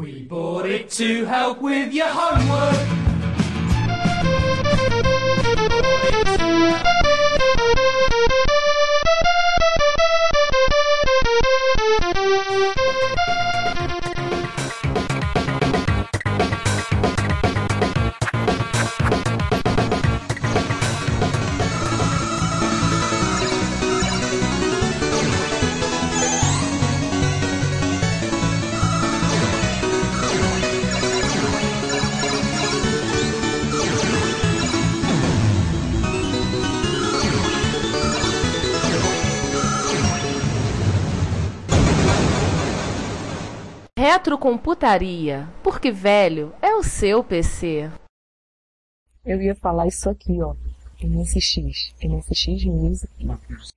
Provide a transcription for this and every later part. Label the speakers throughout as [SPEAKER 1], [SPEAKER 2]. [SPEAKER 1] We bought it to help with your homework.
[SPEAKER 2] Retrocomputaria, porque velho é o seu PC.
[SPEAKER 3] Eu ia falar isso aqui, ó. MSX, MSX Music,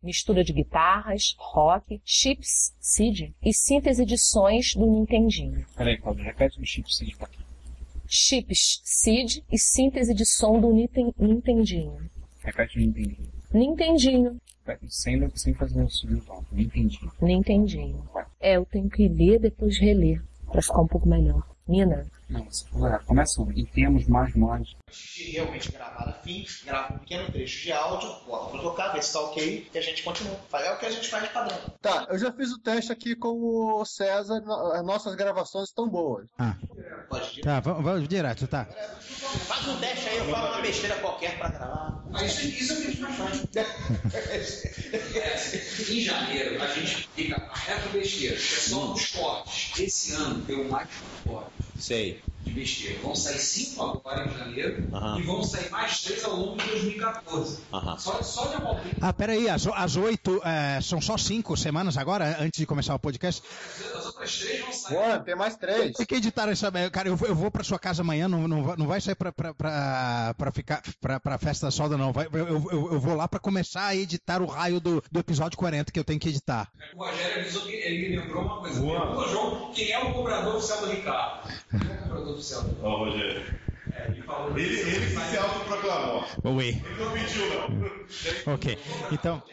[SPEAKER 3] mistura de guitarras, rock, chips, seed e síntese de sons do Nintendinho.
[SPEAKER 4] Peraí, Cláudio, repete o chip seed pra tipo, aqui.
[SPEAKER 3] Chips, seed e síntese de som do Ninten- Nintendinho.
[SPEAKER 4] Repete o Nintendinho.
[SPEAKER 3] Nintendinho,
[SPEAKER 4] Repete, Tá Sem, sem fazer um subindo tom. Nintendinho.
[SPEAKER 3] Nintendinho. É, eu tenho que ler depois reler pra ficar um pouco melhor. Nina,
[SPEAKER 4] Não, você falou errado. Começa um. em termos mais moles.
[SPEAKER 5] e realmente gravar afim, grava um pequeno trecho de áudio, bota pra tocar, vê se tá ok, e a gente continua. É o que a gente faz de padrão.
[SPEAKER 6] Tá, eu já fiz o teste aqui com o César, no- as nossas gravações estão boas.
[SPEAKER 7] Ah,
[SPEAKER 5] Pode ir.
[SPEAKER 7] tá, vamos, vamos direto, tá.
[SPEAKER 5] Faz um teste aí, eu falo uma besteira qualquer pra gravar. Mas isso, isso é o que a gente mais faz.
[SPEAKER 8] Em janeiro, a gente fica a reta besteira, que é só nos cortes. Esse ano deu mais um corte
[SPEAKER 9] Sei.
[SPEAKER 8] de besteira. Vão sair cinco agora em janeiro
[SPEAKER 9] Aham.
[SPEAKER 8] e vão sair mais três ao longo de 2014.
[SPEAKER 9] Aham.
[SPEAKER 8] Só, só de abobrinha,
[SPEAKER 7] Ah, peraí, as, o- as oito, eh, são só cinco semanas agora, antes de começar o podcast?
[SPEAKER 8] as outras três vão sair.
[SPEAKER 6] Pô, tem mais
[SPEAKER 5] É
[SPEAKER 6] três.
[SPEAKER 7] E que editaram essa. merda? Cara, eu, vou- eu vou pra sua casa amanhã, não, não, vai- não vai sair pra, pra, pra, pra ficar pra, pra festa da solda, não. Vai- eu, eu- eu vou lá pra começar a editar o raio do, do episódio 40 que eu tenho que editar.
[SPEAKER 8] O Rogério avisou que ele me lembrou uma coisa. Ô, João, quem é o cobrador oficial do Ricardo? Quem é o cobrador oficial do Ricardo?
[SPEAKER 10] Ó, Rogério.
[SPEAKER 8] É, ele falou
[SPEAKER 10] Ele,
[SPEAKER 8] isso.
[SPEAKER 10] ele se autoproclamou.
[SPEAKER 7] Oi.
[SPEAKER 10] Ele não pediu, não.
[SPEAKER 7] Ok. Então,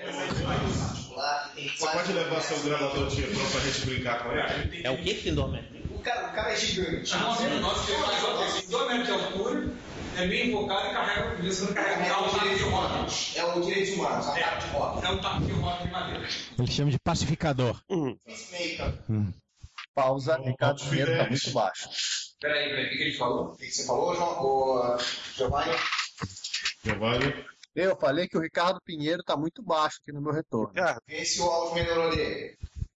[SPEAKER 10] Você pode levar seu gravador de pra gente brincar com ele?
[SPEAKER 9] É o que que dorme?
[SPEAKER 5] O cara, o cara é gigante.
[SPEAKER 8] Tinha um amigo nosso que ele faz ó, tem dois metros de altura, é bem invocado e carrega o peso, não carrega é um taco de roda.
[SPEAKER 5] É o direito humano, a cara de rock.
[SPEAKER 8] É um taco de roda de madeira.
[SPEAKER 7] ele chama de pacificador.
[SPEAKER 5] Peacemaker.
[SPEAKER 6] Pausa, Ricardo
[SPEAKER 10] Ó,
[SPEAKER 6] Pinheiro tá
[SPEAKER 10] Fidelis.
[SPEAKER 6] muito baixo.
[SPEAKER 8] Peraí, peraí, o que que ele falou?
[SPEAKER 5] O que que você falou, João? Ô, Giovanni?
[SPEAKER 10] Giovanni?
[SPEAKER 6] Eu falei que o Ricardo Pinheiro tá muito baixo aqui no meu retorno.
[SPEAKER 5] Vê se o áudio melhorou dele.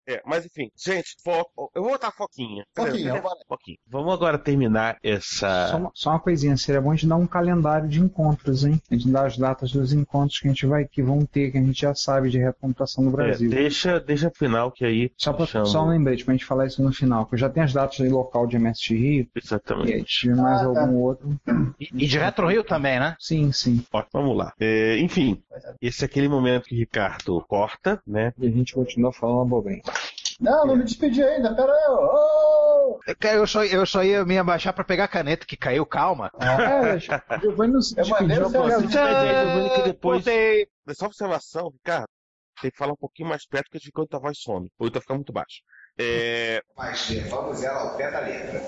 [SPEAKER 11] É, mas enfim, gente, foco. Eu vou botar
[SPEAKER 6] Um
[SPEAKER 11] foquinha.
[SPEAKER 6] Foquinha, vambora.
[SPEAKER 11] Foquinha. Vamos agora terminar
[SPEAKER 4] Só
[SPEAKER 11] essa.
[SPEAKER 4] uma, só uma coisinha, seria bom a gente dar um calendário de encontros, hein? A gente dá as datas dos encontros que a gente vai, que vão ter, que a gente já sabe de recomputação do
[SPEAKER 11] É,
[SPEAKER 4] Brasil.
[SPEAKER 11] deixa, deixa pro final que aí.
[SPEAKER 4] só, pra,
[SPEAKER 11] chama.
[SPEAKER 4] só um lembrete pra gente falar isso no final, que eu já tenho as datas de local de MSX Rio, e aí
[SPEAKER 11] Exatamente.
[SPEAKER 4] de mais algum outro.
[SPEAKER 9] Ah, tá. E, e de Retro Rio também, né?
[SPEAKER 4] Sim, sim.
[SPEAKER 11] Ó, vamos lá. É, enfim, esse é aquele momento que o Ricardo corta, né?
[SPEAKER 4] E a gente continua falando abobrinha.
[SPEAKER 6] Não, não me despedi ainda, pera aí. ô!
[SPEAKER 9] Cara, eu só, eu só ia me abaixar pra pegar a caneta que caiu, calma.
[SPEAKER 4] É, Giovanni não se
[SPEAKER 6] Eu mandei
[SPEAKER 4] despediu,
[SPEAKER 6] o seu
[SPEAKER 4] apesar
[SPEAKER 6] vídeo.
[SPEAKER 4] de-
[SPEAKER 11] Giovanni que depois-
[SPEAKER 9] Voltei.
[SPEAKER 11] Só observação, Ricardo. Tem que falar um pouquinho mais perto, porque de quando tua voz some. Ou tá ficando muito baixo. É,
[SPEAKER 5] Mas levamos ela ao pé da letra.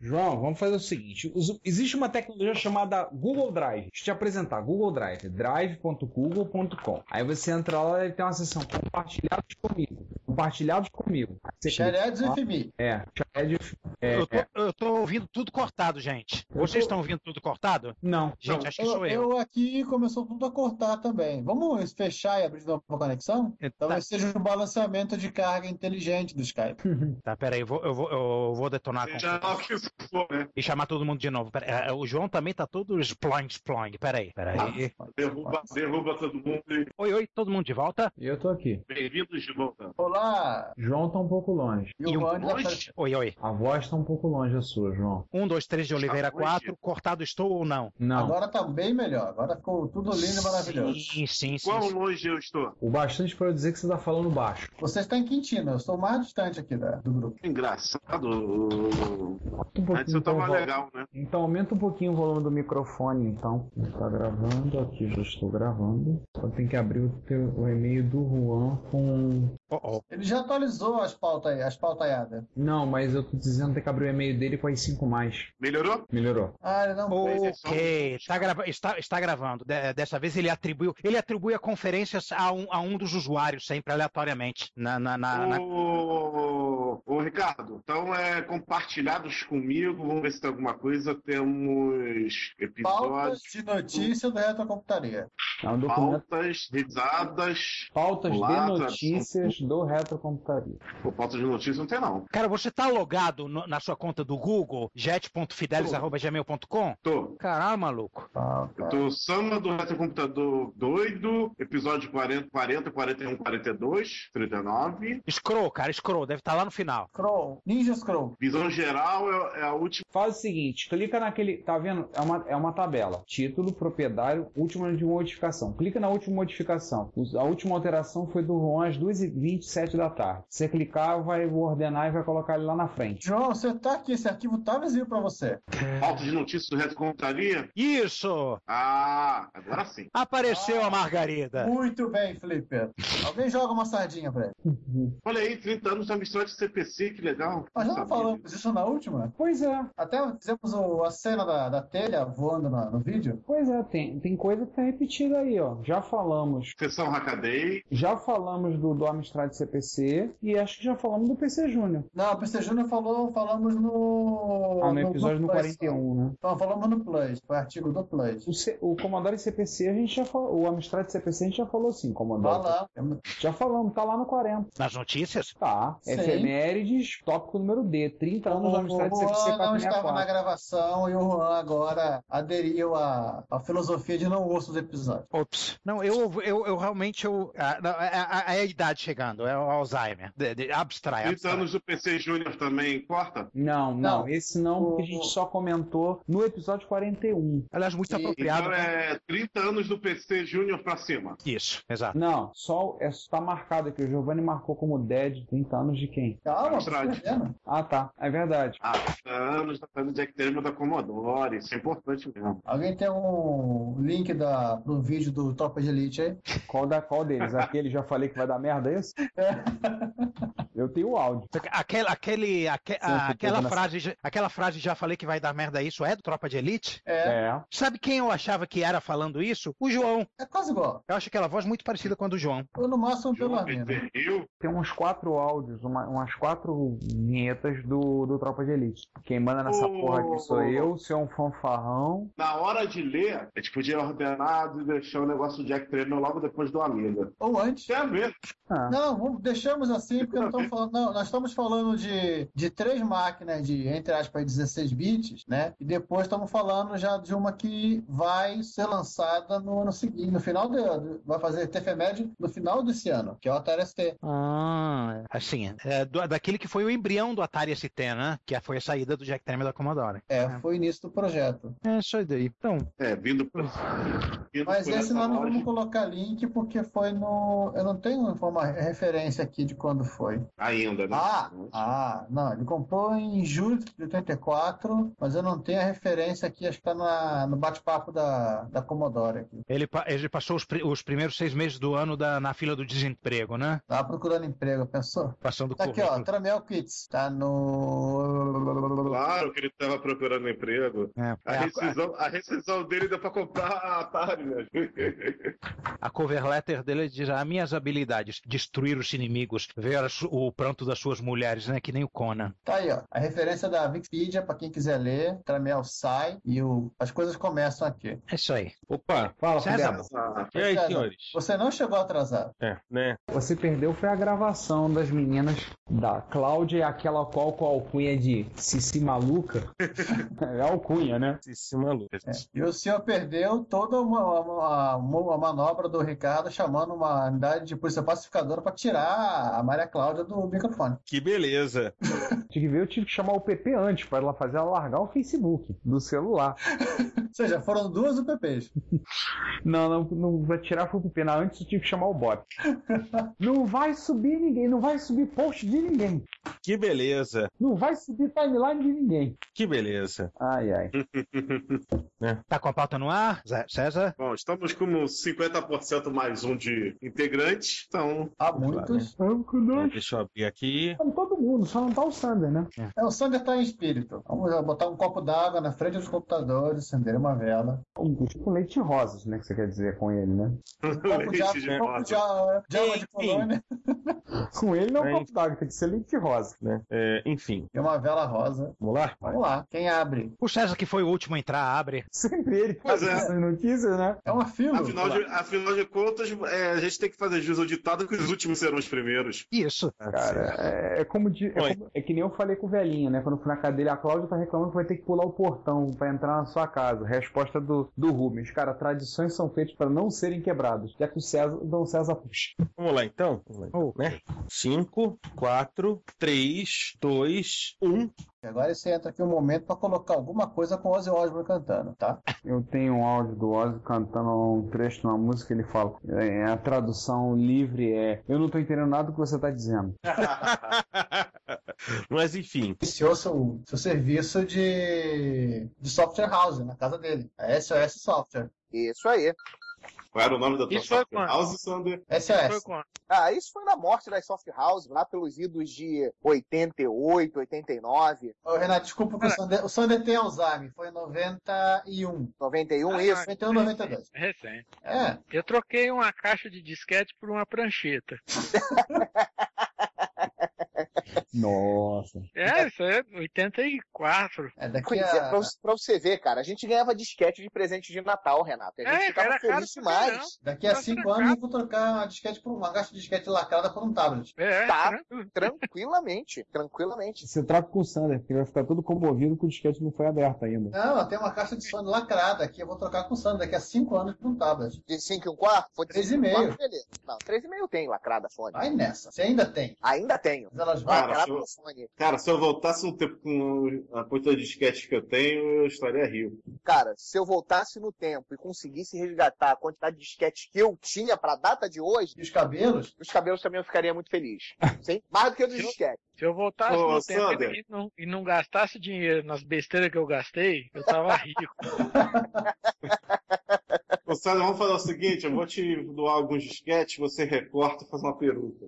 [SPEAKER 8] João, vamos fazer o seguinte: Os- existe uma tecnologia chamada Google Drive. Deixa eu te apresentar: Google Drive, drive.google.com. Aí você entra lá e tem uma seção compartilhados comigo. Compartilhados comigo. Aí você clica
[SPEAKER 6] Xeredes
[SPEAKER 8] lá.
[SPEAKER 6] e Fimi.
[SPEAKER 8] É, shared with- é,
[SPEAKER 9] eu, tô,
[SPEAKER 8] é.
[SPEAKER 9] eu tô ouvindo tudo cortado, gente. Vocês estão ouvindo tudo cortado?
[SPEAKER 8] Não,
[SPEAKER 9] Gente,
[SPEAKER 8] não.
[SPEAKER 9] acho que
[SPEAKER 6] Eu,
[SPEAKER 9] sou eu.
[SPEAKER 6] eu aqui começou tudo a cortar também. Vamos fechar e abrir de novo a conexão? Talvez
[SPEAKER 7] Tá.
[SPEAKER 6] seja um balanceamento de carga inteligente do Skype.
[SPEAKER 9] Tá, peraí, eu vou, eu vou, eu vou detonar a
[SPEAKER 10] Já
[SPEAKER 9] confusão
[SPEAKER 10] que for, né?
[SPEAKER 9] e chamar todo mundo de novo. Pera- é, o João também tá todo sploing, sploing. Peraí, peraí.
[SPEAKER 10] Ah, Derruba, derruba todo mundo e
[SPEAKER 9] Oi, oi, todo mundo de volta?
[SPEAKER 8] Eu tô aqui.
[SPEAKER 10] bem-vindos de volta.
[SPEAKER 6] Olá, falar.
[SPEAKER 4] João tá um pouco longe.
[SPEAKER 6] E o Juan já tá-
[SPEAKER 7] Oi, oi.
[SPEAKER 4] A voz tá um pouco longe a sua, João.
[SPEAKER 7] 1, 2, 3 de
[SPEAKER 10] Tá
[SPEAKER 7] Oliveira 4, cortado estou ou não?
[SPEAKER 4] Não.
[SPEAKER 6] Agora tá bem melhor. Agora ficou tudo lindo e maravilhoso.
[SPEAKER 7] Sim, sim, sim.
[SPEAKER 6] Qual
[SPEAKER 7] sim.
[SPEAKER 11] longe eu estou?
[SPEAKER 4] O bastante pra eu dizer que você tá falando baixo.
[SPEAKER 6] Você está em Quintino, eu estou mais distante aqui da- do grupo.
[SPEAKER 11] Engraçado. Antes eu
[SPEAKER 4] então,
[SPEAKER 11] tava
[SPEAKER 4] Val.
[SPEAKER 11] legal, né?
[SPEAKER 4] Então aumenta um pouquinho o volume do microfone, então. Tá gravando, aqui já estou gravando. Só tem que abrir o, teu, o e-mail do Juan com.
[SPEAKER 6] Ele já atualizou as pautas aí, as pautaiadas.
[SPEAKER 4] Não, mas eu tô dizendo que tem que abrir o e-mail dele com as 5 mais.
[SPEAKER 11] Melhorou?
[SPEAKER 4] Melhorou.
[SPEAKER 6] Ah, ele não
[SPEAKER 10] é um
[SPEAKER 7] Ok, tá grava- está, está gravando. De- dessa vez ele atribuiu, ele atribui a conferências a um, a um dos usuários, sempre aleatoriamente. Na, na, na- na-
[SPEAKER 11] Ô, ô, Ricardo, então é compartilhados comigo, vamos ver se tem alguma coisa. Temos
[SPEAKER 6] Pautas
[SPEAKER 11] episódios,
[SPEAKER 6] de notícia do Retrocomputaria.
[SPEAKER 4] É um documento.
[SPEAKER 11] pautas, risadas.
[SPEAKER 4] Pautas de
[SPEAKER 11] puladas.
[SPEAKER 4] notícias do Retrocomputaria.
[SPEAKER 11] Pô, pauta de notícias não tem, não.
[SPEAKER 7] Cara, você tá logado no- na sua conta do Google, jet.fidelis.gmail.com?
[SPEAKER 11] Tô.
[SPEAKER 7] Caralho, maluco.
[SPEAKER 11] Eu tô Sama do Retrocomputador Doido, episódio 40, 40, 41, 42, 39.
[SPEAKER 7] Scroll, cara, scroll, deve estar lá no final.
[SPEAKER 6] Scroll, Ninja Scroll.
[SPEAKER 11] Visão geral é, é a última.
[SPEAKER 4] Faz o seguinte, clica naquele. Tá vendo? É uma, é uma tabela. Título, proprietário, última de modificação. Clica na última modificação. Os- A última alteração foi do Juan às 2h27 da tarde. Se você clicar, vai ordenar e vai colocar ele lá na frente.
[SPEAKER 6] João, você tá aqui, esse arquivo tá vazio pra você.
[SPEAKER 11] Pauta de notícias do Retrocomputaria.
[SPEAKER 7] Isso!
[SPEAKER 11] Ah, agora sim.
[SPEAKER 7] Apareceu a Margarida.
[SPEAKER 6] Muito bem, Flipper. Alguém joga uma sardinha pra ele.
[SPEAKER 11] Olha aí, 30 anos da mistura de CPC, que legal.
[SPEAKER 6] Nós já
[SPEAKER 11] Sabia.
[SPEAKER 6] não falamos isso na última?
[SPEAKER 4] Pois é.
[SPEAKER 6] Até fizemos o- a cena da, da telha voando na- no vídeo.
[SPEAKER 4] Pois é, tem, tem coisa que tá repetida aí, ó. Já falamos.
[SPEAKER 11] Sessão Hackaday.
[SPEAKER 4] Já falamos do, do Amstrad CPC e acho que já falamos do PC Júnior.
[SPEAKER 6] Não, o PC Júnior falou, falamos no.
[SPEAKER 4] Ah, no episódio no
[SPEAKER 6] Plus.
[SPEAKER 4] 41, né?
[SPEAKER 6] Então, falamos no Plus, foi artigo do Plus.
[SPEAKER 4] O, C- o Commodore CPC a gente já falou. O Amstrad CPC a gente já falou sim, Commodore.
[SPEAKER 6] Fala.
[SPEAKER 4] Já falamos, tá lá no 40.
[SPEAKER 7] Nas notícias?
[SPEAKER 4] Tá.
[SPEAKER 6] Sim.
[SPEAKER 4] Efemérides, tópico número D. 30 Então, anos
[SPEAKER 6] O
[SPEAKER 4] da Amstrad
[SPEAKER 6] Juan
[SPEAKER 4] CPC
[SPEAKER 6] não estava na
[SPEAKER 4] 464.
[SPEAKER 6] gravação e o Juan agora aderiu à, à filosofia de não ouço os episódios.
[SPEAKER 7] Ops. Não, eu, eu, eu realmente. Eu, ah, não, é, é- é a idade chegando, é o Alzheimer. De, de, abstrai,
[SPEAKER 11] 30
[SPEAKER 7] abstrai.
[SPEAKER 11] anos do PC Júnior também, corta?
[SPEAKER 4] Não, não,
[SPEAKER 6] Não.
[SPEAKER 4] esse não, porque a gente só comentou no episódio 41.
[SPEAKER 7] Aliás, muito apropriado.
[SPEAKER 11] Então é 30 anos do PC Júnior pra cima.
[SPEAKER 7] Isso, exato.
[SPEAKER 4] Não, só é, tá marcado aqui. O Giovanni marcou como dead 30 anos de quem?
[SPEAKER 6] Calma,
[SPEAKER 11] Amstrad.
[SPEAKER 6] você tá vendo?
[SPEAKER 4] Ah, tá. É verdade.
[SPEAKER 11] Ah, 30 anos da família Jack Terima da Commodore, isso é importante mesmo.
[SPEAKER 6] Alguém tem um link da, do vídeo do Tropa de Elite aí?
[SPEAKER 4] Qual, da, qual deles? Aquele já falei que vai dar merda, é isso?
[SPEAKER 6] É.
[SPEAKER 4] Eu tenho o áudio.
[SPEAKER 7] Aquele, aquele, aque-
[SPEAKER 4] Sempre
[SPEAKER 7] ah, aquela,
[SPEAKER 4] tudo nessa-
[SPEAKER 7] frase, já- aquela frase já falei que vai dar merda isso, é do Tropa de Elite?
[SPEAKER 6] É, é,
[SPEAKER 7] Sabe quem eu achava que era falando isso? O João.
[SPEAKER 6] quase igual.
[SPEAKER 7] Eu acho aquela voz muito parecida com a do João.
[SPEAKER 6] Ou no máximo um pelo menos.
[SPEAKER 11] Eu?
[SPEAKER 4] Tem uns quatro áudios, uma- umas quatro vinhetas do, do Tropa de Elite. Quem manda nessa
[SPEAKER 11] Ô.
[SPEAKER 4] porra aqui sou eu, sou um fanfarrão.
[SPEAKER 11] Na hora de ler, a gente podia ordenar e deixar o negócio do Jack Terima logo depois do Amiga. É
[SPEAKER 6] Ou antes.
[SPEAKER 11] Tem a ver.
[SPEAKER 4] Ah,
[SPEAKER 6] Não, vamos- deixamos assim, porque não estamos falando. Não, nós estamos falando de, de três máquinas de, entre aspas, 16 bits, né? E depois estamos falando já de uma que vai ser lançada no ano seguinte, no final do ano. Vai fazer TFMED no final desse ano, que é o Atari ST.
[SPEAKER 7] Ah, assim, é, do- daquele que foi o embrião do Atari ST, né? Que foi a saída do Jack Tremor da Commodore.
[SPEAKER 6] É, foi o início do projeto.
[SPEAKER 7] É, isso aí daí. Então,
[SPEAKER 11] É, vindo pra. vindo
[SPEAKER 6] Mas
[SPEAKER 11] por
[SPEAKER 6] esse
[SPEAKER 11] essa
[SPEAKER 6] nós não
[SPEAKER 11] loja.
[SPEAKER 6] vamos colocar link porque foi no. Eu não tenho uma referência aqui de quando foi.
[SPEAKER 11] Ainda, né?
[SPEAKER 6] Ah, ah, não, ele comprou em julho de 84, mas eu não tenho a referência aqui, acho que tá na- no bate-papo da, da Commodore aqui.
[SPEAKER 7] ele, pa- ele passou os, pri- os primeiros seis meses do ano da- na fila do desemprego, né?
[SPEAKER 6] Tava procurando emprego, pensou?
[SPEAKER 7] Passando É.
[SPEAKER 6] Tá aqui, ó,
[SPEAKER 7] currículo.
[SPEAKER 6] Tramel Kits, tá no...
[SPEAKER 11] Claro que ele tava procurando emprego.
[SPEAKER 7] É,
[SPEAKER 11] A
[SPEAKER 7] é, a-
[SPEAKER 11] rescisão, a rescisão dele dá pra comprar a Atari, né?
[SPEAKER 7] A cover letter dele diz: as minhas habilidades, destruir os inimigos, ver as- o o pranto das suas mulheres, né? Que nem o Conan.
[SPEAKER 6] Tá aí, ó. A referência da Wikipedia, pra quem quiser ler, Tramel sai e o... as coisas começam aqui.
[SPEAKER 7] É isso aí.
[SPEAKER 4] Opa, fala,
[SPEAKER 7] César.
[SPEAKER 4] E aí, senhores?
[SPEAKER 6] Você não chegou atrasado.
[SPEAKER 4] É, né? Você perdeu foi a gravação das meninas da Cláudia, aquela qual com a alcunha de Cici Maluca. é alcunha, né?
[SPEAKER 12] Cici
[SPEAKER 11] É.
[SPEAKER 12] Maluca.
[SPEAKER 6] E o senhor perdeu toda uma, uma- uma- uma manobra do Ricardo chamando uma unidade de polícia pacificadora pra tirar a Maria Cláudia do microfone.
[SPEAKER 12] Que beleza.
[SPEAKER 4] Tive que ver, eu tive que chamar o PP antes pra ela fazer ela largar o Facebook do celular.
[SPEAKER 6] Ou seja, foram duas UPPs.
[SPEAKER 4] Não, não, não vai tirar foi o PP. Na antes eu tive que chamar o bot. Não vai subir ninguém, não vai subir post de ninguém.
[SPEAKER 12] Que beleza.
[SPEAKER 4] Não vai subir timeline de ninguém.
[SPEAKER 12] Que beleza.
[SPEAKER 4] Ai, ai.
[SPEAKER 7] Tá com a pauta no ar, Zé- César?
[SPEAKER 11] Bom, estamos com um 50% mais um de integrantes, então.
[SPEAKER 6] Há muitos.
[SPEAKER 4] Vamos com nós.
[SPEAKER 12] Deixa eu abrir aqui.
[SPEAKER 4] Tá todo mundo, só não tá o Sander, né?
[SPEAKER 6] É, o Sander tá em espírito. Vamos lá, botar um copo d'água na frente dos computadores, acender uma vela.
[SPEAKER 4] O tipo leite de rosas, né? Que você quer dizer com ele, né?
[SPEAKER 6] Um copo de,
[SPEAKER 11] Leite de
[SPEAKER 6] água- um copo de, água- de água de colônia
[SPEAKER 4] Com ele não é um
[SPEAKER 12] Hein?
[SPEAKER 4] copo d'água, tem que ser leite de rosa.
[SPEAKER 12] Né? É, enfim,
[SPEAKER 6] e uma vela rosa.
[SPEAKER 12] vamos lá?
[SPEAKER 6] Vamos lá, quem abre?
[SPEAKER 7] O César que foi o último a entrar, abre.
[SPEAKER 4] Sempre ele que
[SPEAKER 11] Pois
[SPEAKER 4] faz
[SPEAKER 11] é.
[SPEAKER 4] essas notícias, né?
[SPEAKER 6] É uma fila.
[SPEAKER 11] Afinal de, afinal de contas, é, a gente tem que fazer jus ao ditado que os últimos serão os primeiros.
[SPEAKER 7] Isso.
[SPEAKER 4] Cara, é, é como de, é,
[SPEAKER 12] Oi.
[SPEAKER 4] como- é que nem eu falei com o velhinho, né? Quando eu fui na cadeira, a Cláudia tá reclamando que vai ter que pular o portão pra entrar na sua casa. Resposta do, do Rubens. Cara, tradições são feitas pra não serem quebradas. Já que o César, Dom César puxa.
[SPEAKER 12] Vamos lá então?
[SPEAKER 11] né?
[SPEAKER 12] 5, 4, 3, 2, 1.
[SPEAKER 6] Agora você entra aqui um momento pra colocar alguma coisa com Ozzy Osbourne cantando, tá?
[SPEAKER 4] Eu tenho um áudio do Ozzy cantando um trecho de uma música que ele fala. é, a tradução livre é: Eu não tô entendendo nada do que você tá dizendo.
[SPEAKER 12] um. Mas enfim,
[SPEAKER 6] Iniciou seu, seu serviço de, de software house na casa dele. É A SOS Software.
[SPEAKER 5] Isso aí.
[SPEAKER 11] Qual era o nome da tua
[SPEAKER 5] Isso foi
[SPEAKER 11] software
[SPEAKER 5] quando?
[SPEAKER 11] house, Sander?
[SPEAKER 6] SOS.
[SPEAKER 5] Ah, isso foi na morte das soft house, lá pelos idos de 88, 89,
[SPEAKER 6] Ô, Renato, desculpa que o Sander, o Sander tem Alzheimer. Foi em 91.
[SPEAKER 5] 91,
[SPEAKER 13] Ah,
[SPEAKER 5] isso.
[SPEAKER 6] 91, 92.
[SPEAKER 13] É recente.
[SPEAKER 6] É.
[SPEAKER 13] Eu troquei uma caixa de disquete por uma prancheta.
[SPEAKER 4] Nossa.
[SPEAKER 13] É, isso é 84.
[SPEAKER 6] É, daqui
[SPEAKER 5] Pois é, pra, você- pra você ver, cara, a gente ganhava disquete de presente de Natal, Renato. e A gente
[SPEAKER 13] É,
[SPEAKER 5] ficava
[SPEAKER 13] era caro
[SPEAKER 5] feliz
[SPEAKER 13] pra caramba.
[SPEAKER 5] demais.
[SPEAKER 6] Daqui a 5 anos eu vou trocar uma disquete por um, uma caixa de disquete lacrada por um tablet.
[SPEAKER 13] É,
[SPEAKER 5] Tá, tranquilamente, tranquilamente.
[SPEAKER 4] Você troca com o Sander, porque ele vai ficar todo comovido que o disquete não foi aberto ainda.
[SPEAKER 6] Não, tem uma caixa de sono lacrada aqui, eu vou trocar com o Sander daqui a 5 anos por um tablet.
[SPEAKER 5] De 5 e um quarto? Foi de
[SPEAKER 6] Três e
[SPEAKER 5] cinco e um
[SPEAKER 6] meio.
[SPEAKER 5] quarto, Beleza. Não, 3,5 tem lacrada a fone.
[SPEAKER 6] Vai nessa. Você ainda tem.
[SPEAKER 5] Ainda tenho.
[SPEAKER 6] Mas elas vão.
[SPEAKER 11] Cara,
[SPEAKER 5] Lacrada
[SPEAKER 11] sou-
[SPEAKER 5] a fone.
[SPEAKER 11] Cara, se eu voltasse no tempo com a quantidade de disquetes que eu tenho, eu estaria rio.
[SPEAKER 5] Cara, se eu voltasse no tempo e conseguisse resgatar a quantidade de disquete que eu tinha pra data de hoje,
[SPEAKER 6] E os cabelos?
[SPEAKER 5] os cabelos também eu ficaria muito feliz. Sim? Mais do que o dos disquetes.
[SPEAKER 13] Se eu voltasse
[SPEAKER 11] Ô,
[SPEAKER 13] no tempo
[SPEAKER 11] Sander.
[SPEAKER 13] e não, e não gastasse dinheiro nas besteiras que eu gastei, eu tava rico.
[SPEAKER 11] Ô, Sander, vamos fazer o seguinte: eu vou te doar alguns disquetes, você recorta e faz uma peruca.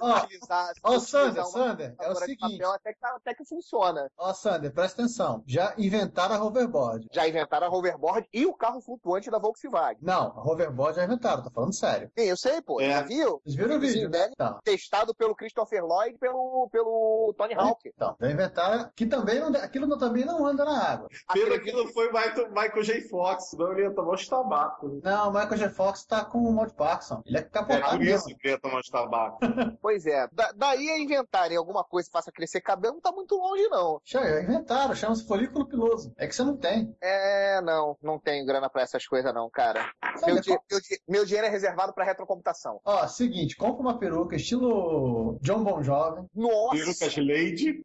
[SPEAKER 6] Ó,
[SPEAKER 5] Utilizar-
[SPEAKER 6] ó,
[SPEAKER 5] utilizar
[SPEAKER 6] Sander,
[SPEAKER 5] uma
[SPEAKER 6] Sander, é o
[SPEAKER 5] lavoura de
[SPEAKER 6] seguinte.
[SPEAKER 5] papel até que, tá- até que funciona.
[SPEAKER 6] Ó, Sander, presta atenção. Já inventaram a hoverboard.
[SPEAKER 5] Já inventaram a hoverboard e o carro flutuante da Volkswagen.
[SPEAKER 6] Não, a hoverboard já inventaram, tô falando sério.
[SPEAKER 5] Sim, eu sei, pô.
[SPEAKER 11] É.
[SPEAKER 5] Já viu?
[SPEAKER 6] Vocês viram o vídeo, né? Então,
[SPEAKER 5] Testado pelo Christopher Lloyd e pelo, pelo Tony Hawk.
[SPEAKER 6] então já inventaram. Que também não, aquilo não- também não anda na água.
[SPEAKER 11] Pena que não foi Michael, Michael J. Fox, senão ele ia tomar uns tabacos.
[SPEAKER 6] Não, o Michael J. Fox tá com o Monty Parkinson. Ele é
[SPEAKER 11] É
[SPEAKER 6] capotado
[SPEAKER 11] por
[SPEAKER 6] mesmo.
[SPEAKER 11] isso que ele ia tomar uns tabacos.
[SPEAKER 5] Pois é. Da- daí a inventarem alguma coisa que faça crescer cabelo não tá muito longe, não.
[SPEAKER 6] Já já inventaram, chama-se folículo piloso. É que você não tem.
[SPEAKER 5] É, não. Não tenho grana pra essas coisas, não, cara. Meu,
[SPEAKER 6] Sander,
[SPEAKER 5] di- meu di- meu dinheiro é reservado pra retrocomputação.
[SPEAKER 6] Ó, seguinte, compra uma peruca estilo John Bon Jovem
[SPEAKER 5] Nossa!
[SPEAKER 11] Perucas Lady.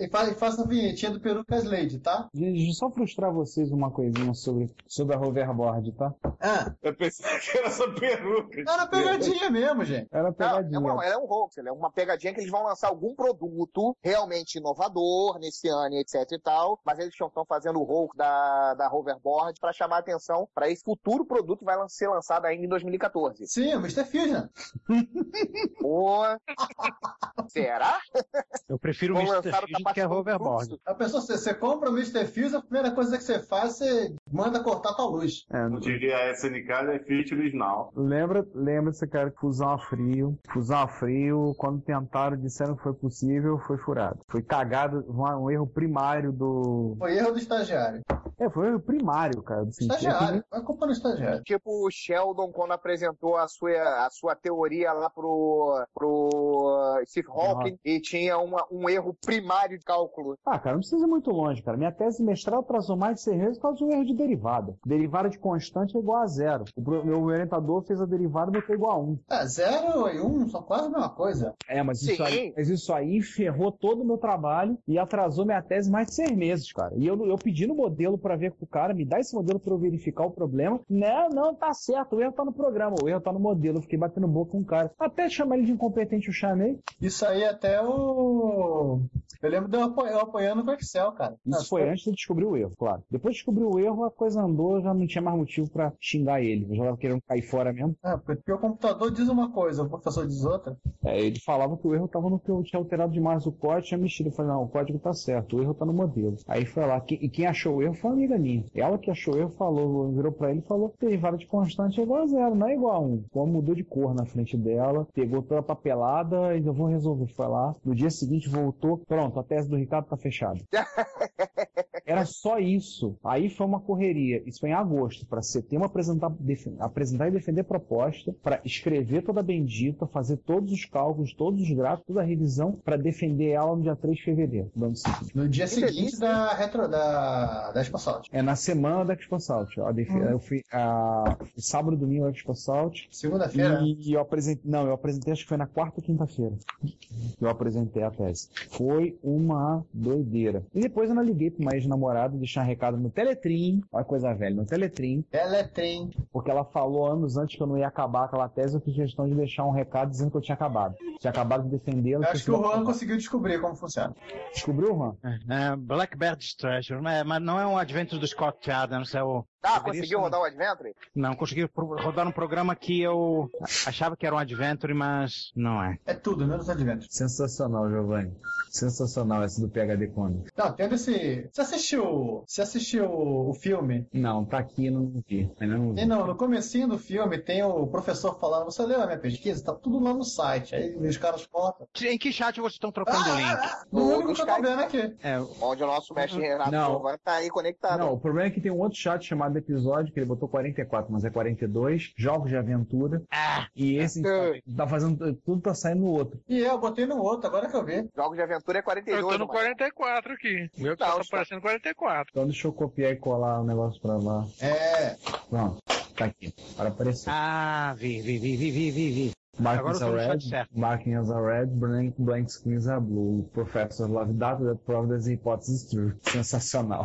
[SPEAKER 6] e fa- e faça a vinhetinha do Perucas Lady, tá?
[SPEAKER 4] Deixa eu só frustrar vocês uma coisinha sobre, sobre a hoverboard, tá?
[SPEAKER 6] Ah,
[SPEAKER 11] Eu pensei que era só peruca.
[SPEAKER 6] era pegadinha mesmo, gente.
[SPEAKER 4] Era
[SPEAKER 5] Não,
[SPEAKER 4] pegadinha.
[SPEAKER 5] é, uma, ela é um hoax, ela é uma pegadinha que eles vão lançar algum produto realmente inovador nesse ano, e etc e tal, mas eles estão fazendo o hoax da, da hoverboard pra chamar a atenção pra esse futuro produto que vai lan- ser lançado ainda em 2014.
[SPEAKER 6] Sim, o Mr. Fusion.
[SPEAKER 5] Pô, será?
[SPEAKER 7] Eu prefiro o
[SPEAKER 5] Vão
[SPEAKER 7] Mr.
[SPEAKER 5] lançar o
[SPEAKER 7] Fusion do que é a
[SPEAKER 5] capacete
[SPEAKER 7] Hoverboard.
[SPEAKER 5] fluxo.
[SPEAKER 6] A pessoa, você, você compra o Mr. Fusion, a primeira coisa que você faz, você manda cortar tua luz.
[SPEAKER 4] É,
[SPEAKER 11] Eu diria a SNK é Fitness Now.
[SPEAKER 4] lembra, lembra-se, cara, que usar fusão a frio. Fusão a frio, quando tentaram, disseram que foi possível, foi furado. Foi cagado, um, um erro primário do.
[SPEAKER 6] Foi erro do estagiário.
[SPEAKER 4] É, foi um erro primário, cara. do sentido.
[SPEAKER 6] Estagiário. A culpa do estagiário.
[SPEAKER 5] Tipo o Sheldon quando apresentou a sua, a sua teoria lá pro, pro Steve Hawking e tinha uma- um erro primário de cálculo.
[SPEAKER 4] Ah, cara, não precisa ir muito longe, cara. Minha tese de mestrado atrasou mais de seis meses por causa de um erro de derivada. Derivada de constante é igual a zero. O pro- meu orientador fez a derivada e botou igual a um.
[SPEAKER 6] É, zero e um são quase a mesma coisa.
[SPEAKER 4] É, mas isso, aí, mas isso aí ferrou todo o meu trabalho e atrasou minha tese mais de seis meses, cara. E eu, eu pedi no modelo pra ver com o cara, me dá esse modelo pra eu verificar o problema. Não, não, tá certo, o erro tá no programa, o erro tá no modelo. Eu fiquei batendo boca com o cara. Até chamar ele de incompetente, eu chamei.
[SPEAKER 6] Isso aí até o. Eu lembro de eu apo- eu apoiando com o Excel, cara.
[SPEAKER 4] Isso
[SPEAKER 6] Nossa,
[SPEAKER 4] foi né? antes de descobrir o erro, claro. Depois de descobrir o erro, a coisa andou, eu já não tinha mais motivo pra xingar ele. Eu já tava querendo cair fora mesmo.
[SPEAKER 6] É, porque o computador diz uma coisa, o professor diz outra.
[SPEAKER 4] É, ele falava que o erro estava no que eu tinha alterado demais o código, tinha mexido. Eu falei, não, o código tá certo, o erro tá no modelo. Aí foi lá, que- e quem achou o erro foi uma amiga minha. Ela que achou o erro falou, virou pra ele e falou: derivada de constante é igual a zero, não é igual a um. Então mudou de cor na frente dela, pegou toda a papelada e eu vou resolver. Foi lá, no dia seguinte voltou, pronto, a tese do Ricardo tá fechada. Era só isso. Aí foi uma correria. Isso foi em agosto, para setembro apresentar, defen- apresentar e defender proposta, para escrever toda a bendita, fazer todos os cálculos, todos os gráficos, toda a revisão, para defender ela no dia 3 de fevereiro. do ano seguinte.
[SPEAKER 6] No dia seguinte da retro da, da ExpoSalt.
[SPEAKER 4] É na semana da Expo Salt. ó, a defe-
[SPEAKER 6] Hum.
[SPEAKER 4] Eu fui a... sábado e domingo a Expo Salt.
[SPEAKER 6] Segunda-feira?
[SPEAKER 4] E eu apresentei. Não, eu apresentei, acho que foi na quarta ou quinta-feira. Eu apresentei a tese. Foi uma doideira. E depois eu ainda liguei pro uma ex-namorada, deixar um recado no Teletrim. Olha que coisa velha, no Teletrim.
[SPEAKER 6] Teletrim.
[SPEAKER 4] Porque ela falou anos antes que eu não ia acabar aquela tese, eu fiz questão de deixar um recado dizendo que eu tinha acabado. Tinha acabado de defendê-la.
[SPEAKER 6] Eu acho que o Juan conseguiu descobrir como funciona.
[SPEAKER 4] Descobriu, Juan?
[SPEAKER 7] É, Blackbird's Treasure, né? mas não é um advento do Scott Adams, é o.
[SPEAKER 5] Ah,
[SPEAKER 7] deveria
[SPEAKER 5] conseguiu
[SPEAKER 7] ser-
[SPEAKER 5] rodar o Adventure?
[SPEAKER 7] Não, consegui pro- rodar um programa que eu achava que era um adventure, mas não é.
[SPEAKER 6] É tudo, menos Adventure.
[SPEAKER 4] Sensacional, Giovanni. Sensacional essa do PHD Comics.
[SPEAKER 6] Não, Tá, tendo esse. Você assistiu. Você assistiu o filme?
[SPEAKER 4] Não, tá aqui, não vi. Ainda não vi.
[SPEAKER 6] E não, é no comecinho do filme tem o professor falando, você leu a minha pesquisa? Tá tudo lá no site. Aí os caras colocam.
[SPEAKER 7] Em que chat vocês estão trocando
[SPEAKER 11] Ah!
[SPEAKER 7] o link?
[SPEAKER 6] No único que eu tô vendo aqui.
[SPEAKER 5] Onde o nosso mestre Renato
[SPEAKER 4] Não.
[SPEAKER 5] Giovanni tá aí conectado.
[SPEAKER 4] Não, o problema é que tem um outro chat chamado episódio, que ele botou 44, mas é 42, jogos de aventura.
[SPEAKER 11] Ah!
[SPEAKER 7] Ah!
[SPEAKER 4] E esse tá fazendo. Tudo tá saindo no outro.
[SPEAKER 6] E eu botei no outro, agora que eu vi.
[SPEAKER 5] Jogos de aventura é 42.
[SPEAKER 11] Eu tô no 44 aqui. Meu tá aparecendo 44.
[SPEAKER 4] Então deixa eu copiar e colar o negócio pra lá.
[SPEAKER 6] É.
[SPEAKER 4] Pronto, tá aqui. Para aparecer.
[SPEAKER 7] Ah, vi, vi, vi, vi, vi, vi, vi. Agora
[SPEAKER 4] Marking
[SPEAKER 7] eu
[SPEAKER 4] as
[SPEAKER 7] tô
[SPEAKER 4] a
[SPEAKER 7] no
[SPEAKER 4] red,
[SPEAKER 7] chat certo.
[SPEAKER 4] marking as a red, blank, blank screens are blue. Professor Love Data that prove that the hypothesis is true. Sensacional.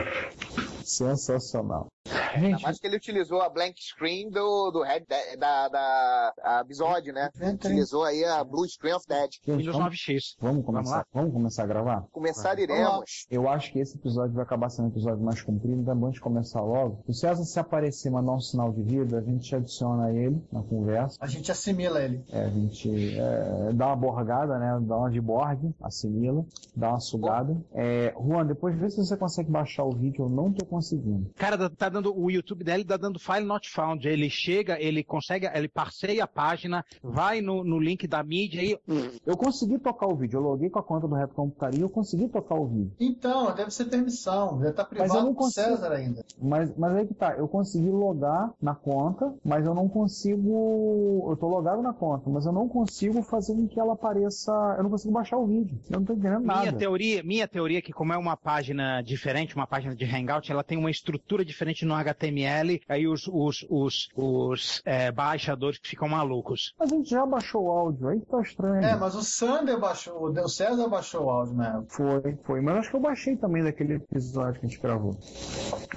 [SPEAKER 4] Sensacional.
[SPEAKER 5] Ainda mais que ele utilizou a blank screen do, do head, da, da, da a Bisod, né? Utilizou aí a Blue Screen of Dead.
[SPEAKER 11] Então-
[SPEAKER 4] Windows 9X. Vamos começar,
[SPEAKER 5] lá?
[SPEAKER 4] vamos, começar a gravar?
[SPEAKER 5] Começar iremos.
[SPEAKER 4] Eu acho que esse episódio vai acabar sendo um episódio mais comprido, então é bom a gente começar logo. O César, se aparecer, mandar um sinal de vida, a gente adiciona ele na conversa.
[SPEAKER 6] A gente assimila ele.
[SPEAKER 4] É, a gente é, dá uma borgada, né? Dá uma de borg, assimila, dá uma sugada. É, Juan, depois vê se você consegue baixar o vídeo, eu não tô conseguindo.
[SPEAKER 7] Cara, tá- tá dando, o YouTube dele tá dando file not found. Ele chega, ele consegue, ele parceia a página, vai no, no link da mídia e.
[SPEAKER 4] Eu consegui tocar o vídeo, eu loguei com a conta do Reto Computaria e eu consegui tocar o vídeo.
[SPEAKER 6] Então, deve ser permissão. Já tá
[SPEAKER 4] Mas eu
[SPEAKER 6] privado
[SPEAKER 4] não
[SPEAKER 6] do
[SPEAKER 4] consigo.
[SPEAKER 6] César ainda.
[SPEAKER 4] Mas, mas aí que tá, eu consegui logar na conta, mas eu não consigo. Eu tô logado na conta, mas eu não consigo fazer com que ela apareça. Eu não consigo baixar o vídeo. Eu não tô entendendo
[SPEAKER 7] Minha
[SPEAKER 4] nada.
[SPEAKER 7] teoria, minha teoria é que como é uma página diferente, uma página de Hangout, ela tem uma estrutura diferente no HTML, aí os, os, os, os eh, baixadores que ficam malucos.
[SPEAKER 4] Mas a gente já baixou o áudio, aí que tá estranho.
[SPEAKER 6] É, mas o Sander baixou, o César baixou o áudio né? na época.
[SPEAKER 4] Foi, foi. Mas acho que eu baixei também daquele episódio que a gente gravou.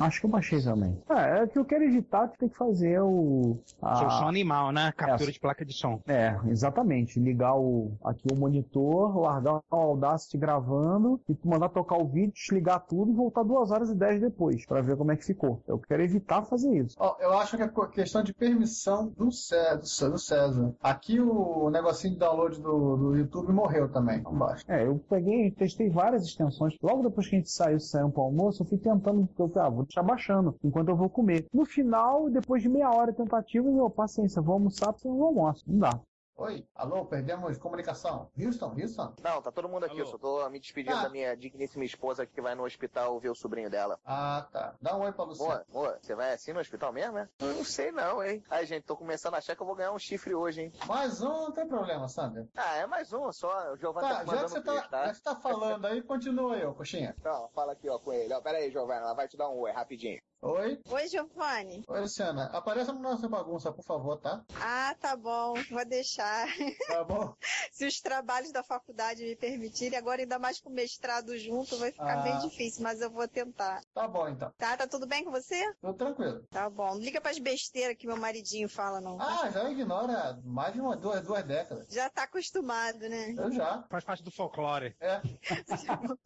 [SPEAKER 4] Acho que eu baixei também. É, é que eu quero editar, tu tem que fazer o. a-
[SPEAKER 7] Sou só animal, né?
[SPEAKER 4] Ah.
[SPEAKER 7] Captura
[SPEAKER 4] É.
[SPEAKER 7] de placa de som.
[SPEAKER 4] É, exatamente. Ligar o, aqui o monitor, largar o Audacity gravando e tu mandar tocar o vídeo, desligar tudo e voltar duas horas e dez depois pra ver como é que ficou. Eu quero evitar fazer isso.
[SPEAKER 6] Ó, eu acho que é por questão de permissão do César. Do Cé- do César. Aqui o negocinho de download do, do YouTube morreu também. Não baixa.
[SPEAKER 4] É, eu peguei, testei várias extensões. Logo depois que a gente saiu, saiu pro almoço, eu fui tentando, porque eu falei, ah, vou deixar baixando enquanto eu vou comer. No final, depois de meia hora de tentativa, eu, paciência, vou almoçar, porque eu não almoço. Não dá.
[SPEAKER 6] Oi? Alô, perdemos comunicação. Houston, Houston?
[SPEAKER 5] Não, tá todo mundo aqui, eu só tô me despedindo
[SPEAKER 6] Tá.
[SPEAKER 5] da minha digníssima esposa que vai no hospital ver o sobrinho dela.
[SPEAKER 6] Ah, tá. Dá um oi pra Luciano.
[SPEAKER 5] Amor, amor, você vai assim no hospital mesmo, é? Eu não sei não, hein? Ai, gente, tô começando a achar que eu vou ganhar um chifre hoje, hein?
[SPEAKER 6] Mais um, não tem problema, Sander.
[SPEAKER 5] Ah, é mais um só. O Giovanni tá, me
[SPEAKER 6] Tá, já que
[SPEAKER 5] mandando
[SPEAKER 6] você
[SPEAKER 5] um
[SPEAKER 6] tá,
[SPEAKER 5] beijo,
[SPEAKER 6] já
[SPEAKER 5] tá?
[SPEAKER 6] que você tá falando aí, continua eu, coxinha.
[SPEAKER 5] Não, fala aqui, ó, com ele. Ó, pera aí, Giovanni, ela vai te dar um oi rapidinho.
[SPEAKER 6] Oi?
[SPEAKER 1] Oi, Giovanni.
[SPEAKER 6] Oi, Luciana. Apareça na nossa bagunça, por favor, tá?
[SPEAKER 1] Ah, tá bom, vou deixar.
[SPEAKER 6] Tá bom?
[SPEAKER 1] Se os trabalhos da faculdade me permitirem, agora ainda mais com o mestrado junto, vai ficar
[SPEAKER 6] Ah.
[SPEAKER 1] bem difícil, mas eu vou tentar.
[SPEAKER 6] Tá bom, então.
[SPEAKER 1] Tá, tá tudo bem com você?
[SPEAKER 6] Tô tranquilo.
[SPEAKER 1] Tá bom. Não liga pras besteiras que meu maridinho fala, não.
[SPEAKER 6] Ah, já ignora mais de uma, duas, duas décadas.
[SPEAKER 1] Já tá acostumado, né?
[SPEAKER 6] Eu já.
[SPEAKER 14] Faz parte do folclore.
[SPEAKER 6] É.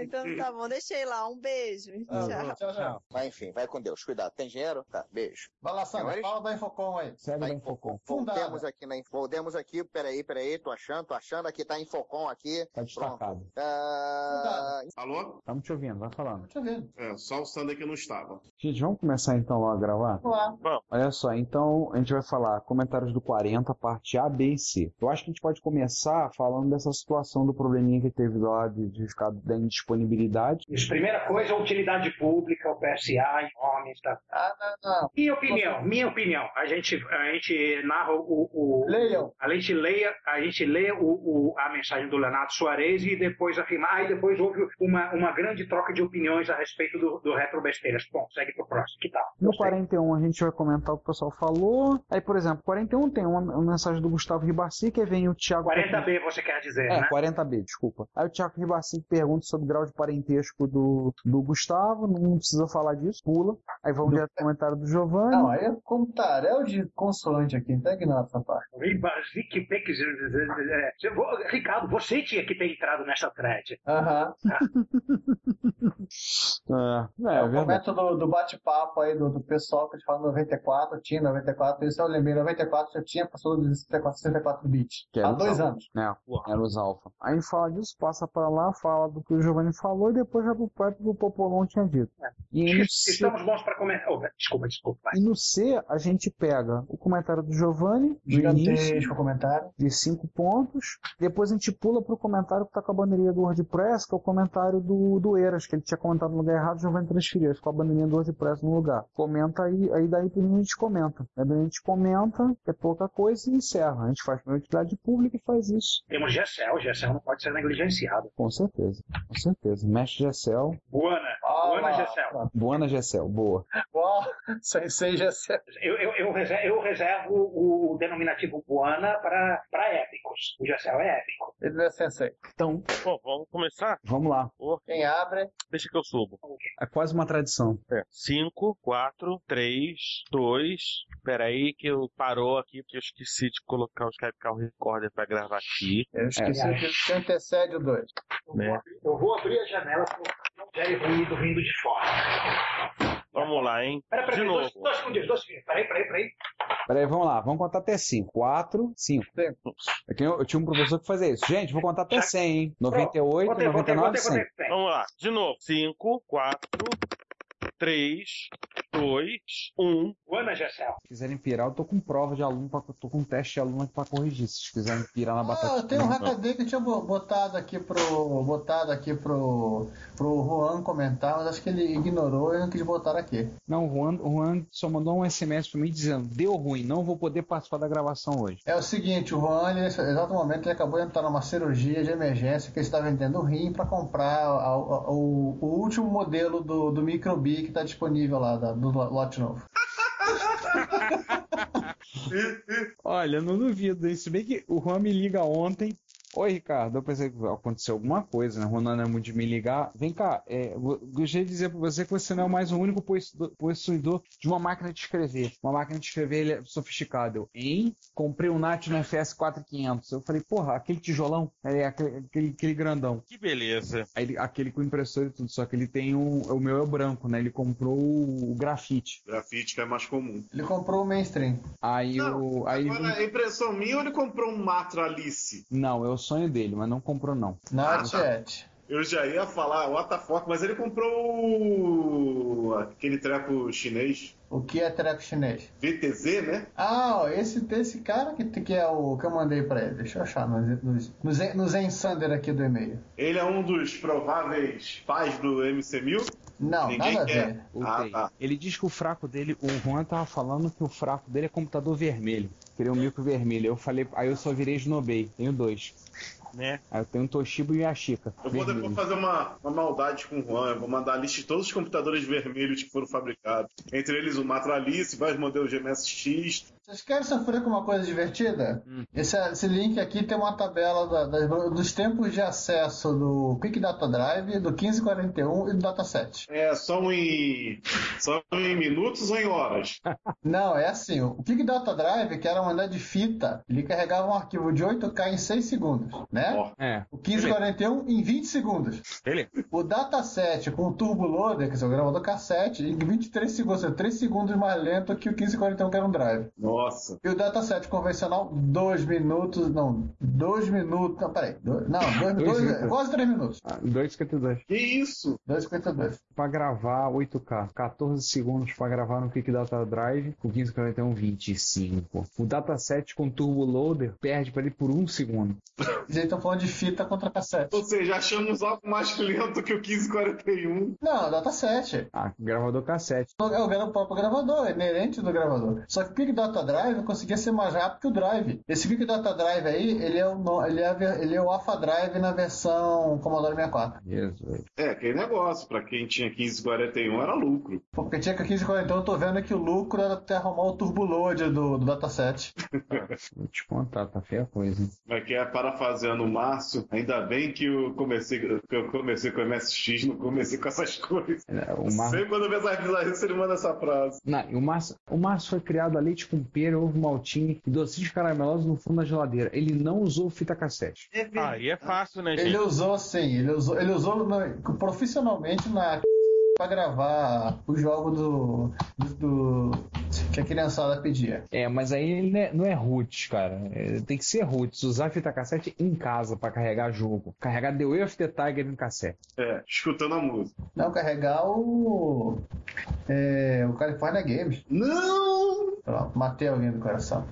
[SPEAKER 1] Então tá bom, deixei lá. Um beijo. Tchau.
[SPEAKER 5] Mas enfim, vai com Deus. Cuidado. Tem dinheiro? Tá, beijo.
[SPEAKER 6] Vai lá, Sander.
[SPEAKER 5] Senhores,
[SPEAKER 6] Fala da Infocom aí.
[SPEAKER 4] Segue da Infocom.
[SPEAKER 5] Voltemos aqui, na Voltemos aqui, peraí, peraí, tô achando, tô achando. Aqui tá Infocom aqui.
[SPEAKER 4] Tá destacado.
[SPEAKER 5] Ah,
[SPEAKER 15] Alô?
[SPEAKER 4] Estamos te ouvindo, vai falando.
[SPEAKER 6] Tá,
[SPEAKER 15] É, só o Sander que não estava.
[SPEAKER 4] Gente, vamos começar então logo a gravar?
[SPEAKER 15] Vamos.
[SPEAKER 4] Olha só, então a gente vai falar comentários do 40, parte A, B e C. Eu acho que a gente pode começar falando dessa situação do probleminha que teve lá de, de ficar da indisponibilidade.
[SPEAKER 7] Isso, primeira coisa, é utilidade pública, o PSA, enorme, tá? Minha opinião, minha opinião. A gente, a gente narra o. o
[SPEAKER 6] Leiam.
[SPEAKER 7] A gente leia, a, gente lê o, o- a mensagem do Leonardo Soares e depois afirmar. Aí depois houve uma, uma grande troca de opiniões a respeito do, do Retro Besteiras. Bom, segue pro próximo. Que tal?
[SPEAKER 4] No 41 a gente vai comentar o que o pessoal falou. Aí, por exemplo, 41 tem uma, uma mensagem do Gustavo Ribassi que vem o Thiago.
[SPEAKER 7] 40B você quer dizer,
[SPEAKER 4] É,
[SPEAKER 7] né?
[SPEAKER 4] 40B, desculpa. Aí o Thiago Ribassi pergunta sobre o grau de parentesco do, do Gustavo, não precisa falar disso, pula. Aí vamos direto pro comentário do Giovanni.
[SPEAKER 6] Não, aí é como tarel de consoante aqui, então ignora essa parte.
[SPEAKER 7] Ribazique Peques. é, eu vou- Ricardo, você tinha que ter entrado nessa thread.
[SPEAKER 6] Aham.
[SPEAKER 4] É,
[SPEAKER 6] o momento do, do bate-papo aí do, do pessoal que a gente fala 94, eu tinha 94, isso eu é lembrei, 94 eu tinha passado de 64, 64 bits.
[SPEAKER 4] Que
[SPEAKER 6] Há
[SPEAKER 4] era os
[SPEAKER 6] dois
[SPEAKER 4] alfa.
[SPEAKER 6] anos.
[SPEAKER 4] É, era os alfa. Aí a gente fala disso, passa pra lá, fala do que o Giovanni falou e depois vai pro pai que o Popolão tinha dito. E aí no C-
[SPEAKER 7] Estamos bons para começar. Oh, desculpa, desculpa.
[SPEAKER 4] E no C, a gente pega o comentário do Giovanni, do
[SPEAKER 6] Gigantesco
[SPEAKER 4] início,
[SPEAKER 6] comentário.
[SPEAKER 4] de cinco pontos. Depois a gente pula pro comentário que tá com a bandeirinha do WordPress, que é o comentário do, do Eras, que ele tinha comentado no lugar errado, o Giovanni transferiu, aí ficou a bandeirinha do WordPress no lugar. Comenta aí, aí daí pra mim a gente comenta. Aí daí a gente comenta, que é pouca coisa, e encerra. A gente faz pra utilidade pública e faz isso.
[SPEAKER 7] Temos Gessel, Gessel não pode ser negligenciado.
[SPEAKER 4] Com certeza, com certeza. Mestre Gessel.
[SPEAKER 7] Buana, Buana Gessel.
[SPEAKER 6] tá
[SPEAKER 4] Buana Gessel, boa.
[SPEAKER 6] Qual? Sem, sem Gessel.
[SPEAKER 7] Eu, eu, eu reservo, eu reservo o denominativo Buana para épicos. O Gessel é épico.
[SPEAKER 6] Ele não é sensei.
[SPEAKER 4] Então,
[SPEAKER 11] Bom, vamos começar?
[SPEAKER 4] Vamos lá.
[SPEAKER 6] Quem abre?
[SPEAKER 11] Deixa que eu subo. É,
[SPEAKER 4] É quase uma tradição.
[SPEAKER 11] 5, 4, 3, 2. Peraí, que eu parou aqui porque eu esqueci de colocar o Skype Call Recorder pra gravar aqui.
[SPEAKER 6] Eu esqueci
[SPEAKER 11] É.
[SPEAKER 6] que que antecede o 2.
[SPEAKER 11] Né?
[SPEAKER 7] Eu vou abrir a janela porque não gere ruído vindo de fora.
[SPEAKER 11] Vamos lá, hein?
[SPEAKER 7] Pera, pera,
[SPEAKER 11] de
[SPEAKER 7] pera, dois,
[SPEAKER 11] novo.
[SPEAKER 7] dois segundos, dois segundos. Peraí, peraí, peraí.
[SPEAKER 4] Peraí, vamos lá, vamos contar até 5. 4, 5. Eu, tinha- eu tinha um professor que fazia isso. Gente, vou contar até 100, hein? 98,
[SPEAKER 11] Botei, botei,
[SPEAKER 4] 99,
[SPEAKER 11] botei,
[SPEAKER 4] 100.
[SPEAKER 11] botei, botei. Vamos lá, de novo. 5, 4, 3, 2, 1.
[SPEAKER 7] Buana Gessel.
[SPEAKER 4] Se quiserem pirar, eu tô com prova de aluno, pra, tô com teste de aluno aqui pra corrigir. Se vocês quiserem pirar na batata.
[SPEAKER 6] Ah, eu tenho um
[SPEAKER 4] Não.
[SPEAKER 6] HD que eu tinha bo- botado aqui pro. botado aqui pro. pro Juan comentar, mas acho que ele ignorou e não quis botar aqui.
[SPEAKER 4] Não, o Juan, o Juan só mandou um SMS pra mim dizendo: deu ruim, não vou poder participar da gravação hoje.
[SPEAKER 6] É o seguinte, o Juan, ele, nesse exato momento, ele acabou de entrar numa cirurgia de emergência que ele está vendendo o rim para comprar a- a- o, o último modelo do, do Microbi que está disponível lá, da- do lo- lote novo.
[SPEAKER 4] Olha, não duvido, hein? Se bem que o Juan me liga ontem. Oi, Ricardo, eu pensei que aconteceu alguma coisa, né? O Juan não é muito de me ligar. Vem cá, é, go- gostaria de dizer pra você que você não é mais o único possuidor- possuidor de uma máquina de escrever. Uma máquina de escrever ele é sofisticada. Eu, hein? Comprei um National FS 4500. Eu falei, porra, aquele tijolão, é, aquele, aquele- aquele grandão.
[SPEAKER 11] Que beleza.
[SPEAKER 4] Aí ele- aquele com impressora e tudo, só que ele tem um. O meu é o branco, né? Ele comprou o, o grafite.
[SPEAKER 15] Grafite que é mais comum.
[SPEAKER 6] Ele comprou o mainstream.
[SPEAKER 4] Aí o. Aí
[SPEAKER 15] Agora, a impressão minha, ou ele comprou um Matralice?
[SPEAKER 4] Não, é o sonho dele, mas não comprou não.
[SPEAKER 6] Not yet.
[SPEAKER 11] Eu já ia falar, what the fuck, mas ele comprou o- aquele treco chinês.
[SPEAKER 6] O que é treco chinês?
[SPEAKER 11] VTZ, né?
[SPEAKER 6] Ah, ó, esse, esse cara que, que é o que eu mandei pra ele. Deixa eu achar nos, nos, nos, nos Ensander aqui do e-mail.
[SPEAKER 11] Ele é um dos prováveis pais do MC1000?
[SPEAKER 6] Não,
[SPEAKER 11] Ninguém
[SPEAKER 6] nada a
[SPEAKER 11] quer.
[SPEAKER 6] ver.
[SPEAKER 4] O Tay. Ele diz que o fraco dele, o Juan tava falando que o fraco dele é computador vermelho. Queria um micro vermelho. Eu falei, aí eu só virei Snobay. Tenho dois.
[SPEAKER 7] Né?
[SPEAKER 4] Aí eu tenho um Toshiba e a Chica.
[SPEAKER 11] Eu vou depois fazer uma, uma maldade com o Juan. Eu vou mandar a lista de todos os computadores vermelhos que foram fabricados. Entre eles o Matralice, vários modelos de MSX.
[SPEAKER 6] Vocês querem sofrer com uma coisa divertida? Esse, esse link aqui tem uma tabela da- das- dos tempos de acesso do Quick Data Drive, do 1541 e do Dataset.
[SPEAKER 11] É, são em. São em minutos ou em horas?
[SPEAKER 6] Não, é assim, o Big Data Drive, que era uma unidade de fita, ele carregava um arquivo de 8K em 6 segundos, né?
[SPEAKER 4] É.
[SPEAKER 6] O 1541 em 20 segundos.
[SPEAKER 4] Beleza.
[SPEAKER 6] O dataset com o turbo loader, que é o gravador cassete, em 23 segundos, ou seja, 3 segundos mais lento que o 1541 que era um drive.
[SPEAKER 11] Nossa.
[SPEAKER 6] E o dataset convencional, 2 minutos, não, 2 minutos, não, peraí, dois- não, dois,
[SPEAKER 4] Dois
[SPEAKER 6] dois-
[SPEAKER 4] minutos.
[SPEAKER 6] quase 3 minutos.
[SPEAKER 4] Ah, 2,52.
[SPEAKER 11] Que isso?
[SPEAKER 6] 2,52.
[SPEAKER 4] Pra gravar 8K, 14 segundos pra gravar no Quick Data Drive, com 1541, 25. O dataset com Turbo Loader perde pra ele por 1 segundo.
[SPEAKER 6] Eles estão falando de fita contra cassete.
[SPEAKER 11] Ou seja, achamos algo mais lento que o 1541.
[SPEAKER 6] Não, dataset.
[SPEAKER 4] Ah, gravador cassete.
[SPEAKER 6] É o gra- o próprio gravador, é inerente do gravador. Só que o Quick Data Drive conseguia ser mais rápido que o Drive. Esse Quick Data Drive aí, ele é o, no- ele é a ver- ele é o Alpha Drive na versão Commodore 64.
[SPEAKER 4] Jesus.
[SPEAKER 11] É, aquele negócio. Pra quem tinha 1541 era lucro.
[SPEAKER 6] Porque tinha que 1541, eu tô vendo que o lucro era até arrumar o turbo load do, do dataset.
[SPEAKER 4] Vou te contar, tá feia a coisa, hein?
[SPEAKER 11] Mas que é parafraseando o Márcio, ainda bem que eu comecei, que eu comecei com o MSX, não comecei com essas coisas.
[SPEAKER 4] É, o Márcio-
[SPEAKER 11] Sempre quando eu vejo essa bizarrice, ele manda essa frase.
[SPEAKER 4] Não, e o Márcio, o Márcio foi criado a leite com pera, ovo maltinho e docinhos caramelosos no fundo da geladeira. Ele não usou fita cassete.
[SPEAKER 7] Aí é fácil, né, gente?
[SPEAKER 6] Ele usou sim, ele usou, ele usou na- profissionalmente na pra gravar o jogo do, do, do- que a criançada pedia.
[SPEAKER 4] É, mas aí ele não é- não é roots, cara. É, tem que ser roots. Usar fita cassete em casa pra carregar jogo. Carregar The Way of the Tiger em cassete.
[SPEAKER 11] É, escutando a música.
[SPEAKER 6] Não, carregar o. É, o California Games.
[SPEAKER 11] Não!
[SPEAKER 6] Pronto, matei alguém do coração.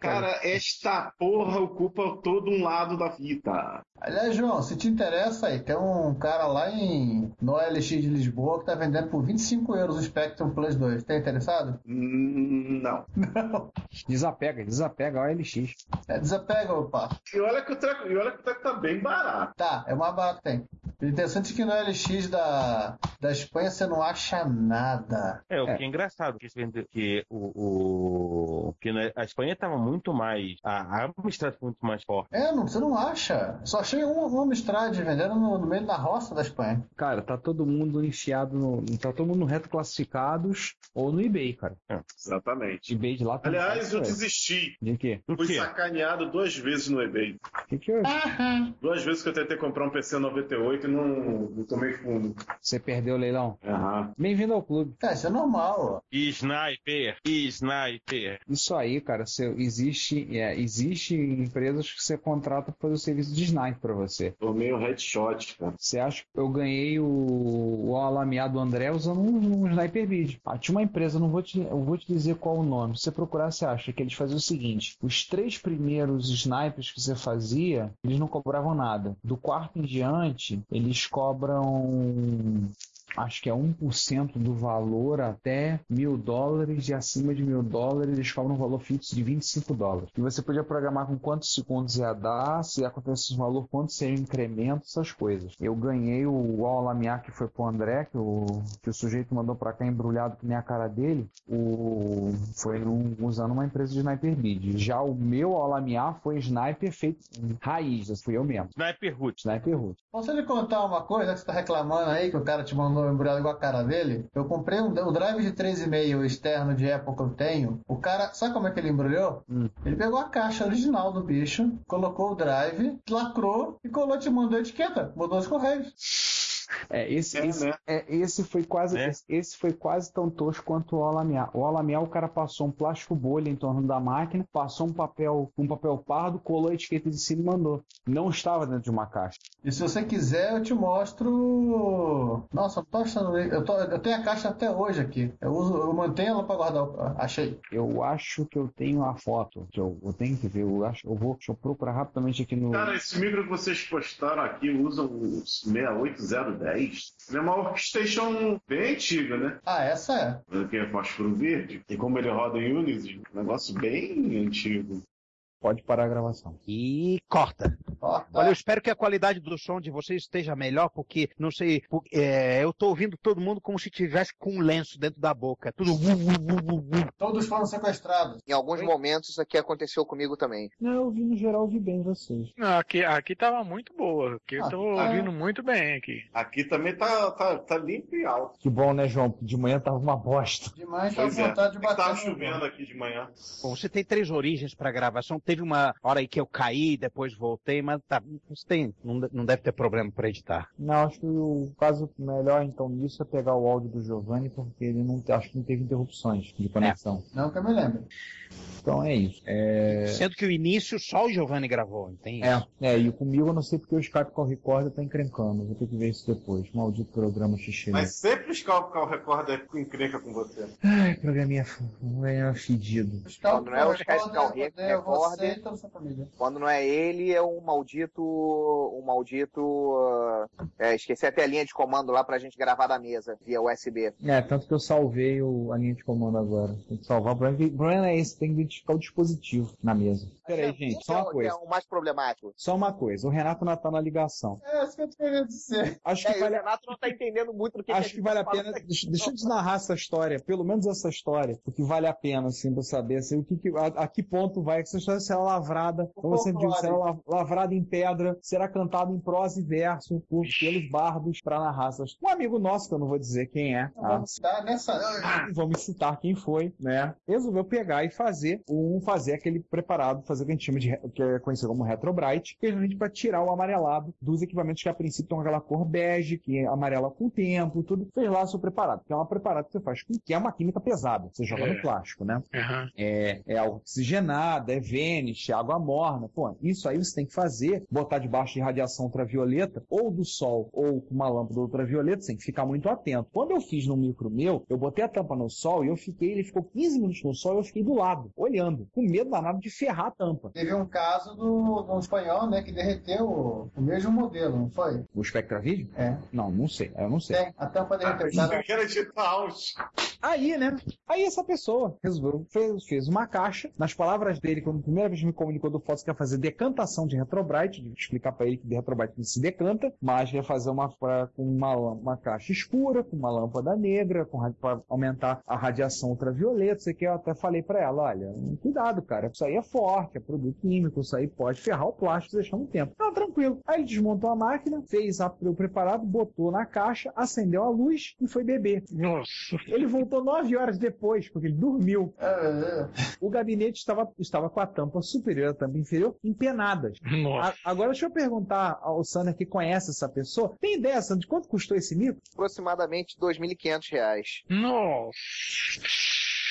[SPEAKER 11] Cara, esta porra ocupa todo um lado da fita.
[SPEAKER 6] Aliás, João, se te interessa aí, tem um cara lá em no OLX de Lisboa que tá vendendo por 25 euros o Spectrum Plus 2. Tá interessado?
[SPEAKER 11] Hum, Não.
[SPEAKER 6] Não.
[SPEAKER 4] Desapega, desapega, OLX.
[SPEAKER 6] É, desapega, opa.
[SPEAKER 11] E olha que o treco, e olha que o treco tá bem barato.
[SPEAKER 6] Tá, é o mais barato que tem. O interessante é que no OLX da, da Espanha você não acha nada.
[SPEAKER 7] É, o que é engraçado, que, esse vende- que o, o- que na- a Espanha estava muito mais. A a Amstrad foi muito mais forte.
[SPEAKER 6] É, não, você não acha. Só achei um, um Amstrad vendendo no, no meio da roça da Espanha.
[SPEAKER 4] Cara, tá todo mundo enfiado no. Tá todo mundo no reto classificados ou no eBay, cara.
[SPEAKER 11] Exatamente.
[SPEAKER 4] eBay de lá tá
[SPEAKER 11] Aliás, eu
[SPEAKER 4] é.
[SPEAKER 11] desisti.
[SPEAKER 4] De quê?
[SPEAKER 11] Fui sacaneado duas vezes no eBay.
[SPEAKER 4] Que é que eu...
[SPEAKER 11] Duas vezes que eu tentei comprar um PC 98 e não, não tomei fundo.
[SPEAKER 4] Você perdeu o leilão?
[SPEAKER 11] Aham.
[SPEAKER 4] Bem-vindo ao clube.
[SPEAKER 6] Cara, isso é normal.
[SPEAKER 7] Sniper, sniper.
[SPEAKER 4] Isso aí, cara, você, existe, é, existe empresas que você contrata para fazer o serviço de sniper para você.
[SPEAKER 11] Tomei o headshot, cara.
[SPEAKER 4] Você acha que eu ganhei o, o alameado do André usando um, um sniper bid? Ah, tinha uma empresa, não vou te, eu vou te dizer qual o nome. Se você procurar, você acha que eles faziam o seguinte: os três primeiros snipers que você fazia, eles não cobravam nada. Do quarto em diante, eles cobram acho que é 1% do valor até mil dólares e acima de mil dólares eles cobram um valor fixo de 25 dólares. E você podia programar com quantos segundos ia dar, se acontecesse esse valor, quanto seria o incremento, essas coisas. Eu ganhei o Alamiá que foi pro André, que o, que o sujeito mandou pra cá embrulhado que nem a cara dele, o, foi num- usando uma empresa de sniper bid. Já o meu Alamiá foi sniper feito raiz, fui eu mesmo.
[SPEAKER 7] Sniper Root.
[SPEAKER 4] Sniper Root.
[SPEAKER 6] Posso lhe contar uma coisa que você tá reclamando aí, que o cara te mandou um embrulhado igual a cara dele? Eu comprei um, um drive de 3,5 externo de Apple que eu tenho. O cara, sabe como é que ele embrulhou? Ele pegou a caixa original do bicho, colocou o drive, lacrou e colou, te mandou a etiqueta, mandou os correios.
[SPEAKER 4] É, esse, esse, é, esse foi quase esse, esse foi quase tão tosco quanto o Alamiar. O Alamiar, o cara passou um plástico bolha em torno da máquina, passou um papel, um papel pardo, colou a etiqueta de cima e mandou. Não estava dentro de uma caixa.
[SPEAKER 6] E se você quiser, eu te mostro. Nossa, eu tô achando. Eu, tô- eu tenho a caixa até hoje aqui. Eu, uso, eu mantenho ela pra guardar. o- ah, Achei.
[SPEAKER 4] Eu acho que eu tenho a foto. que Eu, eu tenho que ver. Eu acho, eu vou, deixa eu procurar rapidamente aqui no.
[SPEAKER 11] Cara, esse micro que vocês postaram aqui usa um 68010. Ele é uma workstation bem antiga, né?
[SPEAKER 6] Ah, essa é.
[SPEAKER 11] Que é fósforo verde. E como ele roda em Unity, um negócio bem antigo.
[SPEAKER 4] Pode parar a gravação.
[SPEAKER 7] E corta.
[SPEAKER 6] tá
[SPEAKER 7] Olha, eu espero que a qualidade do som de vocês esteja melhor, porque não sei, por- é, eu tô ouvindo todo mundo como se tivesse com um lenço dentro da boca. Tudo. vu, vu, vu, vu, vu.
[SPEAKER 6] Todos foram sequestrados.
[SPEAKER 5] Em alguns momentos isso aqui aconteceu comigo também.
[SPEAKER 4] Não, eu vi no geral, eu vi bem vocês.
[SPEAKER 16] Não, aqui, aqui tava muito boa. Aqui
[SPEAKER 7] Ah.
[SPEAKER 16] eu tô
[SPEAKER 11] tá.
[SPEAKER 16] ouvindo muito bem aqui.
[SPEAKER 11] Aqui também tá, tá, tá limpo e alto.
[SPEAKER 4] Que bom, né, João? De manhã tava uma bosta.
[SPEAKER 6] Demais
[SPEAKER 11] tá Pois é. vontade de bater. Tá
[SPEAKER 7] no
[SPEAKER 11] chovendo aqui de manhã.
[SPEAKER 7] Bom, você tem três origens pra gravação. Teve uma hora aí que eu caí, depois voltei, mas tá, você tem, não, de- não deve ter problema pra editar.
[SPEAKER 4] Não, acho que o caso melhor então disso é pegar o áudio do Giovanni, porque ele não acho que não teve interrupções de conexão.
[SPEAKER 6] Não que eu me lembro.
[SPEAKER 4] Então é isso. É...
[SPEAKER 7] Sendo que o início só o Giovanni gravou, entende?
[SPEAKER 4] É, é, e comigo eu não sei porque o Skype com o Recorder tá encrencando. Vou ter que ver isso depois. Maldito programa xixi.
[SPEAKER 11] Mas sempre o Scalp Call Record é encrenca com você.
[SPEAKER 4] Ai, programinha f- programinha fedido.
[SPEAKER 5] Quando não é os caras que
[SPEAKER 6] É você e
[SPEAKER 5] recordem,
[SPEAKER 6] toda a sua família.
[SPEAKER 5] quando não é ele, é um maldito. Um maldito. ah, é, esqueci até a linha de comando lá pra gente gravar da mesa, via USB.
[SPEAKER 4] É, tanto que eu salvei o- a linha de comando agora. Tem que salvar. O problema, o problema é esse, tem que identificar o dispositivo na mesa. Peraí, gente, só uma
[SPEAKER 5] Que é
[SPEAKER 4] coisa.
[SPEAKER 5] o mais problemático.
[SPEAKER 4] Só uma coisa, o Renato não tá na ligação.
[SPEAKER 6] É, isso que eu tô querendo dizer.
[SPEAKER 4] Acho que
[SPEAKER 5] É, e
[SPEAKER 4] vale
[SPEAKER 5] o Renato não tá entendendo muito do que
[SPEAKER 4] Acho que é vale a pena. Deixa, deixa eu desnarrar essa história, pelo menos essa história, porque vale a pena, assim, pra saber assim, o que, que- a, a que ponto vai essa história será lavrada, como eu sempre digo,
[SPEAKER 6] folclore.
[SPEAKER 4] será la- lavrada em pedra, será cantada em prosa e verso por, pelos bardos pra narrar essas. Um amigo nosso, que eu não vou dizer quem é, tá?
[SPEAKER 6] Vamos citar nessa.
[SPEAKER 4] E vamos citar quem foi, né? Resolveu pegar e fazer um, fazer aquele preparado, fazer o que a gente chama de, re- que é conhecido como Retrobrite, que é justamente para tirar o amarelado dos equipamentos que a princípio estão aquela cor bege, que é amarela com o tempo, tudo. Fez lá o seu preparado, que é um preparado que você faz com que é uma química pesada, você joga
[SPEAKER 7] É.
[SPEAKER 4] no plástico, né?
[SPEAKER 16] Aham.
[SPEAKER 4] É, é água oxigenada, é vênice, água morna. Pô, isso aí você tem que fazer, botar debaixo de radiação ultravioleta, ou do sol, ou com uma lâmpada ultravioleta, você tem que ficar muito atento. Quando eu fiz no micro meu, eu botei a tampa no sol e eu fiquei, ele ficou 15 minutos no sol e eu fiquei do lado, olhando, com medo danado de ferrar a tampa.
[SPEAKER 6] Teve um caso do, de um espanhol, né, que derreteu o, o mesmo modelo, não foi?
[SPEAKER 4] O Spectravision?
[SPEAKER 6] É.
[SPEAKER 4] Não, não sei, eu não sei.
[SPEAKER 6] Tem, a tampa derreteu. Tá, né?
[SPEAKER 11] Eu quero um editar áudio.
[SPEAKER 4] Aí, né? Aí essa pessoa resolveu, fez, fez uma caixa. Nas palavras dele, quando a primeira vez me comunicou do Fox, que ia fazer decantação de Retrobrite, de explicar pra ele que de Retrobrite não se decanta, mas ia fazer uma pra- com uma, lâ- uma caixa escura, com uma lâmpada negra, com radi- pra aumentar a radiação ultravioleta, sei que eu até falei pra ela, olha, cuidado, cara, isso aí é forte, é produto químico, isso aí pode ferrar o plástico, deixar um tempo. Não, tranquilo. Aí ele desmontou a máquina, fez a- o preparado, botou na caixa, acendeu a luz e foi beber.
[SPEAKER 16] Nossa.
[SPEAKER 4] Ele voltou nove horas depois, porque ele dormiu.
[SPEAKER 6] Ah,
[SPEAKER 4] O gabinete estava, estava com a tampa superior e a tampa inferior empenadas.
[SPEAKER 5] Ah.
[SPEAKER 16] Nossa.
[SPEAKER 4] A- agora deixa eu perguntar ao Sander que conhece essa pessoa. Tem ideia, Sander, de quanto custou esse micro?
[SPEAKER 5] Aproximadamente R$ 2.500. reais.
[SPEAKER 16] Nossa.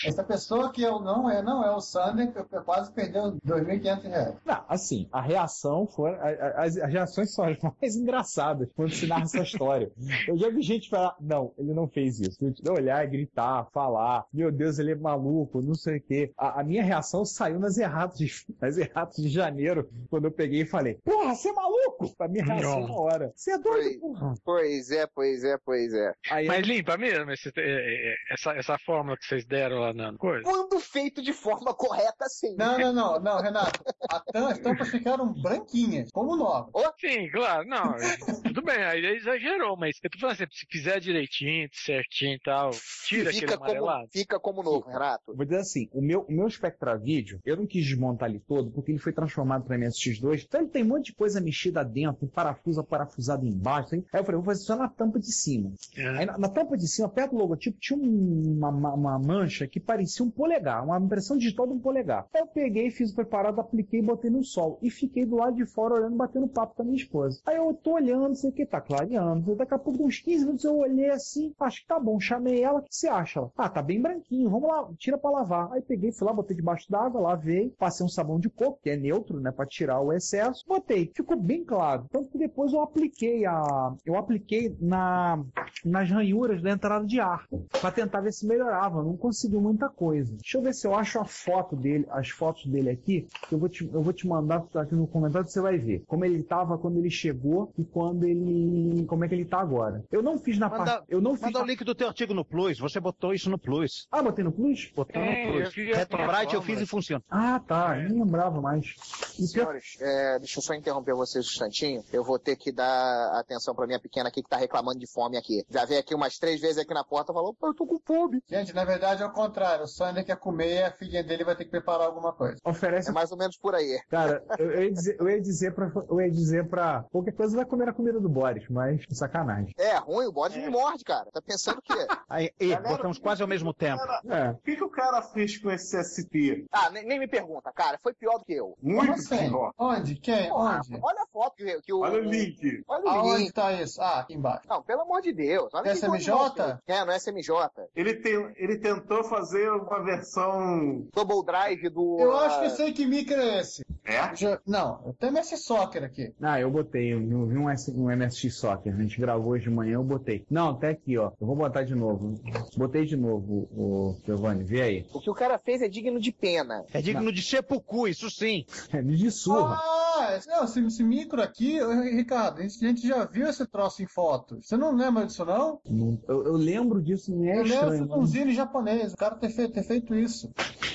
[SPEAKER 6] Essa pessoa que eu não é, não é o Sander, que eu quase perdeu R$ 2.500 reais.
[SPEAKER 4] Não, assim, a reação foi. a- a- As, as reações são as mais engraçadas quando se narra essa história. Eu já vi gente falar, não, ele não fez isso. Eu olhar, gritar, falar, meu Deus, ele é maluco, não sei o quê. A, a minha reação saiu nas erratas, de, nas erratas de janeiro, quando eu peguei e falei, porra, você é maluco? A minha reação
[SPEAKER 16] Não.
[SPEAKER 4] na hora. Você é doido, porra.
[SPEAKER 5] Pois é, pois é, pois é.
[SPEAKER 16] Mas limpa mesmo esse- é, é, é, essa, essa fórmula que vocês deram lá na coisa?
[SPEAKER 5] Quando feito de forma correta, sim.
[SPEAKER 6] Não, não, não, não, Renato. A tam- as tampas ficaram branquinhas, como novas.
[SPEAKER 16] Sim, claro, não, tudo bem, aí exagerou, mas eu tô falando assim, se fizer direitinho, certinho e tal, tira aquele
[SPEAKER 5] fica,
[SPEAKER 16] amarelado.
[SPEAKER 5] como, fica como novo, Renato.
[SPEAKER 4] Vou dizer assim, o meu, o meu Spectra Video, eu não quis desmontar ele todo, porque ele foi transformado para MSX2, então ele tem um monte de coisa mexida dentro, tem parafuso parafusado embaixo, tem... aí eu falei, vou fazer só na tampa de cima.
[SPEAKER 7] É.
[SPEAKER 4] Aí na, na tampa de cima, perto do logotipo, tinha um- uma, uma- uma mancha que parecia um polegar, uma impressão digital de um polegar. Aí eu peguei, fiz o preparado, apliquei, botei no sol, e fiquei do lado de fora olhando, batendo papo com a minha esposa. Aí eu tô olhando, sei o que, tá clareando. Daqui a pouco, uns 15 minutos, eu olhei assim, acho que tá bom, chamei ela, o que você acha? Ela, ah, tá bem branquinho, vamos lá, tira pra lavar. Aí peguei, fui lá, botei debaixo d'água, lavei, passei um sabão de coco, que é neutro, né, pra tirar o excesso, botei, ficou bem claro. Tanto que depois eu apliquei a, eu apliquei na, nas ranhuras da entrada de ar, pra tentar ver se melhorava, não conseguiu muita coisa. Deixa eu ver se eu acho a foto dele, as fotos dele aqui, que eu vou te, eu vou te mandar aqui no comentário, você vai ver como ele tava quando ele chegou e quando ele, como é que ele tá agora. Eu não fiz na
[SPEAKER 7] Manda,
[SPEAKER 4] parte, eu não fiz
[SPEAKER 7] manda
[SPEAKER 4] na
[SPEAKER 7] o link do teu artigo no Plus. Você botou isso no Plus.
[SPEAKER 4] Ah, botei no Plus?
[SPEAKER 7] Botou
[SPEAKER 4] É,
[SPEAKER 7] no
[SPEAKER 4] eu
[SPEAKER 7] Plus.
[SPEAKER 4] fiz a
[SPEAKER 7] Retrobrite eu
[SPEAKER 4] plataforma.
[SPEAKER 7] fiz e funciona.
[SPEAKER 4] Ah, tá. Nem lembrava mais.
[SPEAKER 5] Senhores, é, deixa eu só interromper vocês um instantinho. Eu vou ter que dar atenção pra minha pequena aqui que tá reclamando de fome aqui. Já veio aqui umas três vezes aqui na porta e falou, "Pô, eu tô com fome.
[SPEAKER 6] Gente, na verdade é o contrário. O Sander quer comer e a filha dele vai ter que preparar alguma coisa.
[SPEAKER 4] Oferece.
[SPEAKER 5] É mais ou menos por aí.
[SPEAKER 4] Cara, eu, eu ia dizer, eu ia dizer pra, eu ia dizer pra qualquer coisa vai comer a comida do Boris, mas sacanagem.
[SPEAKER 5] É, ruim, o bode me morde, cara. Tá pensando o quê?
[SPEAKER 7] Aí, botamos quase ao mesmo tempo.
[SPEAKER 4] É.
[SPEAKER 11] O que, que o cara fez com esse SP?
[SPEAKER 5] Ah, nem, nem me pergunta, cara. Foi pior do que eu.
[SPEAKER 11] Muito pior.
[SPEAKER 6] assim? Onde? Quem?
[SPEAKER 5] Porra,
[SPEAKER 6] Onde?
[SPEAKER 5] Olha a foto que, que o.
[SPEAKER 11] Olha o link.
[SPEAKER 5] Olha o
[SPEAKER 6] Aonde É
[SPEAKER 5] link.
[SPEAKER 6] tá isso? Ah, aqui embaixo.
[SPEAKER 5] Não, pelo amor de Deus. Olha que
[SPEAKER 6] SMJ?
[SPEAKER 5] coisa feia. É, no SMJ.
[SPEAKER 11] Ele, tem, ele tentou fazer uma versão.
[SPEAKER 5] Double Drive do. ah,
[SPEAKER 6] Eu acho que eu sei que micro é esse.
[SPEAKER 11] É?
[SPEAKER 6] Jo- Não, eu tenho esse soccer aqui.
[SPEAKER 4] Ah, eu botei, eu vi um, S- um MSX Soccer, a gente gravou hoje de manhã, eu botei. Não, até aqui, ó. Eu vou botar de novo. Botei de novo, o Giovanni, vê aí.
[SPEAKER 5] O que o cara fez é digno de pena.
[SPEAKER 7] É digno de sepulcro, isso sim.
[SPEAKER 4] É de surra.
[SPEAKER 6] Ah, esse- não, esse, esse micro aqui, ô, Ricardo, a gente já viu esse troço em fotos. Você não lembra disso, não?
[SPEAKER 4] Não- Eu, eu lembro disso, né? É
[SPEAKER 6] eu
[SPEAKER 4] estranho.
[SPEAKER 6] lembro de um zine japonês, o cara ter feito, ter feito isso.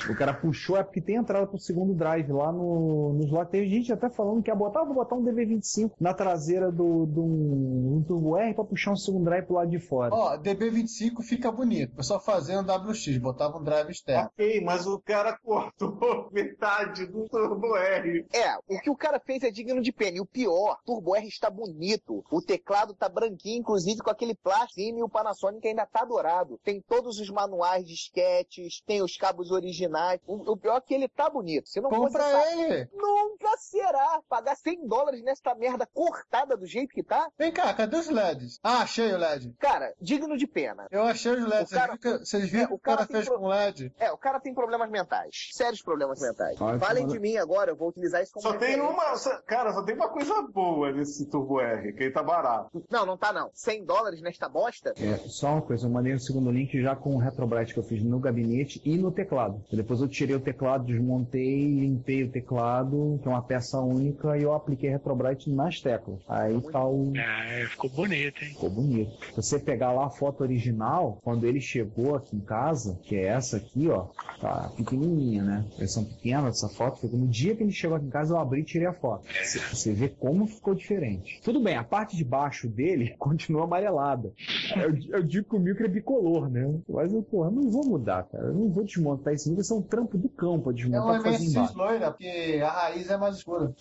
[SPEAKER 4] O cara puxou, é porque tem entrada pro segundo drive lá no, no slot. Tem gente até falando que ia botar, ah, vou botar um DV25 na traseira do, do, um Turbo R pra puxar um segundo drive pro lado de fora.
[SPEAKER 6] Ó, DB25 fica bonito. O pessoal fazia um WX, botava um drive externo.
[SPEAKER 11] Ok, mas o cara cortou metade do Turbo R.
[SPEAKER 5] É, o que o cara fez é digno de pena. E o pior, Turbo R está bonito. O teclado tá branquinho, inclusive com aquele plástico. E o Panasonic ainda tá dourado. Tem todos os manuais de sketches, tem os cabos originais. O, o pior é que ele tá bonito. Se não
[SPEAKER 6] Compra
[SPEAKER 5] fosse essa-
[SPEAKER 6] ele!
[SPEAKER 5] Nunca será! Pagar 100 dólares nesta merda cortada do jeito que tá?
[SPEAKER 6] Vem cá, cadê os LEDs? Ah, achei o LED.
[SPEAKER 5] Cara, digno de pena.
[SPEAKER 6] Eu achei os LEDs.
[SPEAKER 5] O cara-
[SPEAKER 6] Vocês viram que- Vocês viram o que o
[SPEAKER 5] cara
[SPEAKER 6] cara
[SPEAKER 5] tem
[SPEAKER 6] fez
[SPEAKER 5] pro-
[SPEAKER 6] com LED?
[SPEAKER 5] É, o cara tem problemas mentais. Sérios problemas mentais.
[SPEAKER 11] Ótimo,
[SPEAKER 5] Falem
[SPEAKER 11] né?
[SPEAKER 5] de mim agora, eu vou utilizar isso como
[SPEAKER 11] Só tem um?
[SPEAKER 5] referência.
[SPEAKER 11] uma. só- Cara, só tem uma coisa boa nesse Turbo R, que ele tá barato.
[SPEAKER 5] Não, não tá não. 100 dólares nesta bosta?
[SPEAKER 4] É, só uma coisa, eu mandei o segundo link já com o Retrobrite que eu fiz no gabinete e no teclado. Depois eu tirei o teclado, desmontei, limpei o teclado, que é uma peça única, e eu apliquei Retrobrite nas teclas. Aí tá o.
[SPEAKER 7] é,
[SPEAKER 17] Ah, ficou bonito, hein?
[SPEAKER 4] Ficou bonito. Você pegar lá a foto original, quando ele chegou aqui em casa, que é essa aqui, ó, tá pequenininha, né? Versão pequena, essa foto ficou no dia que ele chegou aqui em casa, eu abri e tirei a foto. Você vê como ficou diferente. Tudo bem, a parte de baixo dele continua amarelada. Eu, eu digo que o micro é bicolor, né? Mas eu, porra, não vou mudar, cara. Eu não vou desmontar isso, isso é um trampo do campo pra
[SPEAKER 6] É um
[SPEAKER 4] desmontar e fazer
[SPEAKER 6] MSX
[SPEAKER 4] embaixo.
[SPEAKER 6] loira, porque a raiz é mais escura.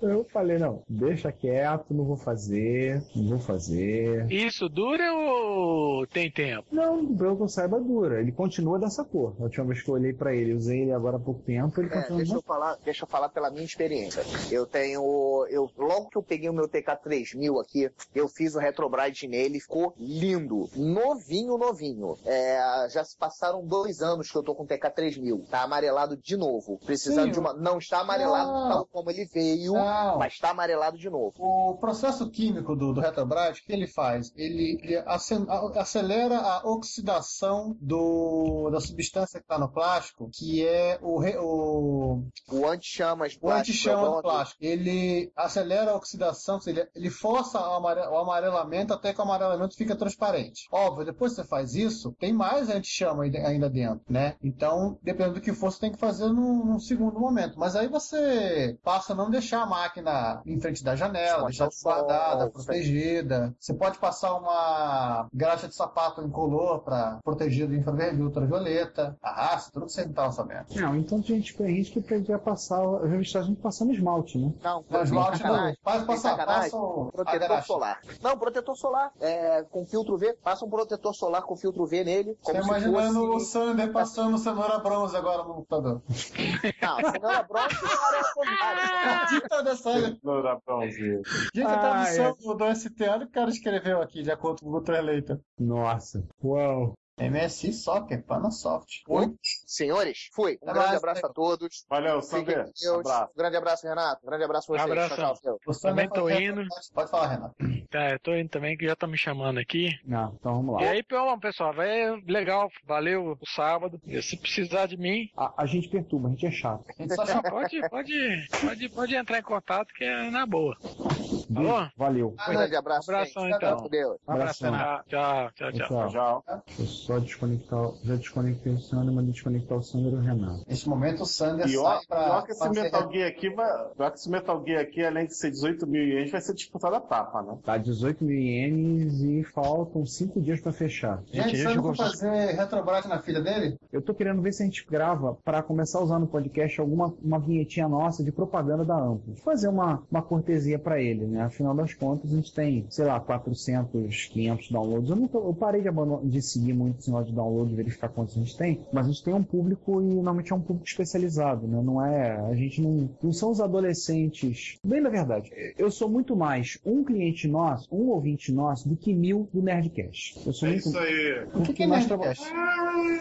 [SPEAKER 4] Eu falei, não, deixa quieto, não vou fazer, não vou fazer.
[SPEAKER 17] Isso dura ou tem tempo?
[SPEAKER 4] Não, pelo que eu saiba, dura. Ele continua dessa cor. A última vez que eu olhei pra ele, usei ele agora há pouco tempo, ele
[SPEAKER 5] É,
[SPEAKER 4] continua dessa
[SPEAKER 5] deixa eu falar, deixa eu falar pela minha experiência. Eu tenho, eu logo que eu peguei o meu TK3000 aqui, eu fiz o retrobrite nele, ficou lindo, novinho, novinho. É, já se passaram dois anos que eu tô com o TK3000, tá amarelado de novo, precisando
[SPEAKER 6] Sim, Ah.
[SPEAKER 5] de uma, não está amarelado
[SPEAKER 6] Não.
[SPEAKER 5] tal como ele veio,
[SPEAKER 6] Não.
[SPEAKER 5] mas está amarelado de novo.
[SPEAKER 6] O processo químico do, do retrobrite, o que ele faz? Ele, ele acen- a- acelera a oxidação do- da substância que está no plástico, que é o, re- o,
[SPEAKER 5] O anti-chamas
[SPEAKER 6] o antichama do plástico. Ele acelera a oxidação, ou seja, ele força o amare- o amarelamento até que o amarelamento fica transparente. Óbvio, depois que você faz isso, tem mais antichama ainda- ainda dentro, né? Então, dependendo do que for, você tem que fazer num, num segundo momento. Mas aí você passa a não deixar a máquina em frente da janela, deixar guardada, protegida. Você pode passar uma graxa de sapato incolor para proteger do infravermelho, ultravioleta, arrasta, tudo que você não tá sabendo.
[SPEAKER 4] Não, então tem gente, tem gente que aprende a passar, a revista a gente passando esmalte, né?
[SPEAKER 5] Não,
[SPEAKER 6] Mas
[SPEAKER 5] tem
[SPEAKER 6] esmalte não.
[SPEAKER 5] sacanagem,
[SPEAKER 6] Faz-
[SPEAKER 5] tem
[SPEAKER 6] passa-
[SPEAKER 5] sacanagem.
[SPEAKER 6] passa o- a
[SPEAKER 5] protetor
[SPEAKER 6] graxa.
[SPEAKER 5] solar. Não, protetor solar é, com filtro V. Passa um protetor solar com filtro V nele. Como
[SPEAKER 6] Tá
[SPEAKER 5] se
[SPEAKER 6] imaginando
[SPEAKER 5] fosse...
[SPEAKER 6] o Sander passou no cenoura bronze agora no computador.
[SPEAKER 5] Não, cenoura bronze
[SPEAKER 6] era Dita da saga.
[SPEAKER 11] Cenoura
[SPEAKER 18] É
[SPEAKER 11] bronze.
[SPEAKER 6] Gente, a tradução do do ST, olha o que o cara escreveu aqui, de acordo com o Google Translator.
[SPEAKER 4] Nossa. Uau.
[SPEAKER 6] MSI Soccer, Panasoft.
[SPEAKER 5] Oi. Senhores, fui. Um grande abraço a todos.
[SPEAKER 11] Valeu,
[SPEAKER 5] Fiquem
[SPEAKER 11] Sander.
[SPEAKER 5] com Deus. Um
[SPEAKER 11] Abraço.
[SPEAKER 5] Grande abraço, Renato. Grande abraço a vocês.
[SPEAKER 7] Abraço.
[SPEAKER 5] Tchau, tchau.
[SPEAKER 7] Também tô indo.
[SPEAKER 6] Pode falar, Renato.
[SPEAKER 7] Tá, eu tô indo também, que já tá me chamando aqui.
[SPEAKER 4] Não, então vamos lá.
[SPEAKER 7] E aí, pô, pessoal, vai é legal, valeu o sábado. E se precisar de mim,
[SPEAKER 4] A, a gente perturba, a gente é chato.
[SPEAKER 7] pode, pode, pode, pode entrar em contato que é na boa. Falou?
[SPEAKER 4] Valeu.
[SPEAKER 5] Um grande abraço.
[SPEAKER 7] Abração,
[SPEAKER 5] gente.
[SPEAKER 7] então.
[SPEAKER 5] Fica com Deus.
[SPEAKER 4] Abração.
[SPEAKER 7] Tchau, tchau, tchau.
[SPEAKER 4] Tchau. Deixa eu só desconectar. o- Já desconectei o Sandro, mas desconectar o Sandro e o Renato.
[SPEAKER 6] Nesse momento o Sander
[SPEAKER 11] Pior,
[SPEAKER 6] sai pra.
[SPEAKER 11] pior que esse
[SPEAKER 6] pra ser-
[SPEAKER 11] Metal Gear aqui vai. Pior que esse Metal Gear aqui, além de ser 18 mil ienes, vai ser disputado a tapa, né?
[SPEAKER 4] Tá 18 mil ienes e faltam 5 dias pra fechar.
[SPEAKER 5] É,
[SPEAKER 6] Gente,
[SPEAKER 4] a
[SPEAKER 6] Sander vai
[SPEAKER 4] gosta-
[SPEAKER 6] fazer Retrobras na filha dele?
[SPEAKER 4] Eu tô querendo ver se a gente grava pra começar a usar no podcast alguma uma vinhetinha nossa de propaganda da Amplo. Fazer uma, uma cortesia pra ele, né? Afinal das contas, a gente tem, sei lá, 400, 500 downloads. Eu, não tô- eu parei de, abano- de seguir muito esse negócio de download, verificar quantos a gente tem, mas a gente tem um público e normalmente é um público especializado, né? Não é. A gente não. Não são os adolescentes. Bem da verdade, eu sou muito mais um cliente nosso, um ouvinte nosso, do que mil do Nerdcast. Eu sou
[SPEAKER 11] É
[SPEAKER 4] muito
[SPEAKER 11] isso aí.
[SPEAKER 4] O que, que é Nerdcast?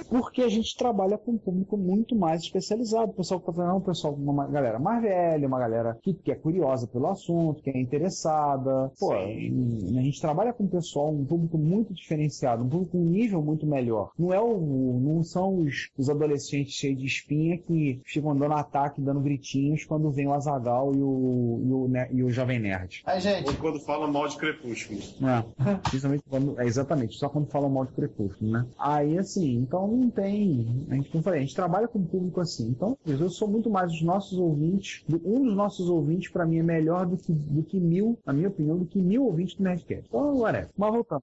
[SPEAKER 4] Porque a gente trabalha com um público muito mais especializado. O pessoal que tá falando, é um pessoal, uma galera mais velha, uma galera que, que é curiosa pelo assunto, que é interessada. Pô, hum, a gente trabalha com um pessoal, um público muito diferenciado, um público com um nível muito melhor. Não é o, não são os, os adolescentes cheios de espinha que ficam dando ataque, dando gritinhos quando vem o Azagal e o, e o, ne- e o Jovem Nerd.
[SPEAKER 6] Ai, gente.
[SPEAKER 11] Ou quando falam mal de Crepúsculo.
[SPEAKER 4] É, principalmente quando, é, exatamente, só quando falam mal de Crepúsculo, né? Aí, assim, então não tem. A gente, como eu falei, a gente trabalha com um público assim. Então, eu sou muito mais os nossos ouvintes. do- Um dos nossos ouvintes, pra mim, é melhor do que, do que mil, na minha opinião, do que mil ouvintes do Nerdcast. Então, whatever. Mas voltando.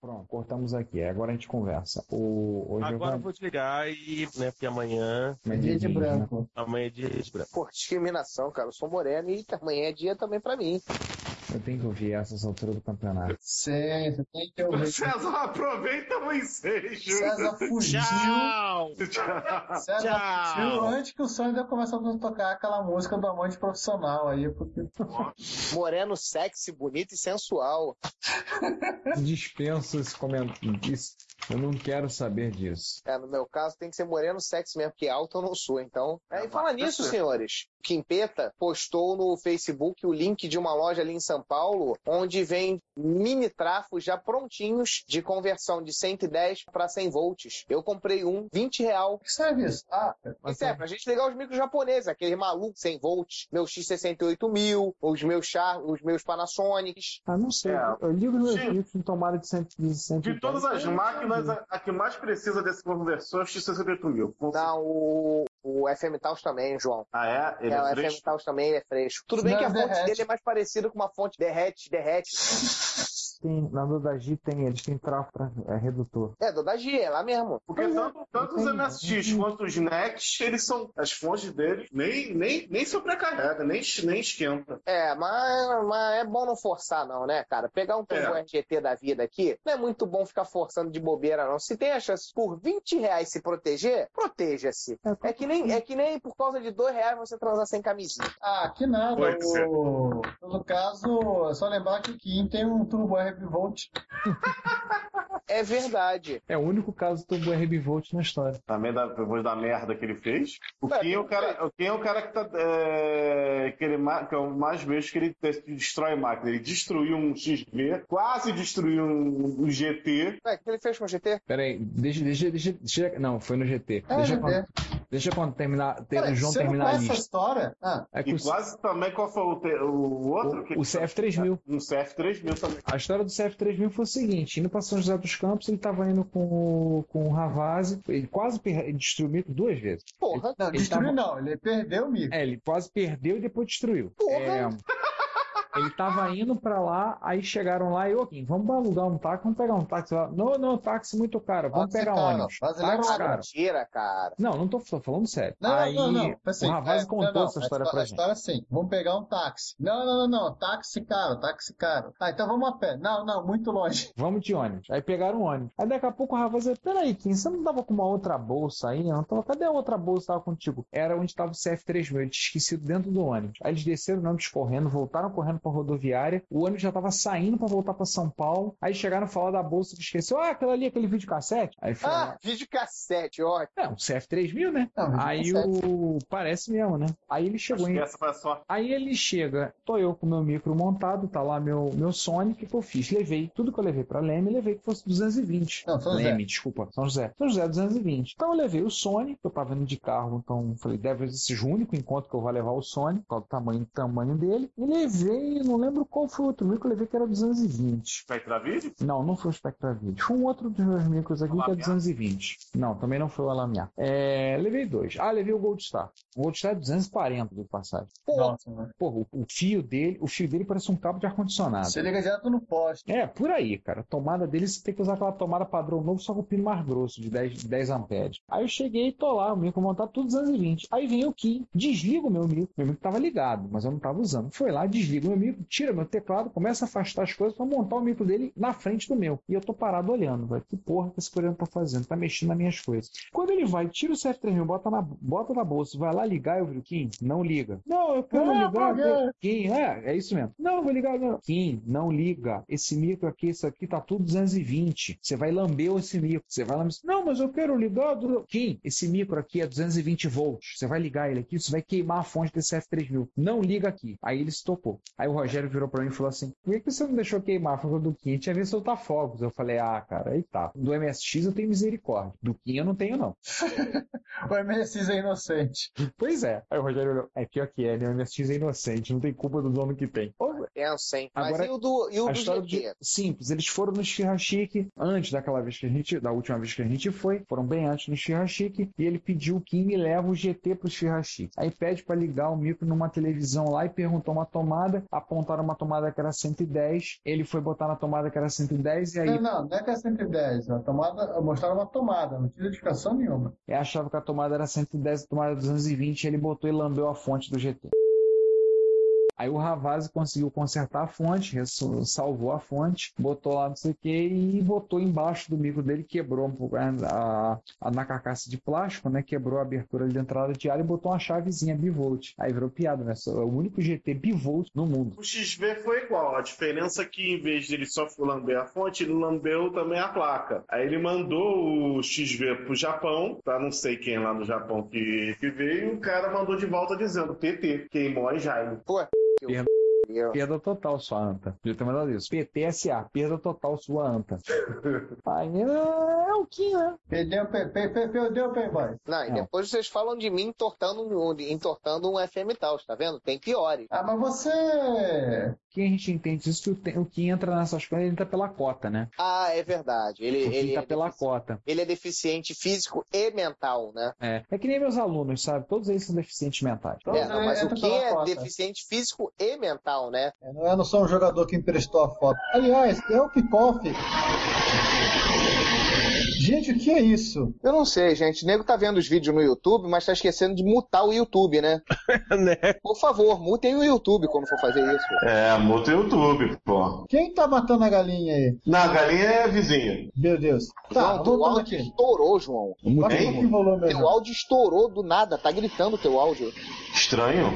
[SPEAKER 4] Pronto, cortamos aqui. Agora a gente conversa. O, hoje
[SPEAKER 18] Agora eu vou desligar e, né, porque amanhã.
[SPEAKER 4] É dia de branco.
[SPEAKER 18] Amanhã é dia de branco.
[SPEAKER 5] Por discriminação, cara. Eu sou moreno e amanhã é dia também pra mim.
[SPEAKER 4] eu tenho que ouvir essas alturas do campeonato.
[SPEAKER 6] Sim, você tem que ouvir.
[SPEAKER 11] César, aproveita o ensejo.
[SPEAKER 6] César fugiu.
[SPEAKER 11] Tchau.
[SPEAKER 6] César fugiu antes que o Sander começasse a tocar aquela música do amante profissional aí, porque.
[SPEAKER 5] Moreno sexy, bonito e sensual.
[SPEAKER 19] Dispenso esse comentário. Isso- Eu não quero saber disso.
[SPEAKER 5] É, no meu caso tem que ser moreno sexy mesmo, porque alto eu não sou, então. É, e fala nisso, senhores. Quimpeta postou no Facebook o link de uma loja ali em São Paulo, onde vem mini trafos já prontinhos de conversão de 110 para 100 volts. Eu comprei um, 20 real.
[SPEAKER 6] Que serve isso? Ah,
[SPEAKER 5] isso é pra gente ligar os micros japoneses, aquele maluco 100 volts, meu X68000, os meus Char, os meus Panasonics.
[SPEAKER 4] Ah, não sei. Eu ligo meus livros em tomada de 100 de
[SPEAKER 11] É. De todas
[SPEAKER 4] é
[SPEAKER 11] as máquinas, a, a que mais precisa desse conversor é o X68000.
[SPEAKER 5] Não, o, o FM Taos também, João.
[SPEAKER 11] Ah, é? Ele é
[SPEAKER 5] o
[SPEAKER 11] fresco?
[SPEAKER 5] FM Taos também ele é fresco. Tudo
[SPEAKER 4] Não,
[SPEAKER 5] bem que a
[SPEAKER 4] derrete.
[SPEAKER 5] fonte dele é mais parecida com uma fonte derrete, derrete.
[SPEAKER 4] Tem, na Dodagi tem, eles têm tráfego, pra- é redutor.
[SPEAKER 5] É, do da G, é lá mesmo.
[SPEAKER 11] Porque tanto, tanto os MSX quanto os NECs, eles são. As fontes deles nem, nem, nem sobrecarrega, nem, nem esquenta.
[SPEAKER 5] É, mas, mas é bom não forçar, não, né, cara? Pegar um
[SPEAKER 11] É.
[SPEAKER 5] Tango RGT da vida aqui, não é muito bom ficar forçando de bobeira, não. Se tem a chance por 20 reais se proteger, proteja-se. É que nem, é que nem por causa de 2 reais você transar sem camisinha.
[SPEAKER 6] Ah, que nada. O... No caso, é só lembrar que o Kim tem um turbo RB Volt.
[SPEAKER 5] É verdade.
[SPEAKER 19] É o único caso do RB Volt na história.
[SPEAKER 11] Também dá, depois da merda que ele fez. O Kim é o cara, o Kim é o cara que tá. É, que, ele, ma- que é o mais vejo que ele te- destrói máquina. Ele destruiu um XV, quase destruiu um, um GT.
[SPEAKER 5] Ué, É, o que ele fez com o GT?
[SPEAKER 19] Peraí, deixa, deixa, deixa, deixa- Não, foi no GT.
[SPEAKER 11] É,
[SPEAKER 19] deixa,
[SPEAKER 11] GT.
[SPEAKER 19] Quando, deixa quando terminar, ter, o João
[SPEAKER 11] você não
[SPEAKER 19] terminar a
[SPEAKER 11] conhece
[SPEAKER 19] lista.
[SPEAKER 11] essa história?
[SPEAKER 6] Ah,
[SPEAKER 19] É que
[SPEAKER 11] e
[SPEAKER 19] o-
[SPEAKER 11] quase também qual foi o, te- o outro? que
[SPEAKER 19] O CF3000.
[SPEAKER 11] Um CF3000 também.
[SPEAKER 19] A história do CF3000 foi o seguinte: indo para São José dos Campos, ele estava indo com, o- com o Ravazzi, ele quase per- ele destruiu o micro duas vezes.
[SPEAKER 5] Porra!
[SPEAKER 6] Não, destruiu não, ele perdeu o micro.
[SPEAKER 19] É, ele quase perdeu e depois destruiu.
[SPEAKER 5] Porra!
[SPEAKER 19] É,
[SPEAKER 4] Ele tava indo pra lá, aí chegaram lá e, ô, Kim, vamos alugar um táxi, vamos pegar um táxi lá. Não, não, táxi muito caro, vamos
[SPEAKER 6] Táxi
[SPEAKER 4] pegar
[SPEAKER 6] caro,
[SPEAKER 4] ônibus.
[SPEAKER 6] brasileiro
[SPEAKER 4] Táxi
[SPEAKER 6] caro.
[SPEAKER 4] caro.
[SPEAKER 5] Mentira, cara.
[SPEAKER 4] Não, não tô tô falando sério.
[SPEAKER 6] Não,
[SPEAKER 4] aí,
[SPEAKER 6] não, não, não. Assim,
[SPEAKER 4] o Ravaz
[SPEAKER 6] é,
[SPEAKER 4] contou
[SPEAKER 6] não, não,
[SPEAKER 4] essa
[SPEAKER 6] a
[SPEAKER 4] história
[SPEAKER 6] histó-
[SPEAKER 4] pra
[SPEAKER 6] a
[SPEAKER 4] gente.
[SPEAKER 6] história é assim, vamos pegar um táxi. Não, não, não, não, táxi caro, táxi caro. Ah, então vamos a pé. Não, não, muito longe.
[SPEAKER 4] Vamos de ônibus. Aí pegaram o ônibus. Aí daqui a pouco o Ravaz disse, peraí, Kim, você não tava com uma outra bolsa aí? Não, tava, cadê a outra bolsa que tava contigo? Era onde tava o CF3000, ele tinha esquecido dentro do ônibus. Aí eles desceram o ônibus correndo, voltaram correndo pra rodoviária. O ônibus já tava saindo pra voltar pra São Paulo. Aí chegaram a falar da bolsa que esqueceu. Ah, aquela ali, aquele vídeo cassete. Aí foi
[SPEAKER 5] Ah, vídeo cassete, ó.
[SPEAKER 4] É, um CF3000, né?
[SPEAKER 6] Uhum, é
[SPEAKER 4] aí o... Parece mesmo, né? Aí ele chegou em...
[SPEAKER 11] Essa foi a sorte.
[SPEAKER 4] Aí ele chega, tô eu com meu micro montado, tá lá meu, meu Sony, o que, que eu fiz? Levei tudo que eu levei pra Leme, levei que fosse 220.
[SPEAKER 6] Não, São José.
[SPEAKER 4] Leme, desculpa, São José. São José 220. Então eu levei o Sony, que eu tava indo de carro, então falei, deve ser o único encontro que eu vou levar o Sony, por causa do tamanho, tamanho dele. E levei, não lembro qual foi o outro micro, que eu levei que era 220.
[SPEAKER 11] Spectra Video?
[SPEAKER 4] Não, não foi o Spectra Video. Foi um outro dos meus micros aqui que é 220. Não, também não foi o Alamiar. É, levei dois. Ah, levei o Gold Star. O Gold Star é 240 de passagem.
[SPEAKER 6] Nossa,
[SPEAKER 4] Pô, o, o fio dele, o fio dele parece um cabo de ar-condicionado.
[SPEAKER 6] Você liga direto no poste.
[SPEAKER 4] É, por aí, cara. A tomada dele, você tem que usar aquela tomada padrão novo, só com o pino mais grosso, de 10, de 10 amperes. Aí eu cheguei e tô lá, o micro montado tudo 220. Aí vem o Kim, desliga o meu micro. Meu micro tava ligado, mas eu não tava usando. Foi lá, desliga o meu micro, tira meu teclado, começa a afastar as coisas pra montar o micro dele na frente do meu. E eu tô parado olhando, velho. Que porra que esse coreano tá fazendo? Tá mexendo nas minhas coisas. Quando ele vai, tira o CF3000, bota na, bota na bolsa, vai lá ligar, eu vi o Kim, não liga. Não, eu quero
[SPEAKER 20] Ah,
[SPEAKER 4] ligar.
[SPEAKER 20] por quê?
[SPEAKER 4] Kim, é, é isso mesmo. Não, vou ligar não. Kim, não liga. Esse micro aqui, isso aqui tá tudo 220. Você vai lamber esse micro. Você vai lamber. Não, mas eu quero ligar. do- Kim, esse micro aqui é 220 volts. Você vai ligar ele aqui, isso vai queimar a fonte desse F3000. Não liga aqui. Aí ele se topou. Aí o Rogério virou pra mim e falou assim: por que que você não deixou queimar? Falou do Kim, tinha ver soltar fogos. Eu falei: ah, cara, aí tá. Do MSX eu tenho misericórdia. Do Kim eu não tenho, não.
[SPEAKER 6] O MSX é inocente.
[SPEAKER 4] Pois é. Aí o Rogério olhou: é pior que é, né? O MSX é inocente, não tem culpa do dono que tem. Ô,
[SPEAKER 5] Tenso, hein? Mas
[SPEAKER 4] Agora,
[SPEAKER 5] e o do, e o
[SPEAKER 4] a
[SPEAKER 5] do
[SPEAKER 4] história
[SPEAKER 5] GT?
[SPEAKER 4] do- Simples, eles foram no Shirachique antes daquela vez que a gente, da última vez que a gente foi, foram bem antes no Shirachique e ele pediu que me leva o GT pro Shirachique. Aí pede pra ligar o micro numa televisão lá e perguntou uma tomada, apontaram uma tomada que era 110, ele foi botar na tomada que era 110 e aí
[SPEAKER 6] Não, não, não é que é 110. A tomada, mostraram uma tomada, não tinha indicação nenhuma.
[SPEAKER 4] eu achava que a tomada era 110, a tomada era 220, ele botou e lambeu a fonte do GT. Aí o Ravazzi conseguiu consertar a fonte, ressol- salvou a fonte, botou lá não sei o que e botou embaixo do micro dele, quebrou um pouco a, a- a- na carcaça de plástico, né? Quebrou a abertura de entrada de ar e botou uma chavezinha bivolt. Aí virou piada, né? É o único GT bivolt no mundo.
[SPEAKER 11] O XV foi igual, a diferença é que em vez dele só lamber a fonte, ele lambeu também a placa. Aí ele mandou o XV pro Japão, tá? Não sei quem lá no Japão que, que veio, e o cara mandou de volta dizendo PT, queimou a Jaime.
[SPEAKER 5] Pô,
[SPEAKER 4] Perda, perda total sua anta. Devia ter mandado isso. PTSA, perda total sua anta. Aí é, é o Kim, né?
[SPEAKER 6] Perdeu, pe- pe- pe- perdeu, perdeu,
[SPEAKER 5] Não, e depois vocês falam de mim entortando um, entortando um FM tal, tá vendo? Tem piores.
[SPEAKER 6] Ah, mas você.
[SPEAKER 4] Quem a gente entende isso que o, te- o Kim entra nessas coisas, ele entra pela cota, né?
[SPEAKER 5] Ah, é verdade. Ele,
[SPEAKER 4] o Kim
[SPEAKER 5] ele,
[SPEAKER 4] tá
[SPEAKER 5] é,
[SPEAKER 4] pela cota.
[SPEAKER 5] ele é deficiente físico e mental, né?
[SPEAKER 4] É. é que nem meus alunos, sabe? Todos eles são deficientes mentais. Então,
[SPEAKER 5] É, não, mas o
[SPEAKER 6] entra
[SPEAKER 5] que
[SPEAKER 6] pela
[SPEAKER 5] é
[SPEAKER 6] cota.
[SPEAKER 5] deficiente físico e mental, né?
[SPEAKER 6] Não, eu não sou um jogador que emprestou a foto. Aliás, é o kickoff. Gente, o que é isso?
[SPEAKER 5] Eu não sei, gente. O nego tá vendo os vídeos no YouTube, mas tá esquecendo de mutar o YouTube, né? Por favor, mutem o YouTube quando for fazer isso.
[SPEAKER 11] É, multa o YouTube, pô.
[SPEAKER 6] Quem tá matando a galinha aí?
[SPEAKER 11] Não, a galinha é vizinha.
[SPEAKER 6] Meu Deus. Tá,
[SPEAKER 5] João, teu áudio estourou, João.
[SPEAKER 11] Mutei.
[SPEAKER 6] Bota um pouquinho de volume aí,
[SPEAKER 5] Teu
[SPEAKER 6] João.
[SPEAKER 5] áudio estourou do nada, tá gritando teu áudio.
[SPEAKER 11] Estranho.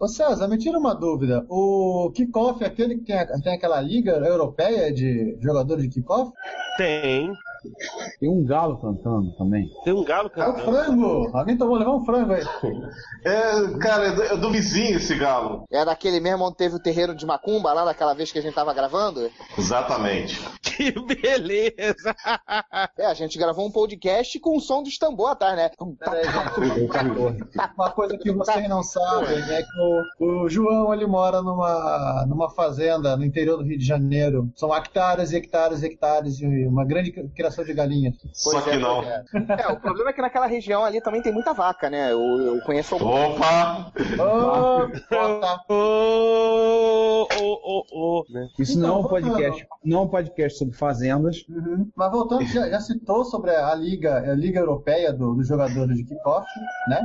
[SPEAKER 6] Ô César, me tira uma dúvida. O kickoff é aquele que tem, a- tem aquela liga europeia de jogadores de kickoff?
[SPEAKER 7] Tem.
[SPEAKER 20] Tem um galo cantando também.
[SPEAKER 7] Tem um galo
[SPEAKER 6] É o frango! Alguém tomou levar um frango aí.
[SPEAKER 11] É, cara, é do, é do vizinho esse galo.
[SPEAKER 5] É daquele mesmo onde teve o terreiro de Macumba lá daquela vez que a gente tava gravando?
[SPEAKER 11] Exatamente.
[SPEAKER 5] Que beleza! É, a gente gravou um podcast com o som dos tambor atrás, né?
[SPEAKER 6] Uma coisa que vocês não sabem é que o, o João ele mora numa, numa fazenda no interior do Rio de Janeiro. São hectares e hectares e hectares de uma grande cri- criação criação de galinha.
[SPEAKER 11] Só que não.
[SPEAKER 5] É, o problema é que naquela região ali também tem muita vaca, né? Eu, eu conheço algumas.
[SPEAKER 11] Opa!
[SPEAKER 21] Ô, ô, ô, ô.
[SPEAKER 22] Isso
[SPEAKER 4] então,
[SPEAKER 22] não é um podcast, não é um podcast sobre fazendas.
[SPEAKER 6] Mas voltando, já, já citou sobre a Liga, a Liga Europeia do- dos jogadores de kickoff, né?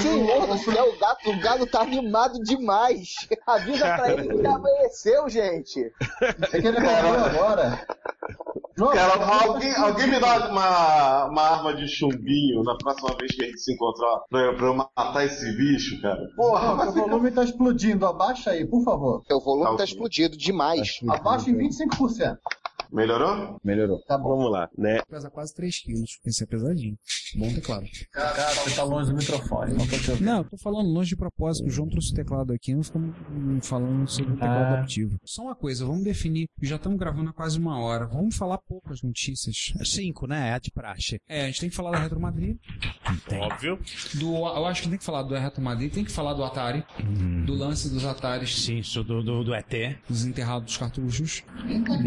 [SPEAKER 5] Senhor do céu, o gato, o galo tá animado demais. Avisa pra ele que já amanheceu, gente.
[SPEAKER 6] É que ele morreu agora.
[SPEAKER 11] Cara, alguém, alguém me dá uma, uma arma de chumbinho na próxima vez que a gente se encontrar pra, pra eu matar esse bicho, cara.
[SPEAKER 6] Não, o volume tá explodindo, abaixa aí, por favor.
[SPEAKER 5] O volume tá explodido demais.
[SPEAKER 6] Abaixa em 25%.
[SPEAKER 11] Melhorou?
[SPEAKER 22] Melhorou.
[SPEAKER 6] Tá bom.
[SPEAKER 22] Vamos lá, né?
[SPEAKER 23] Pesa quase 3 quilos. Esse é pesadinho. Bom teclado.
[SPEAKER 6] Cara, você tá longe do microfone, não tô te
[SPEAKER 23] Não, eu tô falando longe de propósito. O João trouxe o teclado aqui e não ficou hum, falando sobre o teclado
[SPEAKER 24] Ah.
[SPEAKER 23] adaptivo. Só uma coisa, vamos definir. Já estamos gravando há quase uma hora. Vamos falar poucas notícias.
[SPEAKER 7] Cinco, né? É a de praxe.
[SPEAKER 23] É, a gente tem que falar da Retro Madrid.
[SPEAKER 21] Óbvio.
[SPEAKER 23] Do, eu acho que tem que falar do Retro Madrid, tem que falar do Atari,
[SPEAKER 7] Uhum.
[SPEAKER 23] do lance dos Ataris.
[SPEAKER 7] Sim, isso do, do, do ET.
[SPEAKER 23] Dos enterrados dos cartuchos.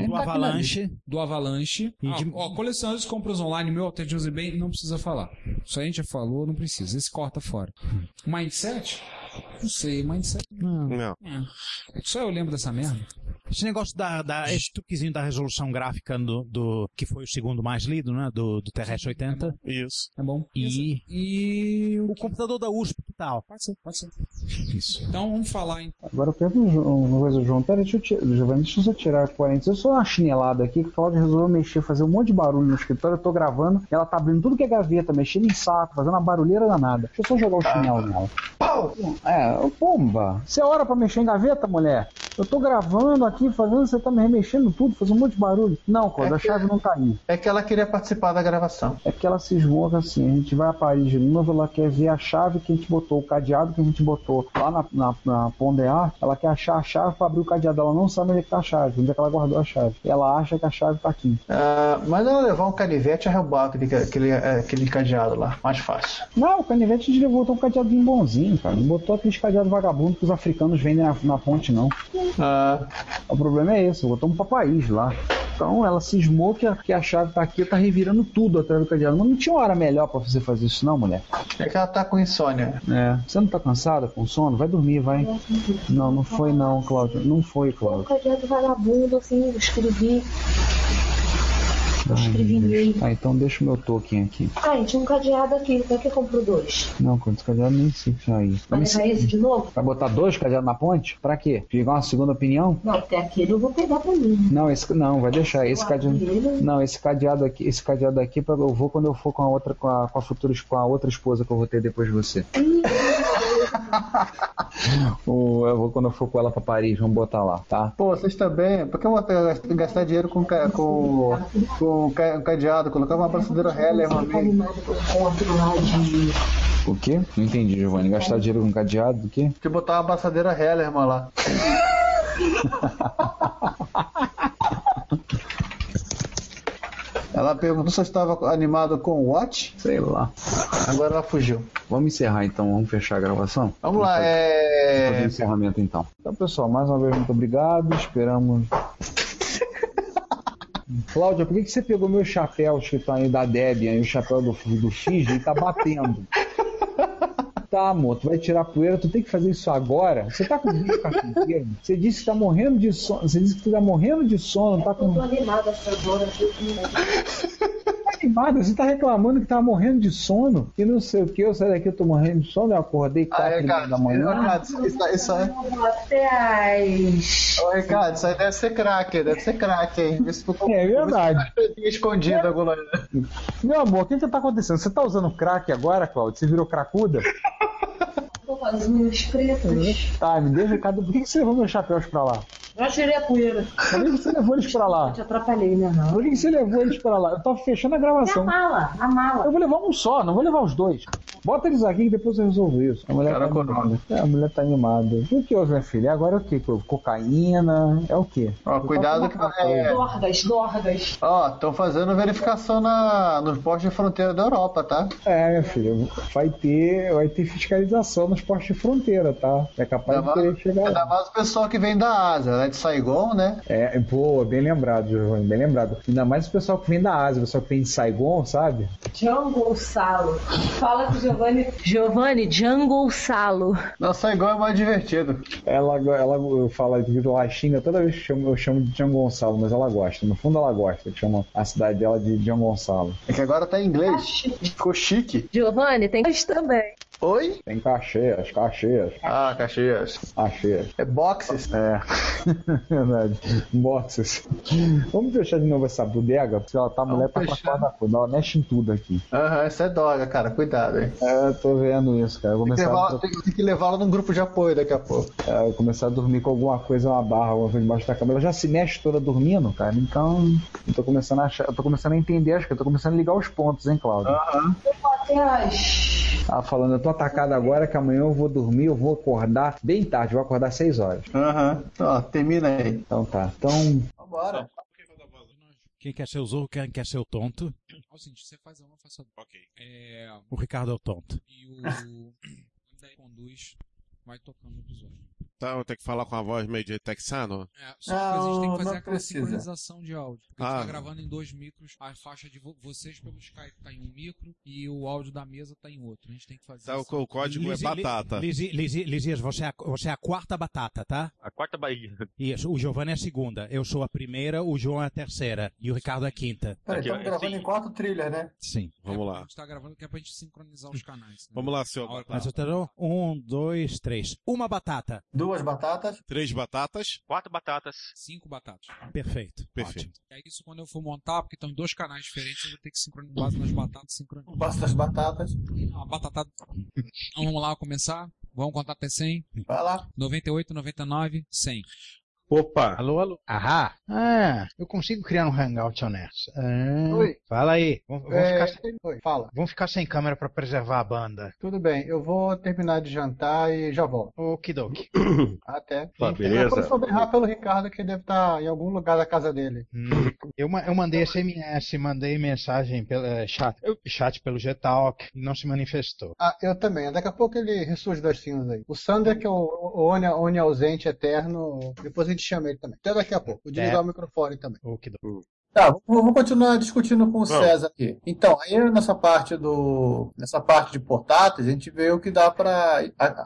[SPEAKER 7] Do Avalanche.
[SPEAKER 23] Do Avalanche.
[SPEAKER 7] E
[SPEAKER 23] Ah,
[SPEAKER 7] de-
[SPEAKER 23] Ó, colecionadores, compras online, meu Alter Jose Bay, não precisa falar. Isso aí a gente já falou, não precisa. Esse corta fora.
[SPEAKER 7] Uhum.
[SPEAKER 23] Mindset? Não sei, mindset. Não.
[SPEAKER 25] Hum.
[SPEAKER 21] Não.
[SPEAKER 23] É. Só eu lembro dessa merda.
[SPEAKER 7] Esse negócio da, da esse truquezinho da resolução gráfica do, do- que foi o segundo mais lido, né? Do, do Terrestre 80.
[SPEAKER 21] Isso.
[SPEAKER 23] É bom. E, e o computador da USP que tal? Pode ser, pode ser. Isso. Então vamos falar em
[SPEAKER 4] Agora eu pergunto uma jo- uma coisa, João. Pera, deixa eu, tirar, Giovanni, deixa eu só tirar 40. Eu sou uma chinelada aqui que o Claudio resolveu mexer, fazer um monte de barulho no escritório. Eu tô gravando, ela tá abrindo tudo que é gaveta, mexendo em saco, fazendo uma barulheira danada. Deixa eu só jogar o chinelo nela. É, ô, pomba. Você é hora pra mexer em gaveta, mulher? Eu tô gravando aqui, fazendo, você tá me remexendo tudo, fazendo um monte de barulho. Não, Claudio, a chave não tá aí.
[SPEAKER 6] É que ela queria participar da gravação.
[SPEAKER 4] É que ela cismou que assim, a gente vai a Paris de novo, ela quer ver a chave que a gente botou, o cadeado que a gente botou lá na, na, na Pondear, ela quer achar a chave pra abrir o cadeado, ela não sabe onde é que tá a chave, onde é que ela guardou a chave. Ela acha que a chave tá aqui.
[SPEAKER 6] Ah, mas ela levar um canivete e arrombar aquele, aquele, aquele cadeado lá, mais fácio.
[SPEAKER 4] Não, o canivete de levantou um cadeadinho bonzinho, cara. Não botou aqueles cadeados vagabundos que os africanos vendem na, na ponte, não.
[SPEAKER 6] Ah,
[SPEAKER 4] O problema é esse, botou um papaís lá. Então ela cismou que a, que a chave tá aqui, tá revirando tudo atrás do cadeado. Mas não tinha hora melhor pra você fazer isso, não, mulher.
[SPEAKER 6] É que ela tá com insônia.
[SPEAKER 4] É. Você não tá cansada com sono? Vai dormir, vai. Não, não foi não, Cláudio. Não foi, Cláudio.
[SPEAKER 26] Cadeado vagabundo, assim, eu escrevi.
[SPEAKER 4] Ai, meu Deus. Ah, então deixa o meu token aqui.
[SPEAKER 26] Ah, e tinha um cadeado aqui, como é que eu compro dois?
[SPEAKER 4] Não, Cláudio, esse cadeado nem sei que tá aí.
[SPEAKER 26] Vai levar esse de novo?
[SPEAKER 4] Vai botar dois cadeados na ponte? Pra quê? Pegar uma segunda opinião?
[SPEAKER 26] Não, até aquele eu vou pegar pra mim.
[SPEAKER 4] Não, esse não, vai deixar esse cadeado. Não, esse cadeado aqui, esse cadeado aqui pra- eu vou quando eu for com a outra com a, com a futura com a outra esposa que eu vou ter depois de você. Ou eu vou quando eu for com ela pra Paris, vamos botar lá, tá?
[SPEAKER 6] Pô, vocês também. Por que eu vou ter- gastar dinheiro com, ca- com, com ca- cadeado? Colocar uma braçadeira Heller, uma vez.
[SPEAKER 4] O quê? Não entendi, Giovanni. Gastar dinheiro com cadeado do quê?
[SPEAKER 6] De Tipo, botar uma abraçadeira Hellerman lá. Ela perguntou se eu estava animado com o Watch.
[SPEAKER 4] Sei lá.
[SPEAKER 6] Agora ela fugiu.
[SPEAKER 4] Vamos encerrar então, vamos fechar a gravação?
[SPEAKER 27] Ah,
[SPEAKER 6] Vamos lá, é.
[SPEAKER 4] Fazer o encerramento então. Então, pessoal, mais uma vez, muito obrigado. Esperamos. Cláudia, por que, que você pegou meu chapéu que tá aí da Debian e o chapéu do, do Fiji e tá batendo? Tá, amor, tu vai tirar a poeira, tu tem que fazer isso agora. Você tá com bicho carpinteiro? Você disse que tá morrendo de sono. Você disse que tu tá morrendo de sono, tá
[SPEAKER 26] Eu
[SPEAKER 4] com.
[SPEAKER 26] tô animada essa dona aqui.
[SPEAKER 4] animada, você tá reclamando que tava morrendo de sono e não sei o que, eu saí daqui, eu tô morrendo de sono, eu acordei quatro e meia da Tá manhã.
[SPEAKER 27] é,
[SPEAKER 6] Vocês. Ô, Ricardo, isso aí deve ser crack, deve ser crack, hein? Isso
[SPEAKER 27] um
[SPEAKER 6] ficou
[SPEAKER 4] é verdade. É.
[SPEAKER 6] escondido em algum lugar.
[SPEAKER 4] Meu amor, o que que tá acontecendo? Você tá usando crack agora, Claudio? Você virou cracuda?
[SPEAKER 26] Tô fazendo meus pretos.
[SPEAKER 4] Tá, me deixa o recado. Por que que você levou meus chapéus pra lá?
[SPEAKER 26] Já tirei a poeira.
[SPEAKER 4] Por que que você levou eles pra lá?
[SPEAKER 26] Te atrapalhei, né, não?
[SPEAKER 4] Por que que você levou eles pra lá? Eu tava fechando a
[SPEAKER 26] E a
[SPEAKER 4] gravação.
[SPEAKER 26] mala? A mala.
[SPEAKER 4] Eu vou levar um só, não vou levar os dois.
[SPEAKER 28] Bota eles aqui que depois eu resolvo isso. A mulher
[SPEAKER 4] Cara
[SPEAKER 28] tá animada. É, a mulher tá animada. E o que houve, minha filha? Agora é o quê? que? houve? Cocaína? É o quê?
[SPEAKER 27] Ó, cuidado que. É...
[SPEAKER 3] Dorgas, dorgas.
[SPEAKER 27] Ó, estão fazendo verificação na... nos postos de fronteira da Europa, tá?
[SPEAKER 28] É, minha filha, vai ter, vai ter fiscalização nos postos de fronteira, tá? É capaz de querer chegar
[SPEAKER 27] Ainda
[SPEAKER 28] lá.
[SPEAKER 27] mais o pessoal que vem da Ásia, né? De Saigon, né?
[SPEAKER 4] É, boa, bem lembrado, Giovanni, bem lembrado. Ainda mais o pessoal que vem da Ásia, o pessoal que vem de Saigon, sabe?
[SPEAKER 3] Jean Gonçalo. Fala com o Giovanni. Giovanni, Jean Gonçalo.
[SPEAKER 27] Nossa, igual é mais divertido.
[SPEAKER 4] Ela, ela eu falo, ela xinga toda vez que eu chamo, eu chamo de John Gonçalo, mas ela gosta. No fundo ela gosta, que chama a cidade dela de John Gonçalo.
[SPEAKER 27] É que agora tá em inglês. Ficou chique.
[SPEAKER 3] Giovanni, tem dois também.
[SPEAKER 27] Oi?
[SPEAKER 4] Tem Caxias, Caxias.
[SPEAKER 27] Ah, Caxias.
[SPEAKER 4] Caxias.
[SPEAKER 27] É boxes.
[SPEAKER 4] É. Verdade. Boxes. Vamos fechar de novo essa bodega, porque ela tá, a mulher tá com a corda toda, ela mexe em tudo aqui.
[SPEAKER 27] Aham, essa é droga, cara. Cuidado, hein?
[SPEAKER 4] É, eu tô vendo isso, cara. Eu vou
[SPEAKER 27] Tem que
[SPEAKER 4] começar
[SPEAKER 27] levar- Tem tem que levá-la num grupo de apoio daqui a pouco.
[SPEAKER 4] É, eu começar a dormir com alguma coisa, uma barra, alguma coisa embaixo da cama. Ela já se mexe toda dormindo, cara. Então, eu tô começando a achar, eu tô começando a entender, acho que eu tô começando a ligar os pontos, hein, Cláudio?
[SPEAKER 3] Eu vou até as.
[SPEAKER 4] Ela falando, eu tô atacado agora que amanhã eu vou dormir, eu vou acordar bem tarde, eu vou acordar 6 horas.
[SPEAKER 27] Aham. Então, ó, termina aí.
[SPEAKER 4] Então tá. Então,
[SPEAKER 27] Vambora.
[SPEAKER 25] Quem quer ser o zorro, quem quer ser o tonto.
[SPEAKER 8] É o seguinte, você faz a uma, faça a outra. Ok. É,
[SPEAKER 25] O Ricardo é o tonto.
[SPEAKER 8] e o... Daí conduz, vai tocando o episódio.
[SPEAKER 29] Então eu tenho que falar com a voz meio de texano?
[SPEAKER 8] É, só que a gente tem
[SPEAKER 7] Ah,
[SPEAKER 8] que
[SPEAKER 29] Não,
[SPEAKER 8] fazer
[SPEAKER 29] não
[SPEAKER 8] aquela
[SPEAKER 29] precisa.
[SPEAKER 8] sincronização de áudio. Porque a gente
[SPEAKER 29] Ah.
[SPEAKER 8] tá gravando em dois micros, a faixa de vo- vocês pelo Skype tá em um micro e o áudio da mesa tá em outro. A gente tem que fazer
[SPEAKER 29] Então,
[SPEAKER 8] essa-
[SPEAKER 29] o código é batata.
[SPEAKER 25] Lisi- Lisi- Lisias, você é, a, você é a quarta batata, tá?
[SPEAKER 11] A quarta Bahia.
[SPEAKER 25] Isso, o Giovanni é a segunda, eu sou a primeira, o João é a terceira e o Ricardo é a quinta.
[SPEAKER 6] Peraí, estamos gravando em quatro trilhas, né?
[SPEAKER 25] Sim.
[SPEAKER 29] Vamos
[SPEAKER 8] A
[SPEAKER 29] lá.
[SPEAKER 8] gente tá gravando que é pra gente sincronizar os canais.
[SPEAKER 29] Vamos lá, seu
[SPEAKER 25] Mas
[SPEAKER 29] batata.
[SPEAKER 25] você terminou? Um, dois, três. Uma batata.
[SPEAKER 6] Duas batatas.
[SPEAKER 29] Três batatas.
[SPEAKER 8] Quatro batatas. Cinco batatas.
[SPEAKER 25] Perfeito.
[SPEAKER 29] Perfeito.
[SPEAKER 8] E aí É isso quando eu for montar, porque estão em dois canais diferentes, eu vou ter que sincronizar base nas batatas, sincronizar.
[SPEAKER 6] Base das batatas.
[SPEAKER 8] A batatada. Então vamos lá começar. Vamos contar até 100.
[SPEAKER 6] Vai lá.
[SPEAKER 8] 98, 99, 100.
[SPEAKER 29] Opa!
[SPEAKER 7] Alô, alô. Ahá. Ah, eu consigo criar um hangout honesto. Ah,
[SPEAKER 30] Oi.
[SPEAKER 7] Fala aí. Vamos, vamos
[SPEAKER 30] É,
[SPEAKER 7] ficar sem... Fala. Vamos ficar sem câmera pra preservar a banda.
[SPEAKER 30] Tudo bem, eu vou terminar de jantar e já volto.
[SPEAKER 7] Okidoki.
[SPEAKER 30] Até.
[SPEAKER 25] Então,
[SPEAKER 7] Tá,
[SPEAKER 30] Eu
[SPEAKER 7] beleza.
[SPEAKER 30] vou sobrar pelo Ricardo, que deve estar em algum lugar da casa dele.
[SPEAKER 7] Hum, Eu, ma- eu mandei SMS, mandei mensagem pelo chat, eu- chat pelo Gtalk, não se manifestou.
[SPEAKER 30] Ah, eu também. Daqui a pouco ele ressurge das cinzas aí. O Sander, que é o, o Oni, Oni ausente eterno, depois a gente chama ele também. Até daqui a pouco. Vou desligar
[SPEAKER 6] É.
[SPEAKER 30] o microfone também.
[SPEAKER 6] Tá, v- vamos continuar discutindo com o
[SPEAKER 30] Vamos.
[SPEAKER 6] César aqui. Então, aí nessa parte do, nessa parte de portáteis, a gente vê o que dá para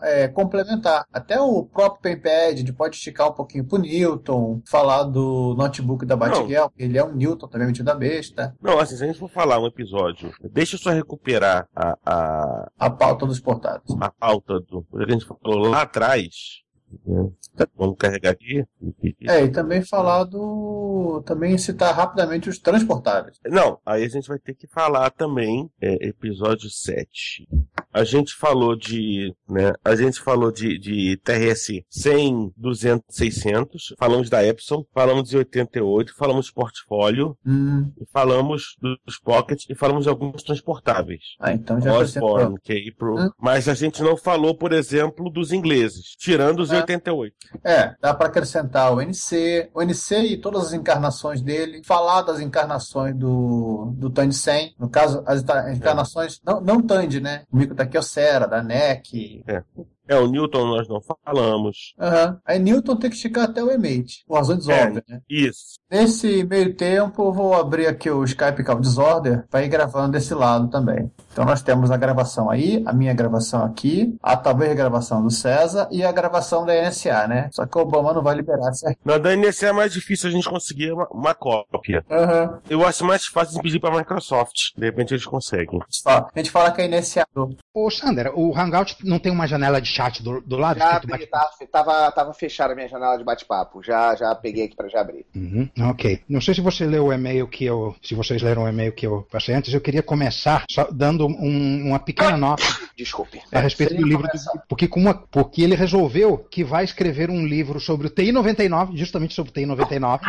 [SPEAKER 6] é, complementar. Até o próprio PenPad, a gente pode esticar um pouquinho pro Newton, falar do notebook da Batgirl, que ele é um Newton também metido da besta.
[SPEAKER 11] Não, assim, se a gente for falar um episódio, deixa eu só recuperar a. A,
[SPEAKER 6] pauta dos portados.
[SPEAKER 11] A pauta do. O que a gente falou lá atrás. né? Vamos carregar aqui.
[SPEAKER 6] É, e também falar do, também citar rapidamente os transportáveis.
[SPEAKER 11] Não, aí a gente vai ter que falar também, é, episódio 7. A gente falou de, né, a gente falou de, de TRS 100, 200, 600, falamos da Epson, falamos de 88, falamos de portfólio,
[SPEAKER 6] Hum,
[SPEAKER 11] e falamos dos pockets e falamos de alguns transportáveis.
[SPEAKER 6] Ah, então já
[SPEAKER 11] Osborne,
[SPEAKER 6] acrescentou.
[SPEAKER 11] K Pro.
[SPEAKER 6] Hum.
[SPEAKER 11] Mas a gente não falou, por exemplo, dos ingleses, tirando os 88.
[SPEAKER 6] É, dá para acrescentar o NC, o NC e todas as encarnações dele, falar das encarnações do, do Tand Sen, no caso, as ita- encarnações, não, não Tand, né? O Mico da Kyocera, da NEC.
[SPEAKER 11] É. É, o Newton nós não falamos.
[SPEAKER 6] Aham. Aí Newton tem que esticar até o Emate, o Razão Desordem, né?
[SPEAKER 11] Isso.
[SPEAKER 6] Nesse meio tempo, eu vou abrir aqui o Skype Call Disorder para ir gravando desse lado também. Então nós temos a gravação aí, a minha gravação aqui, a talvez a gravação do César e a gravação da NSA, né? Só que o Obama não vai liberar certo.
[SPEAKER 11] Na da NSA é mais difícil a gente conseguir uma, uma cópia.
[SPEAKER 6] Aham.
[SPEAKER 11] Eu acho mais fácil pedir para a Microsoft. De repente eles conseguem.
[SPEAKER 6] A gente fala que é iniciador.
[SPEAKER 7] Ô, Sander, o Hangout não tem uma janela de chat do, do lado?
[SPEAKER 5] Já
[SPEAKER 7] que tu bate-
[SPEAKER 5] abri, tá, tava, tava fechada a minha janela de bate-papo. Já, já peguei aqui pra já abrir.
[SPEAKER 7] Uhum. Ok. Não sei se você leu o e-mail que eu. Se vocês leram o e-mail que eu passei antes, eu queria começar só dando um- uma pequena nota
[SPEAKER 5] Desculpe.
[SPEAKER 7] a respeito do
[SPEAKER 5] Seria
[SPEAKER 7] livro. do- porque, com uma- porque ele resolveu que vai escrever um livro sobre o TI 99, justamente sobre o TI 99.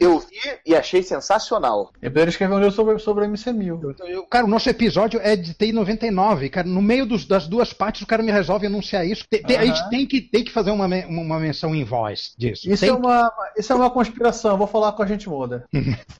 [SPEAKER 5] Eu vi e achei sensacional.
[SPEAKER 31] Eu poderia escrever um livro sobre, sobre MC1000.
[SPEAKER 7] Cara, o nosso episódio é de TI 99, cara. No meio dos- das duas partes, o cara me resolve anunciar isso. Te- te- A gente
[SPEAKER 31] Aham.
[SPEAKER 7] tem que, tem que fazer uma, men- uma menção em voz disso.
[SPEAKER 31] Isso
[SPEAKER 7] Tem
[SPEAKER 31] é,
[SPEAKER 6] um-
[SPEAKER 31] uma, isso é uma conspiração, eu vou falar com a gente muda.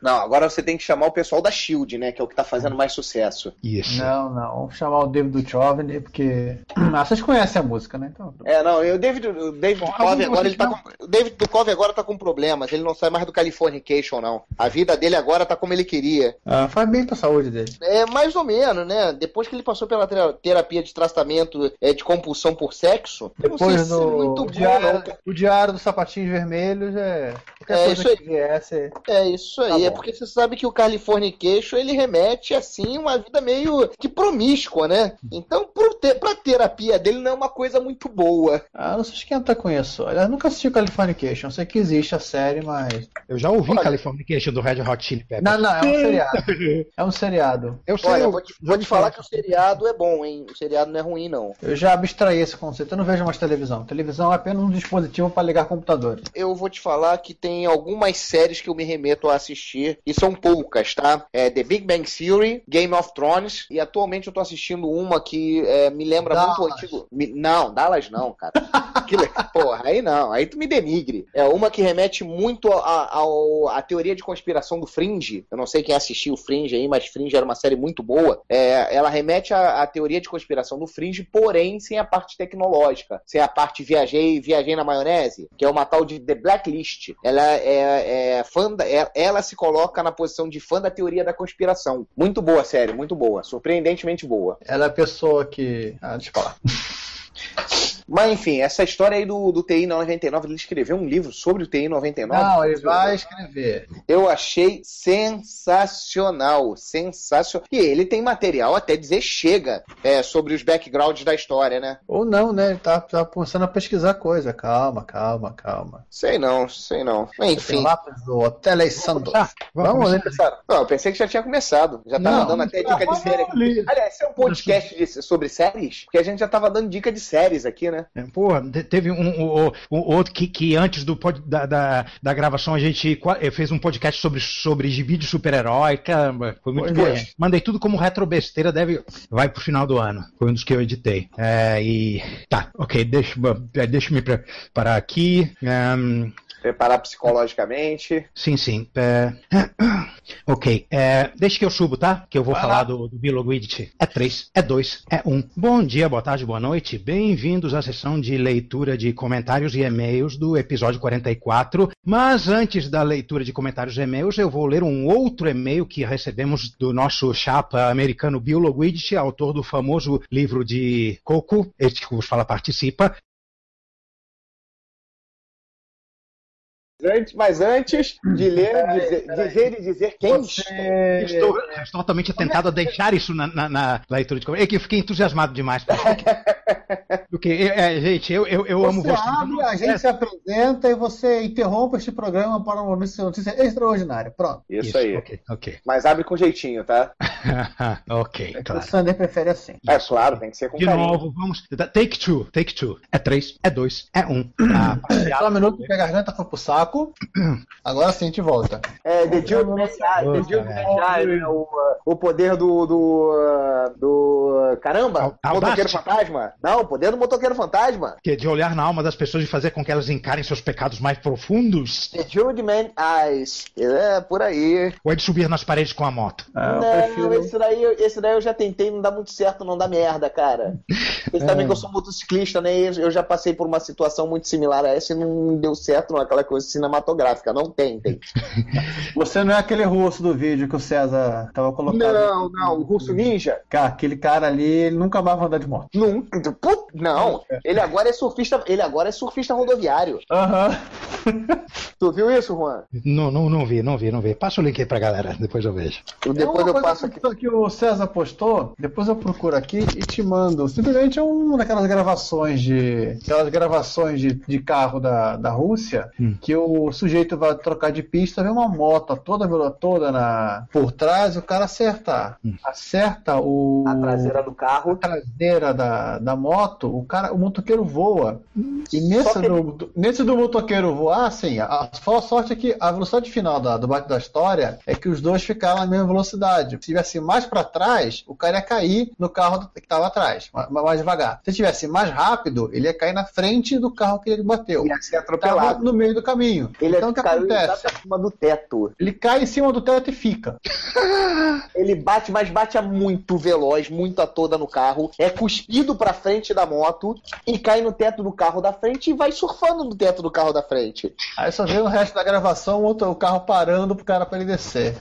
[SPEAKER 5] Não, agora você tem que chamar o pessoal da Shield, né? Que é o que tá fazendo mais sucesso.
[SPEAKER 7] Isso.
[SPEAKER 31] Não, não, vamos chamar o David Duchovny, porque. Ah, vocês conhecem a música, né? Então,
[SPEAKER 5] É, não, eu, o David, o David Duchovny
[SPEAKER 31] algum
[SPEAKER 5] agora,
[SPEAKER 31] vocês
[SPEAKER 5] ele tá com, o David Duchovny agora tá com problemas, ele não sai mais do Californication, não. A vida dele agora tá como ele queria.
[SPEAKER 31] ah, faz bem pra saúde dele.
[SPEAKER 5] É, mais ou menos, né? Depois que ele passou pela tera- terapia de tratamento é, de compulsão por sexo, eu não sei
[SPEAKER 31] Depois
[SPEAKER 5] se é
[SPEAKER 31] do
[SPEAKER 5] muito bom,
[SPEAKER 31] diário,
[SPEAKER 5] não.
[SPEAKER 31] o diário dos sapatinhos vermelhos é. Qualquer
[SPEAKER 5] É
[SPEAKER 31] coisa
[SPEAKER 5] isso aí.
[SPEAKER 31] que viesse.
[SPEAKER 5] É isso
[SPEAKER 31] Tá
[SPEAKER 5] aí, é porque você sabe que o Californication, ele remete, assim, uma vida meio que promíscua, né? Então, pro te- pra terapia dele não é uma coisa muito boa.
[SPEAKER 31] Ah, não se esquenta com isso. Eu nunca assisti Californication, eu sei que existe a série, mas.
[SPEAKER 7] Eu já ouvi Californication do Red Hot Chili Peppers.
[SPEAKER 31] Não, não, é um seriado. É um seriado.
[SPEAKER 7] Eu
[SPEAKER 31] sei,
[SPEAKER 5] Olha,
[SPEAKER 31] eu-
[SPEAKER 5] vou te, vou te falar que o seriado é bom, hein? O seriado não é ruim, não.
[SPEAKER 31] Eu já abstraí esse conceito, eu não vejo mais televisão. Televisão é apenas um dispositivo para ligar computadores.
[SPEAKER 5] Eu vou te falar que tem algumas séries que eu me remeto a assistir, e são poucas, tá? É The Big Bang Theory, Game of Thrones, e atualmente eu tô assistindo uma que é, me lembra muito o antigo. me- Não, Dallas não, cara. Aquilo, porra, aí não, aí tu me denigre. É uma que remete muito a- ao- à teoria de conspiração do Fringe. Eu não sei quem assistiu o Fringe aí, mas Fringe era uma série muito boa. É, ela remete à, à teoria de conspiração do Fringe, porém sem a parte tecnológica, sem a parte viajei, viajei na maionese, que é uma tal de The Blacklist. Ela é, é fã da- é- ela se coloca na posição de fã da teoria da conspiração. Muito boa a série, muito boa, surpreendentemente boa.
[SPEAKER 31] Ela é a pessoa que. Ah, deixa eu falar.
[SPEAKER 5] Mas enfim, essa história aí do, do TI 99, ele escreveu um livro sobre o TI 99.
[SPEAKER 31] Não, ele vai escrever.
[SPEAKER 5] Eu achei sensacional, sensacional. E ele tem material até dizer chega é, sobre os backgrounds da história, né?
[SPEAKER 31] Ou não, né? Ele tá, tá começando a pesquisar coisa. Calma, calma, calma.
[SPEAKER 5] Sei não, sei não. Enfim.
[SPEAKER 31] Tem lápis do Telesandro. Vamos ler.
[SPEAKER 5] Não, eu pensei que já tinha começado. Já tava
[SPEAKER 31] Não.
[SPEAKER 5] Tá dando até dica de série aqui. Aliás, esse é um podcast de- sobre séries? Porque a gente já tava dando dica de séries aqui, né?
[SPEAKER 7] É, Porra, te- teve um, um- um- um outro que, que antes do pod- da, da, da gravação a gente qua- eh, fez um podcast sobre, sobre gibi de super-herói. Caramba, foi muito
[SPEAKER 32] Pois
[SPEAKER 7] bom.
[SPEAKER 32] é.
[SPEAKER 7] Mandei tudo como retrobesteira, deve. Vai pro final do ano. Foi um dos que eu editei. É, e. Tá, ok, deixa, eh, deixa eu me preparar aqui. é, Ahn,
[SPEAKER 5] Preparar psicologicamente.
[SPEAKER 7] Sim, sim. É, Ok. É, deixa que eu subo, tá? Que eu vou falar do, do Bill Guidit. É três, é dois, é um. Bom dia, boa tarde, boa noite. Bem-vindos à sessão de leitura de comentários e e-mails do episódio 44. Mas antes da leitura de comentários e e-mails, eu vou ler um outro e-mail que recebemos do nosso chapa americano Bill Guidit, autor do famoso livro de Coco, este que vos fala participa,
[SPEAKER 5] Antes- Mas antes de ler, dizer, dizer e dizer quem
[SPEAKER 6] É.
[SPEAKER 7] Estou, é, estou totalmente tentado a deixar isso na, na, na leitura de comentários. É que eu fiquei entusiasmado demais. Porque, é, é, gente, eu, eu, eu amo
[SPEAKER 6] Você
[SPEAKER 7] vocês.
[SPEAKER 6] abre, a gente se apresenta e você interrompe este programa para uma notícia extraordinária. Pronto.
[SPEAKER 5] Isso, aí.
[SPEAKER 7] Ok, ok.
[SPEAKER 5] Mas abre com jeitinho, tá?
[SPEAKER 7] ok,
[SPEAKER 6] O
[SPEAKER 7] claro.
[SPEAKER 6] Sander prefere assim.
[SPEAKER 5] É claro, tem que ser com
[SPEAKER 7] De
[SPEAKER 5] carinho.
[SPEAKER 7] novo, vamos. Take two, take two. É três, é dois, é um. Ah,
[SPEAKER 31] Só um minuto que a garganta foi pro saco. Agora sim a gente volta.
[SPEAKER 5] É, The Judgment Eye, The Judgment
[SPEAKER 7] é.
[SPEAKER 5] Eye, né? o, uh, o poder do. do. uh, do uh, caramba! motoqueiro fantasma? Não, o poder do motoqueiro fantasma.
[SPEAKER 7] que é de olhar na alma das pessoas e fazer com que elas encarem seus pecados mais profundos.
[SPEAKER 5] The Judgment Eyes. É, por aí. Uhum.
[SPEAKER 7] Ou é de subir nas paredes com a moto.
[SPEAKER 30] É,
[SPEAKER 5] não, esse daí, esse daí eu já tentei, não dá muito certo, não dá merda, cara. Vocês
[SPEAKER 7] É.
[SPEAKER 5] sabem que eu sou motociclista, né? e Eu já passei por uma situação muito similar a essa e não deu certo, não, aquela coisa cinematográfica. Não tentem.
[SPEAKER 31] Você não é aquele russo do vídeo que o César tava colocando.
[SPEAKER 5] Não, não, o russo ninja?
[SPEAKER 31] Cara, aquele cara ali, ele nunca mais vai andar de moto.
[SPEAKER 5] Nunca. Put... Não, ele agora é surfista, ele agora é surfista rodoviário.
[SPEAKER 7] Aham.
[SPEAKER 5] Tu viu isso, Juan?
[SPEAKER 7] Não, não, não vi, não vi, não vi. Passa o link aí pra galera, depois eu vejo.
[SPEAKER 5] É
[SPEAKER 6] uma coisa que- que o César postou, depois eu procuro aqui e te mando. Simplesmente é uma daquelas gravações de. Aquelas gravações de, de carro da, da Rússia, que o sujeito vai trocar de pista, vê uma moto a toda, velo- toda na, por trás, e o cara acerta. Acerta o. A traseira
[SPEAKER 5] do carro. A
[SPEAKER 6] traseira da, da moto, o cara, o motoqueiro voa. E nesse, do, nesse do motoqueiro voar, assim, a, a só a sorte é que a velocidade final da- do bate da história é que os dois ficaram na mesma velocidade. Se tivesse mais pra trás, o cara ia cair no carro do- que estava atrás, ma- ma- mais devagar. Se tivesse mais rápido, ele ia cair na frente do carro que ele bateu. Ia
[SPEAKER 5] ser atropelado.
[SPEAKER 6] no meio do caminho.
[SPEAKER 5] Tá Ele
[SPEAKER 6] então o que
[SPEAKER 5] caiu
[SPEAKER 6] acontece?
[SPEAKER 5] exato acima do teto.
[SPEAKER 6] Ele cai em cima do teto e fica.
[SPEAKER 5] Ele bate, mas bate a muito veloz, muito a toda no carro. É cuspido pra frente da moto e cai no teto do carro da frente e vai surfando no teto do carro da frente.
[SPEAKER 6] Aí só vê no resto da gravação outro- o carro parando pro cara pra ele descer.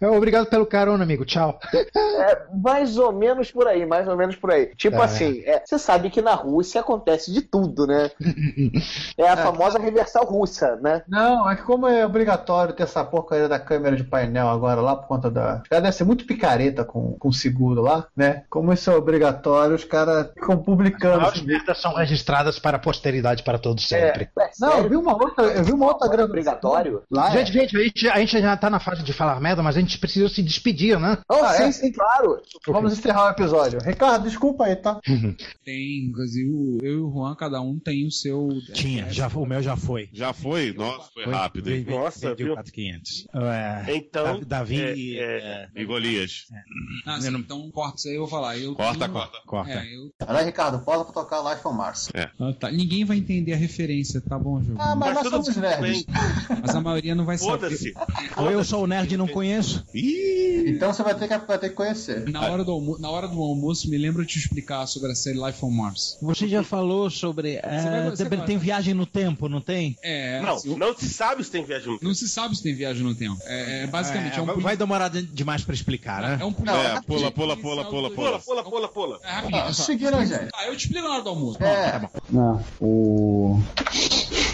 [SPEAKER 7] É, Obrigado pelo carona, amigo. Tchau.
[SPEAKER 5] É mais ou menos por aí, mais ou menos por aí. Tipo
[SPEAKER 7] É.
[SPEAKER 5] assim, é, você sabe que na Rússia acontece de tudo, né? É a famosa reversal russa, né?
[SPEAKER 6] Não, é que como é obrigatório ter essa porcaria da câmera de painel agora lá por conta da. Os caras devem ser muito picareta com, com seguro lá, né? Como isso é obrigatório, os caras ficam publicando. assim.
[SPEAKER 7] As merdas são registradas para a posteridade, para
[SPEAKER 6] É.
[SPEAKER 7] todos sempre.
[SPEAKER 5] É,
[SPEAKER 6] Não, eu vi uma outra, eu vi uma outra gravação. Obrigatório? Lá
[SPEAKER 33] Ah,
[SPEAKER 6] é.
[SPEAKER 7] gente, gente, a gente, a gente já tá na fase de falar merda, mas a gente precisa se despedir, né?
[SPEAKER 5] Oh,
[SPEAKER 6] sim,
[SPEAKER 5] sim, claro.
[SPEAKER 6] ah, é? Vamos encerrar o episódio. Ricardo, desculpa aí, tá?
[SPEAKER 8] Tem, inclusive, o- eu e o Juan, cada um tem o seu.
[SPEAKER 11] Tinha, já, o meu já foi.
[SPEAKER 34] É. Já foi? Nossa, foi rápido. hein?
[SPEAKER 11] Nossa, vendi o 4500. É, Então, Da- Davi é, e, é,
[SPEAKER 34] E Golias.
[SPEAKER 8] Ah, sim, então corta isso aí, eu vou falar. Eu
[SPEAKER 34] Corta,
[SPEAKER 8] tenho-
[SPEAKER 34] corta.
[SPEAKER 7] tá
[SPEAKER 11] Corta.
[SPEAKER 8] É, eu...
[SPEAKER 6] Aliás, Ricardo, pausa pra tocar Life on Mars.
[SPEAKER 8] Ah, tá. Ninguém vai entender a referência, tá bom, Ju?
[SPEAKER 6] Ah, mas Mas nós tudo somos bem. nerds.
[SPEAKER 8] Mas a maioria não vai saber.
[SPEAKER 11] Foda-se. Ou eu sou o nerd e não conheço.
[SPEAKER 6] Então você vai ter que, vai ter que conhecer.
[SPEAKER 8] Na hora, do almo- na hora do almoço, me lembra eu te explicar sobre a série Life on Mars.
[SPEAKER 11] Você já falou sobre. é,
[SPEAKER 8] Você vai- você
[SPEAKER 11] tem-
[SPEAKER 8] vai-
[SPEAKER 11] tem viagem no tempo, não tem?
[SPEAKER 8] É,
[SPEAKER 11] Não,
[SPEAKER 8] não se sabe se tem viagem no tempo. Não se sabe se tem viagem no tempo. É, é, basicamente, é, um
[SPEAKER 11] Ah, vai-
[SPEAKER 8] policial-
[SPEAKER 11] vai demorar de- demais pra explicar, né?
[SPEAKER 8] É um
[SPEAKER 11] policial.
[SPEAKER 8] É, pula,
[SPEAKER 34] pula, pula, pula,
[SPEAKER 11] pula.
[SPEAKER 34] pula, pula, pula.
[SPEAKER 8] É rapidinho.
[SPEAKER 11] Ah,
[SPEAKER 8] é só-
[SPEAKER 6] seguindo a gente.
[SPEAKER 8] Ah, eu te explico na hora do almoço.
[SPEAKER 6] É.
[SPEAKER 4] Não, o.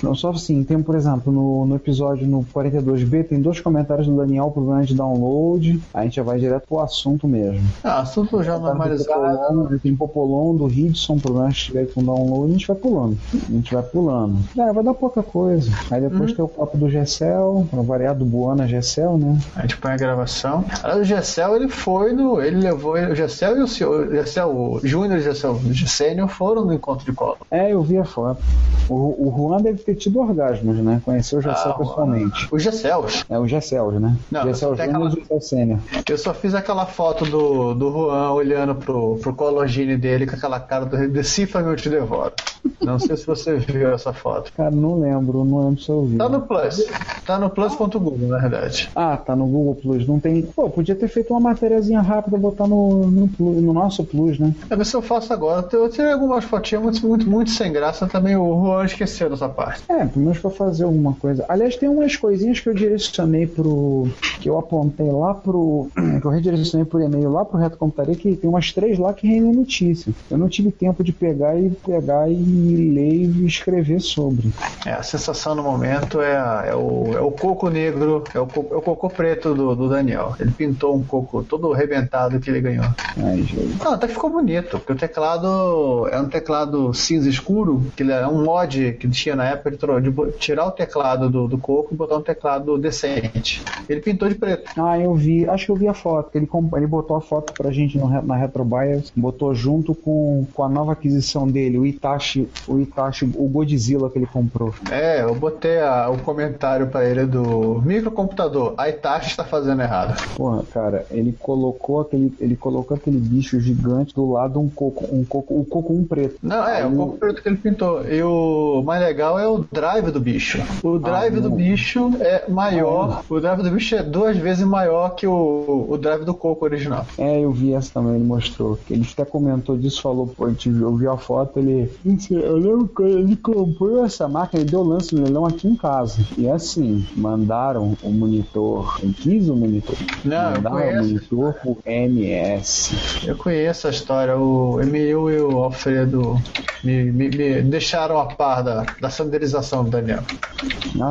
[SPEAKER 4] Não, só assim, tem, por exemplo, no, no episódio no 42B, tem dois comentários do Daniel pro grande download. A gente já vai direto pro assunto mesmo.
[SPEAKER 6] Ah, assunto já normalizado.
[SPEAKER 4] Popolon, né? tem Popolon do Hidson pro grande que tiver com download, a gente vai pulando. A gente vai pulando. É, vai dar pouca coisa. Aí depois tem o papo do Gessel, a variado Buana Gessel, né?
[SPEAKER 6] A gente põe a tipo, gravação. Aí o Gessel, ele foi no. Ele levou. O Gessel e o senhor. O Gessel, o Júnior e o Gessel o Sênior foram no encontro de cola.
[SPEAKER 4] É, eu vi a foto. O, o Juan deve ter tido orgasmos, né? Conheceu o Gessel
[SPEAKER 6] Ah,
[SPEAKER 4] pessoalmente.
[SPEAKER 6] O Gessel.
[SPEAKER 4] É, o Gessel, né?
[SPEAKER 6] Não,
[SPEAKER 4] Gessel
[SPEAKER 6] tem
[SPEAKER 4] Júnior e
[SPEAKER 6] aquela-
[SPEAKER 4] Gessel Sênior.
[SPEAKER 6] Eu só fiz aquela foto do, do Juan olhando pro, pro Cologine dele com aquela cara do Decifra que eu te devoro. Não sei se você viu essa foto.
[SPEAKER 4] Cara, não lembro, não lembro se eu vi.
[SPEAKER 6] Tá no Plus. Tá no plus.google, na verdade.
[SPEAKER 4] Ah, tá no Google Plus, não tem. Pô, podia ter feito uma matériazinha rápida botar no, no, Plus- no nosso Plus, né?
[SPEAKER 6] É, mas se eu faço agora, eu tirei algumas fotinhas muito, muito, muito sem graça também. O Juan esqueceu dessa parte.
[SPEAKER 4] É, pelo menos pra fazer alguma coisa. Aliás, tem umas coisinhas que eu direcionei pro. que eu apontei lá pro. que eu redirecionei por e-mail lá pro Reto Computaria, que tem umas três lá que rendem notícia. Eu não tive tempo de pegar e pegar e ler e escrever sobre.
[SPEAKER 6] É, a sensação no momento é, a- é o, é o coco negro, é o, co- é o cocô preto do, do Daniel. Ele pintou um coco todo arrebentado que ele ganhou. Não, até ficou bonito, porque o teclado é um teclado cinza escuro, que ele é um mod que tinha na época de, tro- de bo- tirar o teclado do, do coco e botar um teclado decente. Ele pintou de preto.
[SPEAKER 4] Ah, eu vi, acho que eu vi a foto. que Ele, comp- ele botou a foto pra gente no re- na Retrobias, botou junto com, com a nova aquisição dele, o Itachi, o Itachi, o Godzilla que ele comprou.
[SPEAKER 6] É, eu botei a- o comentário pra ele do microcomputador. A Itachi está fazendo errado.
[SPEAKER 4] Porra, cara, ele colocou aquele, ele colocou aquele bicho gigante do lado um coco, um coco, o coco um preto.
[SPEAKER 6] Não, é, o coco preto que ele pintou. E o mais legal é o drive do bicho. O drive do bicho é maior. O drive do bicho é duas vezes maior que o, o drive do coco original.
[SPEAKER 4] É, eu vi essa também, ele mostrou. Ele até comentou disso, falou, pô, eu, tive- eu vi a foto, ele. "Isso, eu lembro que ele comprou essa máquina e deu lance no leilão aqui em casa. E assim, mandaram o monitor, eu quis o monitor.
[SPEAKER 6] Não, eu
[SPEAKER 4] mandaram
[SPEAKER 6] conheço.
[SPEAKER 4] o monitor pro MS.
[SPEAKER 6] Eu conheço a história. O Emil e o Alfredo me, me- me deixaram a par da, da sanderização do Daniel.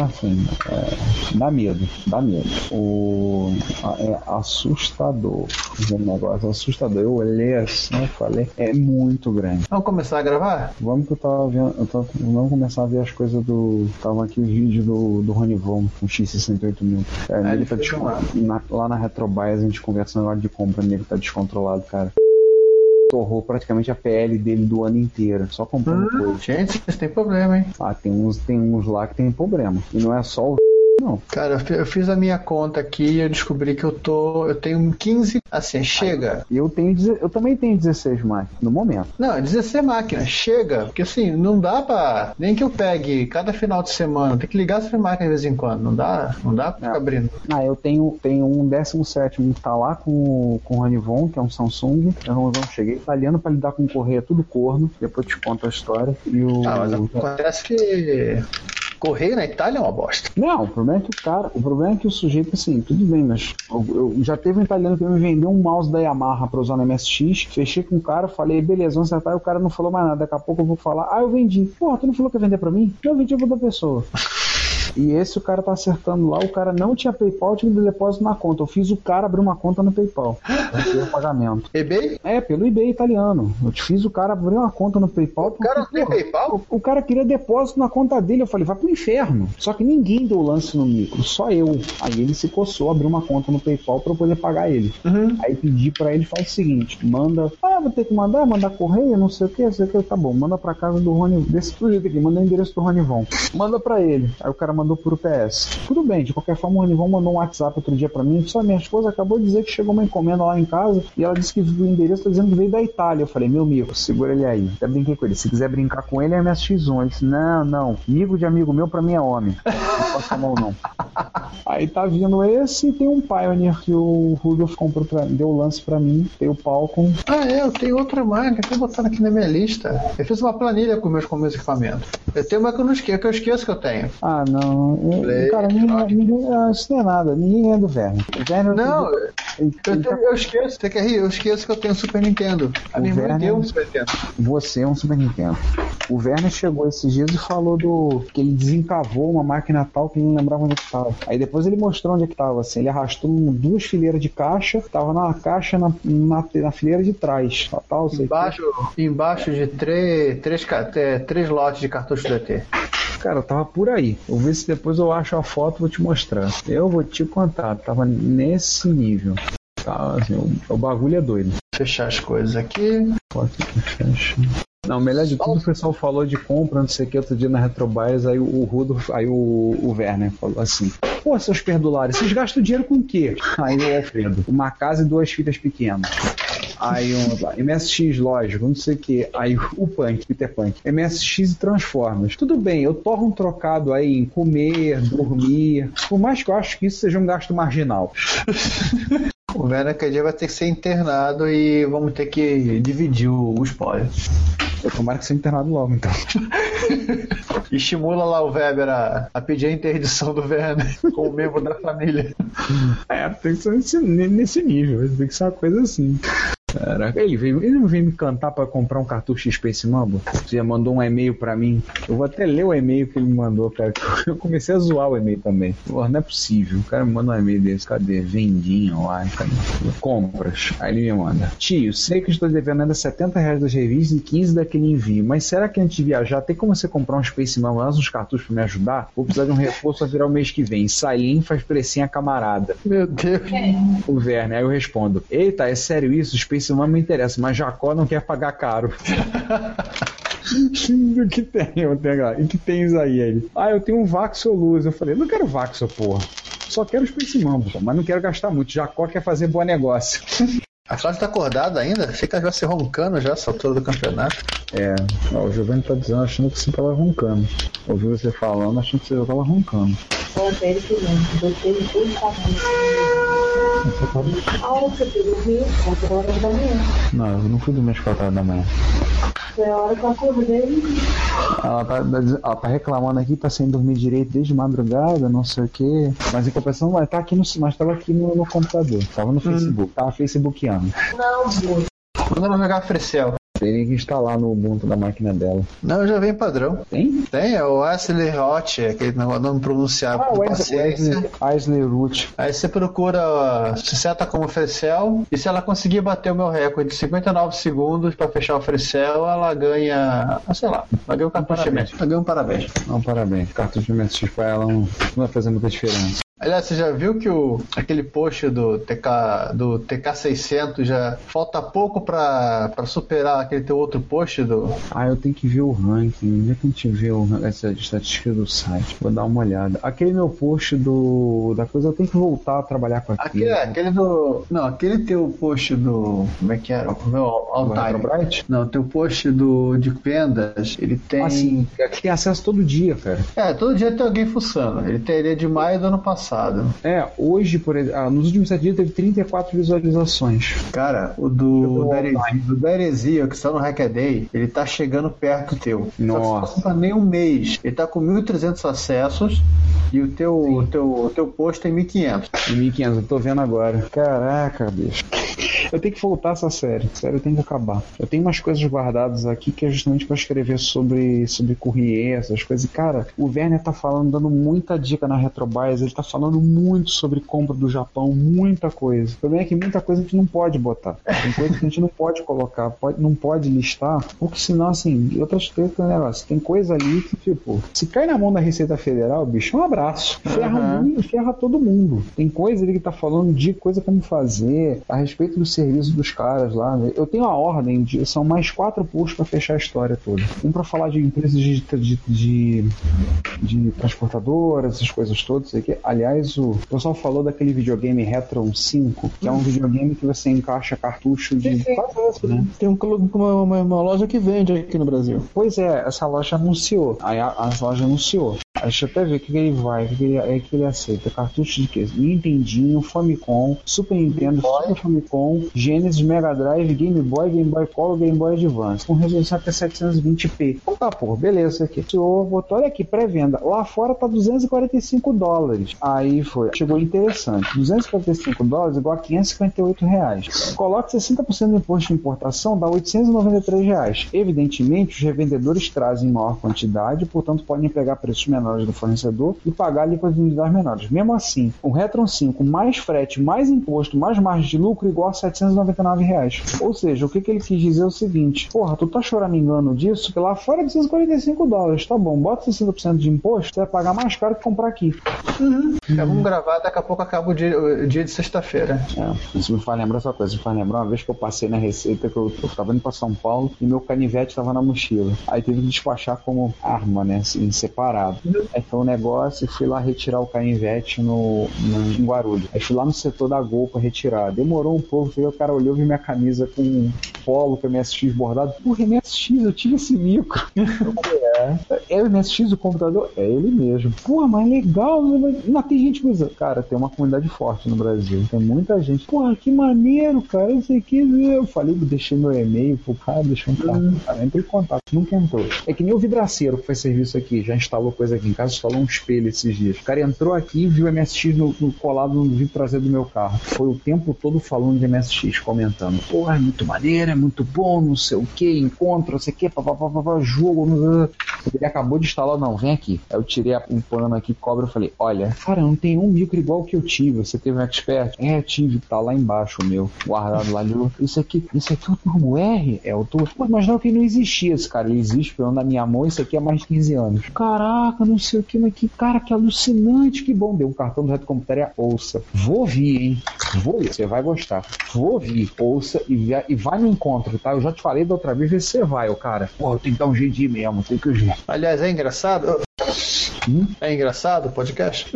[SPEAKER 4] Assim, é, dá medo, dá medo. O, a- é assustador. É um negócio assustador. Eu olhei assim e falei, é muito grande.
[SPEAKER 6] Vamos começar a gravar?
[SPEAKER 4] Vamos que eu tava vendo, eu tava, vamos começar a ver as coisas do. Tava aqui o vídeo do, do Rony Von com um o X68000. mil. Cara,
[SPEAKER 6] Ah,
[SPEAKER 4] ele
[SPEAKER 6] ele
[SPEAKER 4] tá
[SPEAKER 6] fez
[SPEAKER 4] descon-
[SPEAKER 6] um lá.
[SPEAKER 4] na- lá na Retrobias, a gente conversando lá de compra, nele tá descontrolado, cara. Torrou praticamente a PL dele do ano inteiro, só comprando coisa.
[SPEAKER 6] Gente, isso tem problema, hein?
[SPEAKER 4] Ah, tem uns, tem uns lá que tem problema. E não é só o não.
[SPEAKER 6] Cara, eu fi- eu fiz a minha conta aqui e eu descobri que eu tô. Eu tenho 15. Assim, chega.
[SPEAKER 4] Eu tenho deze- eu também tenho 16 mais no momento.
[SPEAKER 6] Não, 16 máquinas, chega. Porque assim, não dá pra. Nem que eu pegue cada final de semana. Tem que ligar essas máquinas de vez em quando. Não dá, não dá pra ficar abrindo.
[SPEAKER 4] Ah, eu tenho, tenho um 17 que tá lá com, o- com o Ranivon, que é um Samsung. Eu não não cheguei italiano pra lidar com correia tudo corno. Depois eu te conto a história. E o.
[SPEAKER 6] Ah, mas acontece que. Correio na Itália é uma bosta.
[SPEAKER 4] Não, o problema é que o cara. O problema é que o sujeito, assim, tudo bem, mas eu, eu já teve um italiano que me vendeu um mouse da Yamaha pra usar no MSX. Fechei com o cara, falei, beleza, vamos acertar. E o cara não falou mais nada. Daqui a pouco eu vou falar, ah, eu vendi. Porra, tu não falou que ia vender pra mim? Eu vendi pra outra pessoa. E esse o cara tá acertando lá, o cara não tinha PayPal, tinha um depósito na conta. Eu fiz o cara abrir uma conta no PayPal. Eu fiz o pagamento.
[SPEAKER 6] eBay?
[SPEAKER 4] É, pelo eBay italiano. Eu te fiz o cara abrir uma conta no PayPal. O cara tem
[SPEAKER 6] PayPal?
[SPEAKER 4] O, o cara queria depósito na conta dele. Eu falei, vai pro inferno. Só que ninguém deu lance no micro, só eu. Aí ele se coçou, abriu uma conta no PayPal pra eu poder pagar ele. Aí pedi pra ele, faz o seguinte, manda. Ah, vou ter que mandar, mandar correio, não sei o que, não sei o que. Tá bom, manda pra casa do Rony, desse sujeito aqui, manda o endereço do Ronivon. Manda pra ele. Aí o cara mandou por UPS. Tudo bem, de qualquer forma, o Ronivon mandou um WhatsApp outro dia pra mim. Só minha esposa acabou de dizer que chegou uma encomenda lá em casa e ela disse que viu o endereço, tá dizendo que veio da Itália. Eu falei, meu amigo, segura ele aí. Até brinquei com ele. Se quiser brincar com ele, é MSX1. Ele disse, não, não, amigo de amigo meu pra mim é homem. Não posso tomar o não. Aí tá vindo esse e tem um Pioneer que o Rudolf comprou pra, deu lance pra mim, tem o Palcom.
[SPEAKER 6] Ah, é, eu tenho outra máquina, tô botando aqui na minha lista. Eu fiz uma planilha com meus, com meus equipamentos. Eu tenho uma que eu não esqueço, que eu esqueço que eu tenho.
[SPEAKER 4] Ah, não. eu- cara, ninguém, ninguém- ah, isso não é nada. Ninguém é do Werner. O Werner
[SPEAKER 6] Não, eu,
[SPEAKER 4] ele
[SPEAKER 6] tenho- eu esqueço, você quer rir? Eu esqueço que eu tenho um Super Nintendo. A
[SPEAKER 4] O
[SPEAKER 6] minha irmã
[SPEAKER 4] Werner-
[SPEAKER 6] deu um Super Nintendo.
[SPEAKER 4] Você é um Super Nintendo. O Werner chegou esses dias e falou do que ele desencavou uma máquina tal que ele não lembrava onde é que tava. Aí depois ele mostrou onde que tava, assim. Ele arrastou um- duas fileiras de caixa, tava na caixa na, na, na fileira de trás. Tal, tal, sei o quê.
[SPEAKER 6] Embaixo, embaixo de três, três, ca- é, três lotes de cartucho DT.
[SPEAKER 4] Cara, tava por aí. Eu vou ver se depois eu acho a foto e vou te mostrar. Eu vou te contar, tava nesse nível. Tá, assim, o, o bagulho é doido.
[SPEAKER 6] Fechar as coisas aqui.
[SPEAKER 4] Não, o melhor de tudo, o pessoal falou de compra, não sei o que, outro dia na Retrobras, aí o- o Rudolf, aí o, o Werner falou assim, pô, seus perdulares, vocês gastam dinheiro com o quê? Aí o Alfredo, uma casa e duas filhas pequenas. Aí um MSX, lógico, não sei o que. Aí o Punk, Peter Punk. MSX e Transformers. Tudo bem, eu torro um trocado aí em comer, dormir. Por mais que eu acho que isso seja um gasto marginal.
[SPEAKER 6] O Werner que dia vai ter que ser internado e vamos ter que dividir o, o spoiler.
[SPEAKER 4] Eu tomara que seja internado logo, então.
[SPEAKER 6] Estimula lá o Weber a, a pedir a interdição do Werner como membro da família.
[SPEAKER 4] É, tem que ser nesse, nesse nível, tem que ser uma coisa assim. Caraca, ele, veio, ele não veio me cantar pra comprar um cartucho Space Mambo? Você já mandou um e-mail pra mim. Eu vou até ler o e-mail que ele me mandou, cara. que eu- Eu comecei a zoar o e-mail também. Porra, não é possível. O cara me manda um e-mail desse. Cadê? Vendinho lá. Cara. Compras. Aí ele me manda. Tio, sei que estou devendo ainda 70 reais das revistas e 15 daquele envio. Mas será que antes de viajar, tem como você comprar um Space Mambo mais uns cartuchos pra me ajudar? Vou precisar de um reforço a virar o mês que vem. Salim faz precinha camarada.
[SPEAKER 6] Meu Deus.
[SPEAKER 4] O Werner, né? aí eu respondo: Eita, é sério isso? Space Man me interessa, mas Jacó não quer pagar caro. o que tem? Eu tenho lá. E que tens aí? Ele? Ah, eu tenho um Vaxo Luz. Eu falei: Não quero Vaxo, porra. Só quero Space Man, pô, mas não quero gastar muito. Jacó quer fazer bom negócio.
[SPEAKER 6] A Flávia tá acordada ainda? Sei que ela já se roncando já essa altura do campeonato.
[SPEAKER 4] É, ó, o Giovanni tá dizendo, achando que você tava roncando. Ouvi você falando, achando que você tava roncando.
[SPEAKER 35] Voltei ele pro mundo. Botei ele tudo pra
[SPEAKER 4] tá
[SPEAKER 35] mim. A hora que eu fui dormir, 4 horas da manhã.
[SPEAKER 4] Não, eu não fui dormir às 4 horas da manhã.
[SPEAKER 36] É a hora que eu acordei.
[SPEAKER 4] Ela tá, ela tá reclamando aqui, tá sem dormir direito desde madrugada, não sei o que. Mas em compensação, ela tá aqui no, mas tava aqui no, no computador, tava no Facebook, tava facebookiano.
[SPEAKER 36] Não, Bruno.
[SPEAKER 6] Quando ela jogar Frecel.
[SPEAKER 4] Teria que instalar no Ubuntu da máquina dela.
[SPEAKER 6] Não, já vem padrão.
[SPEAKER 4] Tem?
[SPEAKER 6] Tem, é o Ashley Hot, é aquele negócio não pronunciável
[SPEAKER 4] Ah,
[SPEAKER 6] com
[SPEAKER 4] o
[SPEAKER 6] paciência.
[SPEAKER 4] Ashley Root.
[SPEAKER 6] Aí você procura, ó, se seta como Frecel, e se ela conseguir bater o meu recorde de 59 segundos pra fechar o Frecel, ela ganha, ah, sei lá, ela ganha um cartucho de
[SPEAKER 4] parabéns.
[SPEAKER 6] Ela ganha um parabéns.
[SPEAKER 4] Não, parabéns. Cartucho de MSX pra ela não, não vai fazer muita diferença.
[SPEAKER 6] Aliás, você já viu que o, aquele post do, TK, do TK600 já falta pouco pra pra superar aquele teu outro post do...
[SPEAKER 4] Ah, eu tenho que ver o ranking. Onde é que a gente vê o, ran- essa estatística do site? Vou dar uma olhada. Aquele meu post do da coisa, eu tenho que voltar a trabalhar com aquilo.
[SPEAKER 6] Aquele, aquele do. Não, aquele teu post do. Como é que era? O meu Altair. Não, teu post do de vendas, ele tem.
[SPEAKER 4] Assim, tem acesso todo dia, cara.
[SPEAKER 6] É, todo dia tem alguém fuçando. Ele teria de maio do ano passado.
[SPEAKER 4] É, hoje, por exemplo, ah, nos últimos sete dias teve 34 visualizações.
[SPEAKER 6] Cara, o do, da heresia, do da heresia, que está no Hackaday, ele tá chegando perto do teu. Só que
[SPEAKER 4] Nossa.
[SPEAKER 6] você não tá nem um mês. Ele tá com 1.300 acessos e o teu, o teu, o teu post tem 1.500.
[SPEAKER 4] 1.500, eu tô vendo agora. Caraca, bicho. Eu tenho que voltar essa série. Sério, eu tenho que acabar. Eu tenho umas coisas guardadas aqui que é justamente pra escrever sobre, sobre Courrier, essas coisas. E, cara, o Werner tá falando, dando muita dica na Retrobase. Ele tá falando muito sobre compra do Japão, muita coisa. O problema é que muita coisa a gente não pode botar. Tem coisa que a gente não pode colocar, pode- não pode listar, porque senão, assim, outras coisas tem negócio. Tem coisa ali que, tipo, se cai na mão da Receita Federal, bicho, é um abraço. Ferra
[SPEAKER 6] Aham.
[SPEAKER 4] muito e ferra todo mundo. Tem coisa ali que tá falando de coisa como fazer, a respeito do serviço dos caras lá. né? Eu tenho a ordem, de, são mais quatro posts pra fechar a história toda. Um pra falar de empresas de, de, de, de transportadoras, essas coisas todas. Aqui. Aliás, o pessoal falou daquele videogame Retron 5, que é um videogame que você encaixa cartucho de
[SPEAKER 6] Tem um clube, uma, uma, uma loja que vende aqui no Brasil.
[SPEAKER 4] Pois é, essa loja anunciou. Aí a, a loja anunciou. Aí Deixa eu até ver o que, que ele vai, o que, que ele, é que ele aceita. Cartucho de quê? Nintendinho, Famicom, Super Nintendo, Super Famicom, Genesis, Mega Drive, Game Boy, Game Boy Color, Game Boy Advance. Com resolução até 720p. Então tá, pô, beleza isso aqui. Senhor, botou, olha aqui, pré-venda. Lá fora tá 245 dólares. Aí foi, chegou interessante. 245 dólares igual a 558 reais. Coloca 60% do imposto de importação, dá 893 reais. Evidentemente, os revendedores trazem maior quantidade, portanto, podem pegar preços menores do fornecedor e pagar liquidividades menores. Mesmo assim, o Retron 5 mais frete, mais imposto, mais margem de lucro igual a 799 reais. Ou seja, o que, que ele quis dizer é o seguinte: porra, tu tá choramingando disso, que lá fora é 245 dólares, tá bom, bota 60% de imposto, você vai pagar mais caro que comprar aqui.
[SPEAKER 6] Já Hum. Então, vamos gravar, daqui a pouco acaba o dia, o dia de sexta-feira.
[SPEAKER 4] É, isso me faz lembrar essa coisa, me faz lembrar uma vez que eu passei na receita, que eu, eu tava indo pra São Paulo e meu canivete tava na mochila. Aí teve que despachar como arma, né? Assim, separado. Aí foi um negócio e fui lá retirar o canivete no, no em Guarulhos. Aí fui lá no setor da Gol pra retirar. Demorou um pouco, veio o cara olhou, viu minha camisa com polo com MSX bordado. Porra, MSX, eu tive esse mico. Eu falei, é. É o MSX, o computador? É ele mesmo. Porra, mas legal. né? Não, tem gente que usa. Cara, tem uma comunidade forte no Brasil. Tem muita gente. Porra, que maneiro, cara. Isso aqui. Eu falei, deixei meu e-mail pro cara, deixei um contato. pro Cara, entrei em contato. Nunca entrou. É que nem o vidraceiro que faz serviço aqui. Já instalou coisa aqui em casa, instalou um espelho esses dias. O cara entrou aqui e viu o MSX no, no colado no vidro traseiro do meu carro. Foi o tempo todo falando de MSX, comentando. Porra, é muito maneiro, é muito bom, não sei o que, encontro, não sei o que, papapá, jogo. né? não sei o quê. Ele acabou de instalar, não, vem aqui. Aí eu tirei a- um pano aqui, cobra, eu falei, olha, cara, não tem um micro igual que eu tive. Você teve um expert? É, tive, tá lá embaixo o meu, guardado lá de novo. Isso aqui, isso aqui é o Turbo R? É o Turbo. Pô, mas não que não existia esse cara, ele existe pelo na minha mão, isso aqui é há mais de 15 anos. Caraca, não sei o que, mas que cara, que alucinante, que bom. Deu um cartão do Reto Computaria, ouça. Vou ouvir, hein? Vou ouvir, você vai gostar. Vou ouvir, ouça e, vá- e vai no encontro, tá? Eu já te falei da outra vez, vê se você vai, ô cara. Pô, eu tenho que dar um jeito de ir mesmo, tem que ir.
[SPEAKER 6] Aliás, é engraçado. É engraçado o podcast?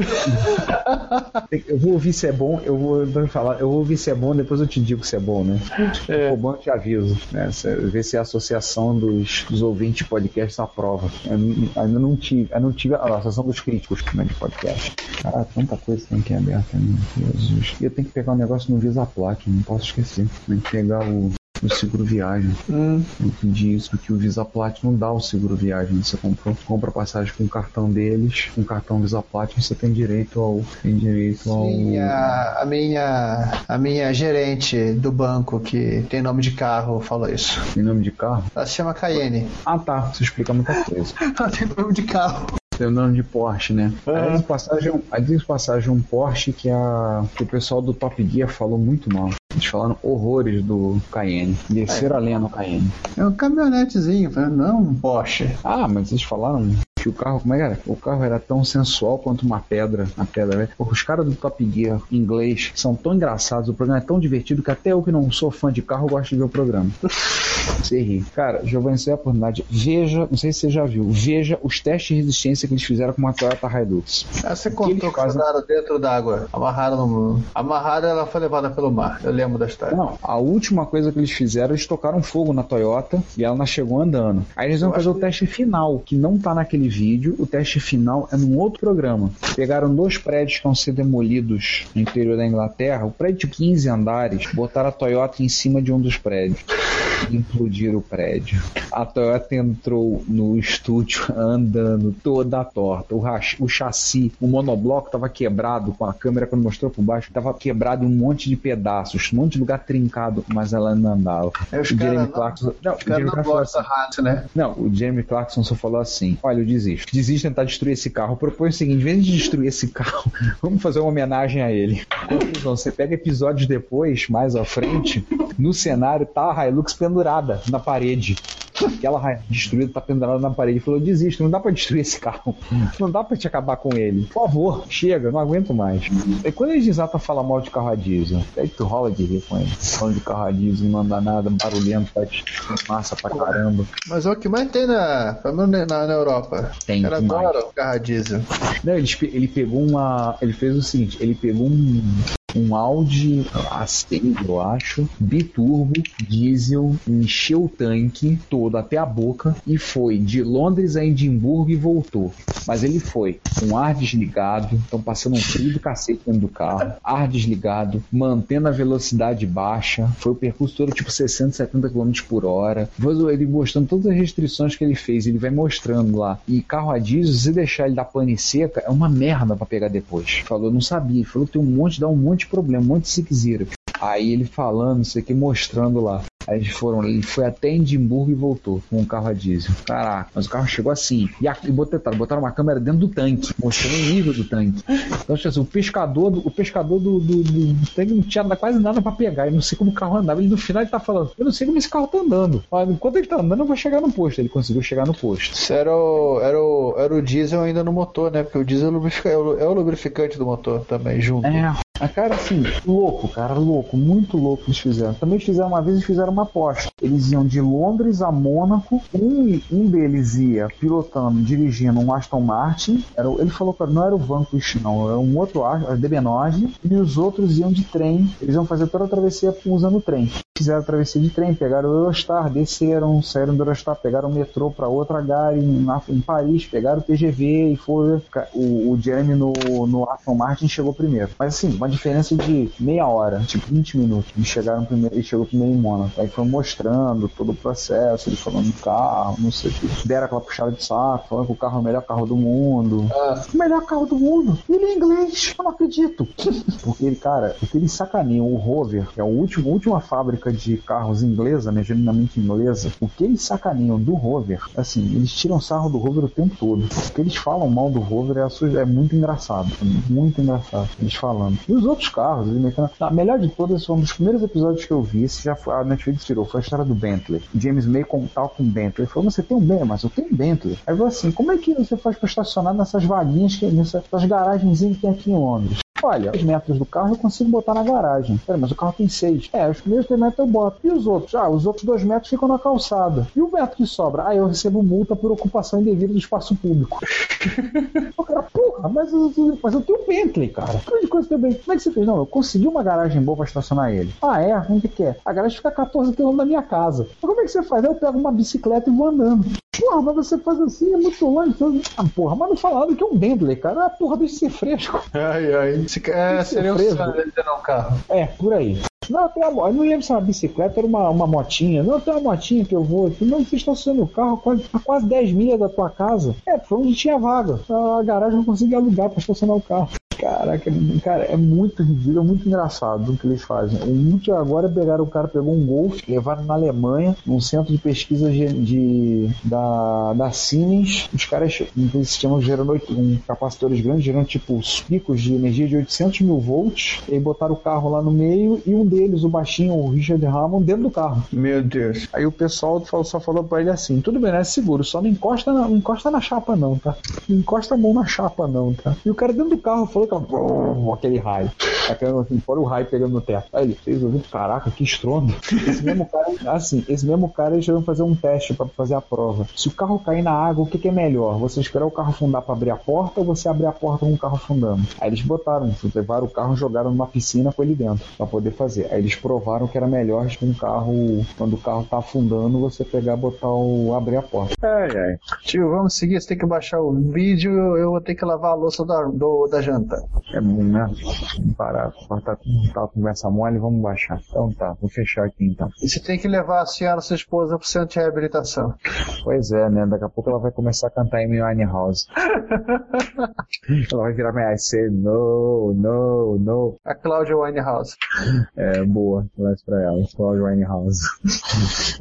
[SPEAKER 4] Eu vou ouvir se é bom, eu vou vou falar, eu vou ouvir se é bom, depois eu te digo se é bom, né? Se for bom, eu te aviso. Né? Se- Ver se a associação dos, dos ouvintes de podcast aprova. Eu n- ainda não tive, eu não tive a, a associação dos críticos né, de podcast. Cara, tanta coisa que é né? tem aqui aberta, meu Jesus. E eu tenho que pegar um negócio no Visa Plaque, não posso esquecer. Tem que pegar o. do seguro viagem. Eu entendi isso que o Visa Platinum dá o seguro viagem. Você comprou, compra passagem com o cartão deles, com o cartão Visa Platinum você tem direito ao tem direito ao
[SPEAKER 6] Minha, a, minha, a minha gerente do banco, que tem nome de carro, falou isso.
[SPEAKER 4] Tem nome de carro?
[SPEAKER 6] Ela se chama Cayenne.
[SPEAKER 4] Ah, tá. Isso explica muita coisa.
[SPEAKER 6] Ela tem nome de carro.
[SPEAKER 4] Tem o nome de Porsche, né?
[SPEAKER 6] É.
[SPEAKER 4] Aí de passagem, aí de passagem um Porsche que, a, que o pessoal do Top Gear falou muito mal. Eles falaram horrores do Cayenne. Desceram a lenha no Cayenne.
[SPEAKER 6] É um caminhonetezinho, não um Porsche.
[SPEAKER 4] Ah, mas eles falaram que o carro, como é que era? O carro era tão sensual quanto uma pedra. A pedra, né? Porra, Os caras do Top Gear em inglês são tão engraçados, o programa é tão divertido que até eu que não sou fã de carro gosto de ver o programa. Você ri. Cara, Giovanni, você é a oportunidade. Veja, não sei se você já viu, veja os testes de resistência que eles fizeram com uma Toyota Hilux.
[SPEAKER 6] Ah, você contou que jogaram dentro d'água. Amarraram no... Amarraram ela foi levada pelo mar. Eu lembro da história.
[SPEAKER 4] Não, a última coisa que eles fizeram, eles tocaram fogo na Toyota e ela não chegou andando. Aí eles vão fazer o teste final, que não tá naquele vídeo. O teste final é num outro programa. Pegaram dois prédios que vão ser demolidos no interior da Inglaterra, o prédio de 15 andares, botaram a Toyota em cima de um dos prédios. e Implodiram o prédio. A Toyota entrou no estúdio andando toda torta. O, rach- o chassi, o monobloco tava quebrado com a câmera quando mostrou por baixo, tava quebrado em um monte de pedaços, um monte de lugar trincado, mas ela não andava.
[SPEAKER 6] É, os
[SPEAKER 4] O
[SPEAKER 6] cara
[SPEAKER 4] Jeremy
[SPEAKER 6] não-
[SPEAKER 4] Clarkson- não, o
[SPEAKER 6] os cara
[SPEAKER 4] Jeremy
[SPEAKER 6] não
[SPEAKER 4] Clarkson falou
[SPEAKER 6] gosta
[SPEAKER 4] assim-
[SPEAKER 6] rato, né?
[SPEAKER 4] Não, o Jeremy Clarkson só falou assim: olha, eu desisto. Desisto de tentar destruir esse carro. Propõe o seguinte: em vez de destruir esse carro, vamos fazer uma homenagem a ele. Conclusão, você pega episódios depois, mais à frente, no cenário tá a Hilux pendurada na parede. Aquela Hilux destruída tá pendurada na parede. Ele Falou: eu desisto, não dá pra destruir esse carro. Não dá pra te acabar com ele. Por favor, chega, não aguento mais. E quando eles desatam a falar mal de carro a diesel, aí tu rola de rir com ele. Falando de carro a diesel, não anda nada, barulhento, faz massa pra caramba.
[SPEAKER 6] Mas é o que mais tem na, pelo menos na, na Europa.
[SPEAKER 4] Tem
[SPEAKER 6] Os caras
[SPEAKER 4] demais.
[SPEAKER 6] adoram carro a diesel.
[SPEAKER 4] Não, ele, pe- ele pegou uma. Ele fez o seguinte: ele pegou um. Um Audi A6, eu acho, biturbo, diesel, encheu o tanque todo até a boca e foi de Londres a Edimburgo e voltou. Mas ele foi com ar desligado, estão passando um frio do cacete dentro do carro, ar desligado, mantendo a velocidade baixa. Foi o percurso todo tipo 60, 70 km por hora. Depois ele mostrando todas as restrições que ele fez, ele vai mostrando lá. E carro a diesel, se deixar ele dar pane seca, é uma merda pra pegar depois. Falou, não sabia. Ele Falou que tem um monte, dá um monte de problema, um monte de siquezira. Aí ele falando, isso aqui, mostrando lá. Aí eles foram, ele foi até Edimburgo e voltou com um carro a diesel. Caraca, mas o carro chegou assim. E, a, e botaram, botaram uma câmera dentro do tanque, mostrando o nível do tanque. Então, tipo assim, o pescador, do, o pescador do, do- do- do tanque não tinha nada- quase nada pra pegar. Eu não sei como o carro andava. Ele no final ele tá falando, eu não sei como esse carro tá andando. Mas enquanto ele tá andando, eu vou chegar no posto. Ele conseguiu chegar no posto.
[SPEAKER 6] Isso era o, era, o, era o diesel ainda no motor, né? Porque o diesel é o lubrifica- é o, é o lubrificante do motor também, junto.
[SPEAKER 4] É. A cara assim, louco, cara, louco, muito louco eles fizeram. Também eles fizeram uma vez, eles fizeram uma aposta. Eles iam de Londres a Mônaco, um, um deles ia pilotando, dirigindo um Aston Martin. Era, o- ele falou que não era o Vanquish, não, era um outro Aston, era DB9, e os outros iam de trem. Eles iam fazer toda a travessia usando o trem. Fizeram a travessia de trem, pegaram o Eurostar, desceram, saíram do Eurostar, pegaram o metrô pra outra gare em, na- em Paris, pegaram o TGV e foram. Ca- O, o Jeremy no, no Aston Martin chegou primeiro. Mas assim, uma diferença de meia hora, tipo 20 minutos. Eles chegaram primeiro, ele chegou primeiro em Mônaco. Aí foi mostrando todo o processo, ele falando do carro, não sei o que. Deram aquela puxada de saco, falando que o carro é o melhor carro do mundo. O melhor carro do mundo. Ele é inglês. Eu não acredito. Porque ele, cara, porque ele sacaneia o Rover, que é o último, a última fábrica de carros inglesa, né? Genuinamente inglesa. O que eles sacaneiam do Rover, assim, eles tiram sarro do Rover o tempo todo. O que eles falam mal do Rover é, assu- é muito engraçado. é Muito engraçado. Eles falando. E os outros carros, eles metendo. A melhor de todas foi um dos primeiros episódios que eu vi, esse já foi, a Netflix tirou, foi a história do Bentley. James May com, tal com o Bentley. Ele falou: você tem um Bentley, mas eu tenho um Bentley. Aí eu falei assim: como é que você faz pra estacionar nessas vaguinhas, que, nessas, nessas garagenzinhas que tem aqui em Londres? Olha, os metros do carro eu consigo botar na garagem. Pera, mas o carro tem seis. É, os primeiros dois metros eu boto. E os outros? Ah, os outros dois metros ficam na calçada. E o metro que sobra? Ah, eu recebo multa por ocupação indevida do espaço público. o cara, porra, mas eu, mas eu tenho um Bentley, cara. Que coisa que eu tenho? Como é que você fez? Não, eu consegui uma garagem boa pra estacionar ele. Ah, é? Onde que é? A garagem fica a 14 km da minha casa. Mas como é que você faz? Eu pego uma bicicleta e vou andando. Porra, mas você faz assim, é muito longe. Ah, porra, mas não fala nada que é um Bentley, cara. Ah, porra, deixa de ser fresco.
[SPEAKER 6] Ai, ai. Esse ca-
[SPEAKER 4] Isso
[SPEAKER 6] é,
[SPEAKER 4] é
[SPEAKER 6] seria um
[SPEAKER 4] preso.
[SPEAKER 6] sonho dele ter um carro.
[SPEAKER 4] É, por aí. Não, tem uma, eu não lembro se era uma bicicleta era uma, uma motinha. Não, tem uma motinha que eu vou aqui. Não, vocês estão sendo o carro a quase, a quase 10 milhas da tua casa. É, foi onde tinha vaga. A garagem não conseguia alugar pra estacionar o carro. Caraca, cara, é muito ridículo, é muito engraçado o que eles fazem. O último agora pegaram o cara, pegou um Golf, levaram na Alemanha, num centro de pesquisa de, de- da, da Siemens. Os caras, eles chamam gerando um capacitores grandes, gerando tipo os picos de energia de 800 mil volts. E aí botaram o carro lá no meio e um deles, o baixinho, o Richard Hammond, dentro do carro. Meu Deus. Aí o pessoal falou- só falou pra ele assim: tudo bem, né? É seguro, só não encosta na, não encosta na chapa, não, tá? Não encosta a mão na chapa, não, tá? E o cara dentro do carro falou que ela- aquele raio. Tá caindo assim, fora o raio pegando no teto. Aí ele fez ouvindo, caraca, que estrondo. Esse mesmo cara, assim, esse mesmo cara eles foram fazer um teste pra fazer a prova. Se o carro cair na água, o que, que é melhor? Você esperar o carro afundar pra abrir a porta ou você abrir a porta com o carro afundando? Aí eles botaram, levaram o carro, jogaram numa piscina com ele dentro pra poder fazer. Aí eles provaram que era melhor com o carro, quando o carro tá afundando, você pegar, botar o. abrir a porta.
[SPEAKER 6] Ai, ai. Tio, vamos seguir. Você tem que baixar o vídeo. Eu vou ter que lavar a louça da, do- da janta.
[SPEAKER 4] É bom, né? Parar, cortar tá, conversa mole, vamos baixar. Então tá, vou fechar aqui então.
[SPEAKER 6] E você tem que levar a senhora, sua esposa, pro centro de reabilitação.
[SPEAKER 4] Pois é, né? Daqui a pouco ela vai começar a cantar Amy Winehouse. ela vai virar minha I say no, no, no.
[SPEAKER 6] A Cláudia Winehouse.
[SPEAKER 4] É, boa. Lance pra ela. Cláudio Winehouse.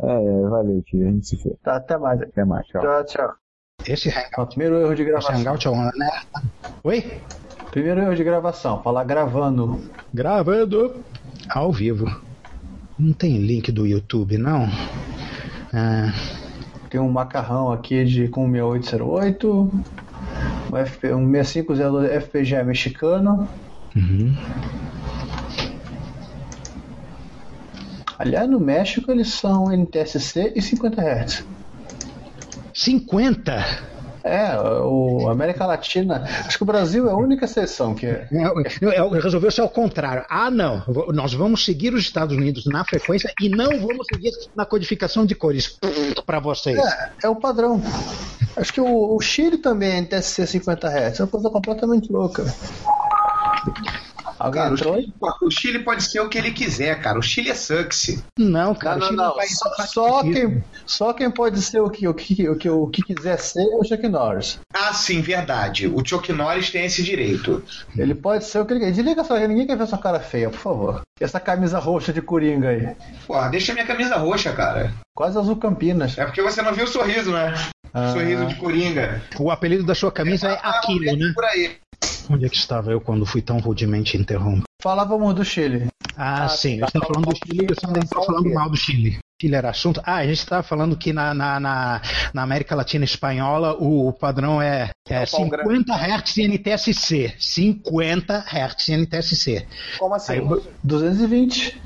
[SPEAKER 4] é, é, valeu, tio. A gente se vê.
[SPEAKER 6] Tá, até mais.
[SPEAKER 4] Até mais, tchau.
[SPEAKER 6] Tchau, tchau.
[SPEAKER 7] Esse hangout.
[SPEAKER 6] Primeiro erro de gravação.
[SPEAKER 7] Hangout é um, né? Oi?
[SPEAKER 6] Primeiro erro de gravação. Falar gravando.
[SPEAKER 7] Gravando. Ao vivo. Não tem link do YouTube, não? Ah,
[SPEAKER 6] Tem um macarrão aqui de com 6808. Um, FP, um 6502 FPGA mexicano.
[SPEAKER 7] uhum.
[SPEAKER 6] Aliás, no México eles são NTSC e 50 Hz.
[SPEAKER 7] 50?
[SPEAKER 6] É, o América Latina. Acho que o Brasil é a única exceção que é.
[SPEAKER 7] É, é, Resolveu ser ao contrário. Ah, não. vo- Nós vamos seguir os Estados Unidos na frequência e não vamos seguir na codificação de cores para vocês.
[SPEAKER 6] É, é o padrão. Acho que o, o Chile também é NTSC 50 Hz. É uma coisa completamente louca. Alguém
[SPEAKER 33] Cara, o
[SPEAKER 6] entrou aí?
[SPEAKER 33] Chile, o Chile pode ser o que ele quiser, cara. O Chile é sucks.
[SPEAKER 7] Não,
[SPEAKER 6] Não,
[SPEAKER 7] cara.
[SPEAKER 6] não,
[SPEAKER 7] o Chile é um
[SPEAKER 6] não.
[SPEAKER 7] país
[SPEAKER 6] Só, só
[SPEAKER 7] pacífico.
[SPEAKER 6] quem, só quem pode ser o que, o, que, o, que, o que quiser ser é o Chuck Norris.
[SPEAKER 33] Ah, sim, verdade. O Chuck Norris tem esse direito.
[SPEAKER 6] Ele pode ser o que ele quiser. Desliga só, ninguém quer ver sua cara feia, por favor. E essa camisa roxa de coringa aí.
[SPEAKER 33] Porra, deixa minha camisa roxa, cara.
[SPEAKER 6] Quase azul Campinas.
[SPEAKER 33] É porque você não viu o sorriso, né?
[SPEAKER 6] Ah.
[SPEAKER 33] Sorriso de coringa.
[SPEAKER 7] O apelido da sua camisa é Aquilo, né?
[SPEAKER 33] Por aí.
[SPEAKER 7] Onde é que estava eu quando fui tão rudemente interrompido?
[SPEAKER 6] Falávamos do Chile.
[SPEAKER 7] Ah, sim. Eu estava falando do Chile, eu estava falando mal do Chile. Chile era assunto. Ah, a gente estava falando que na, na, na, na América Latina Espanhola o padrão é, é
[SPEAKER 6] pau grande.
[SPEAKER 7] 50 Hz NTSC. 50 Hz NTSC.
[SPEAKER 5] Como assim?
[SPEAKER 6] 220.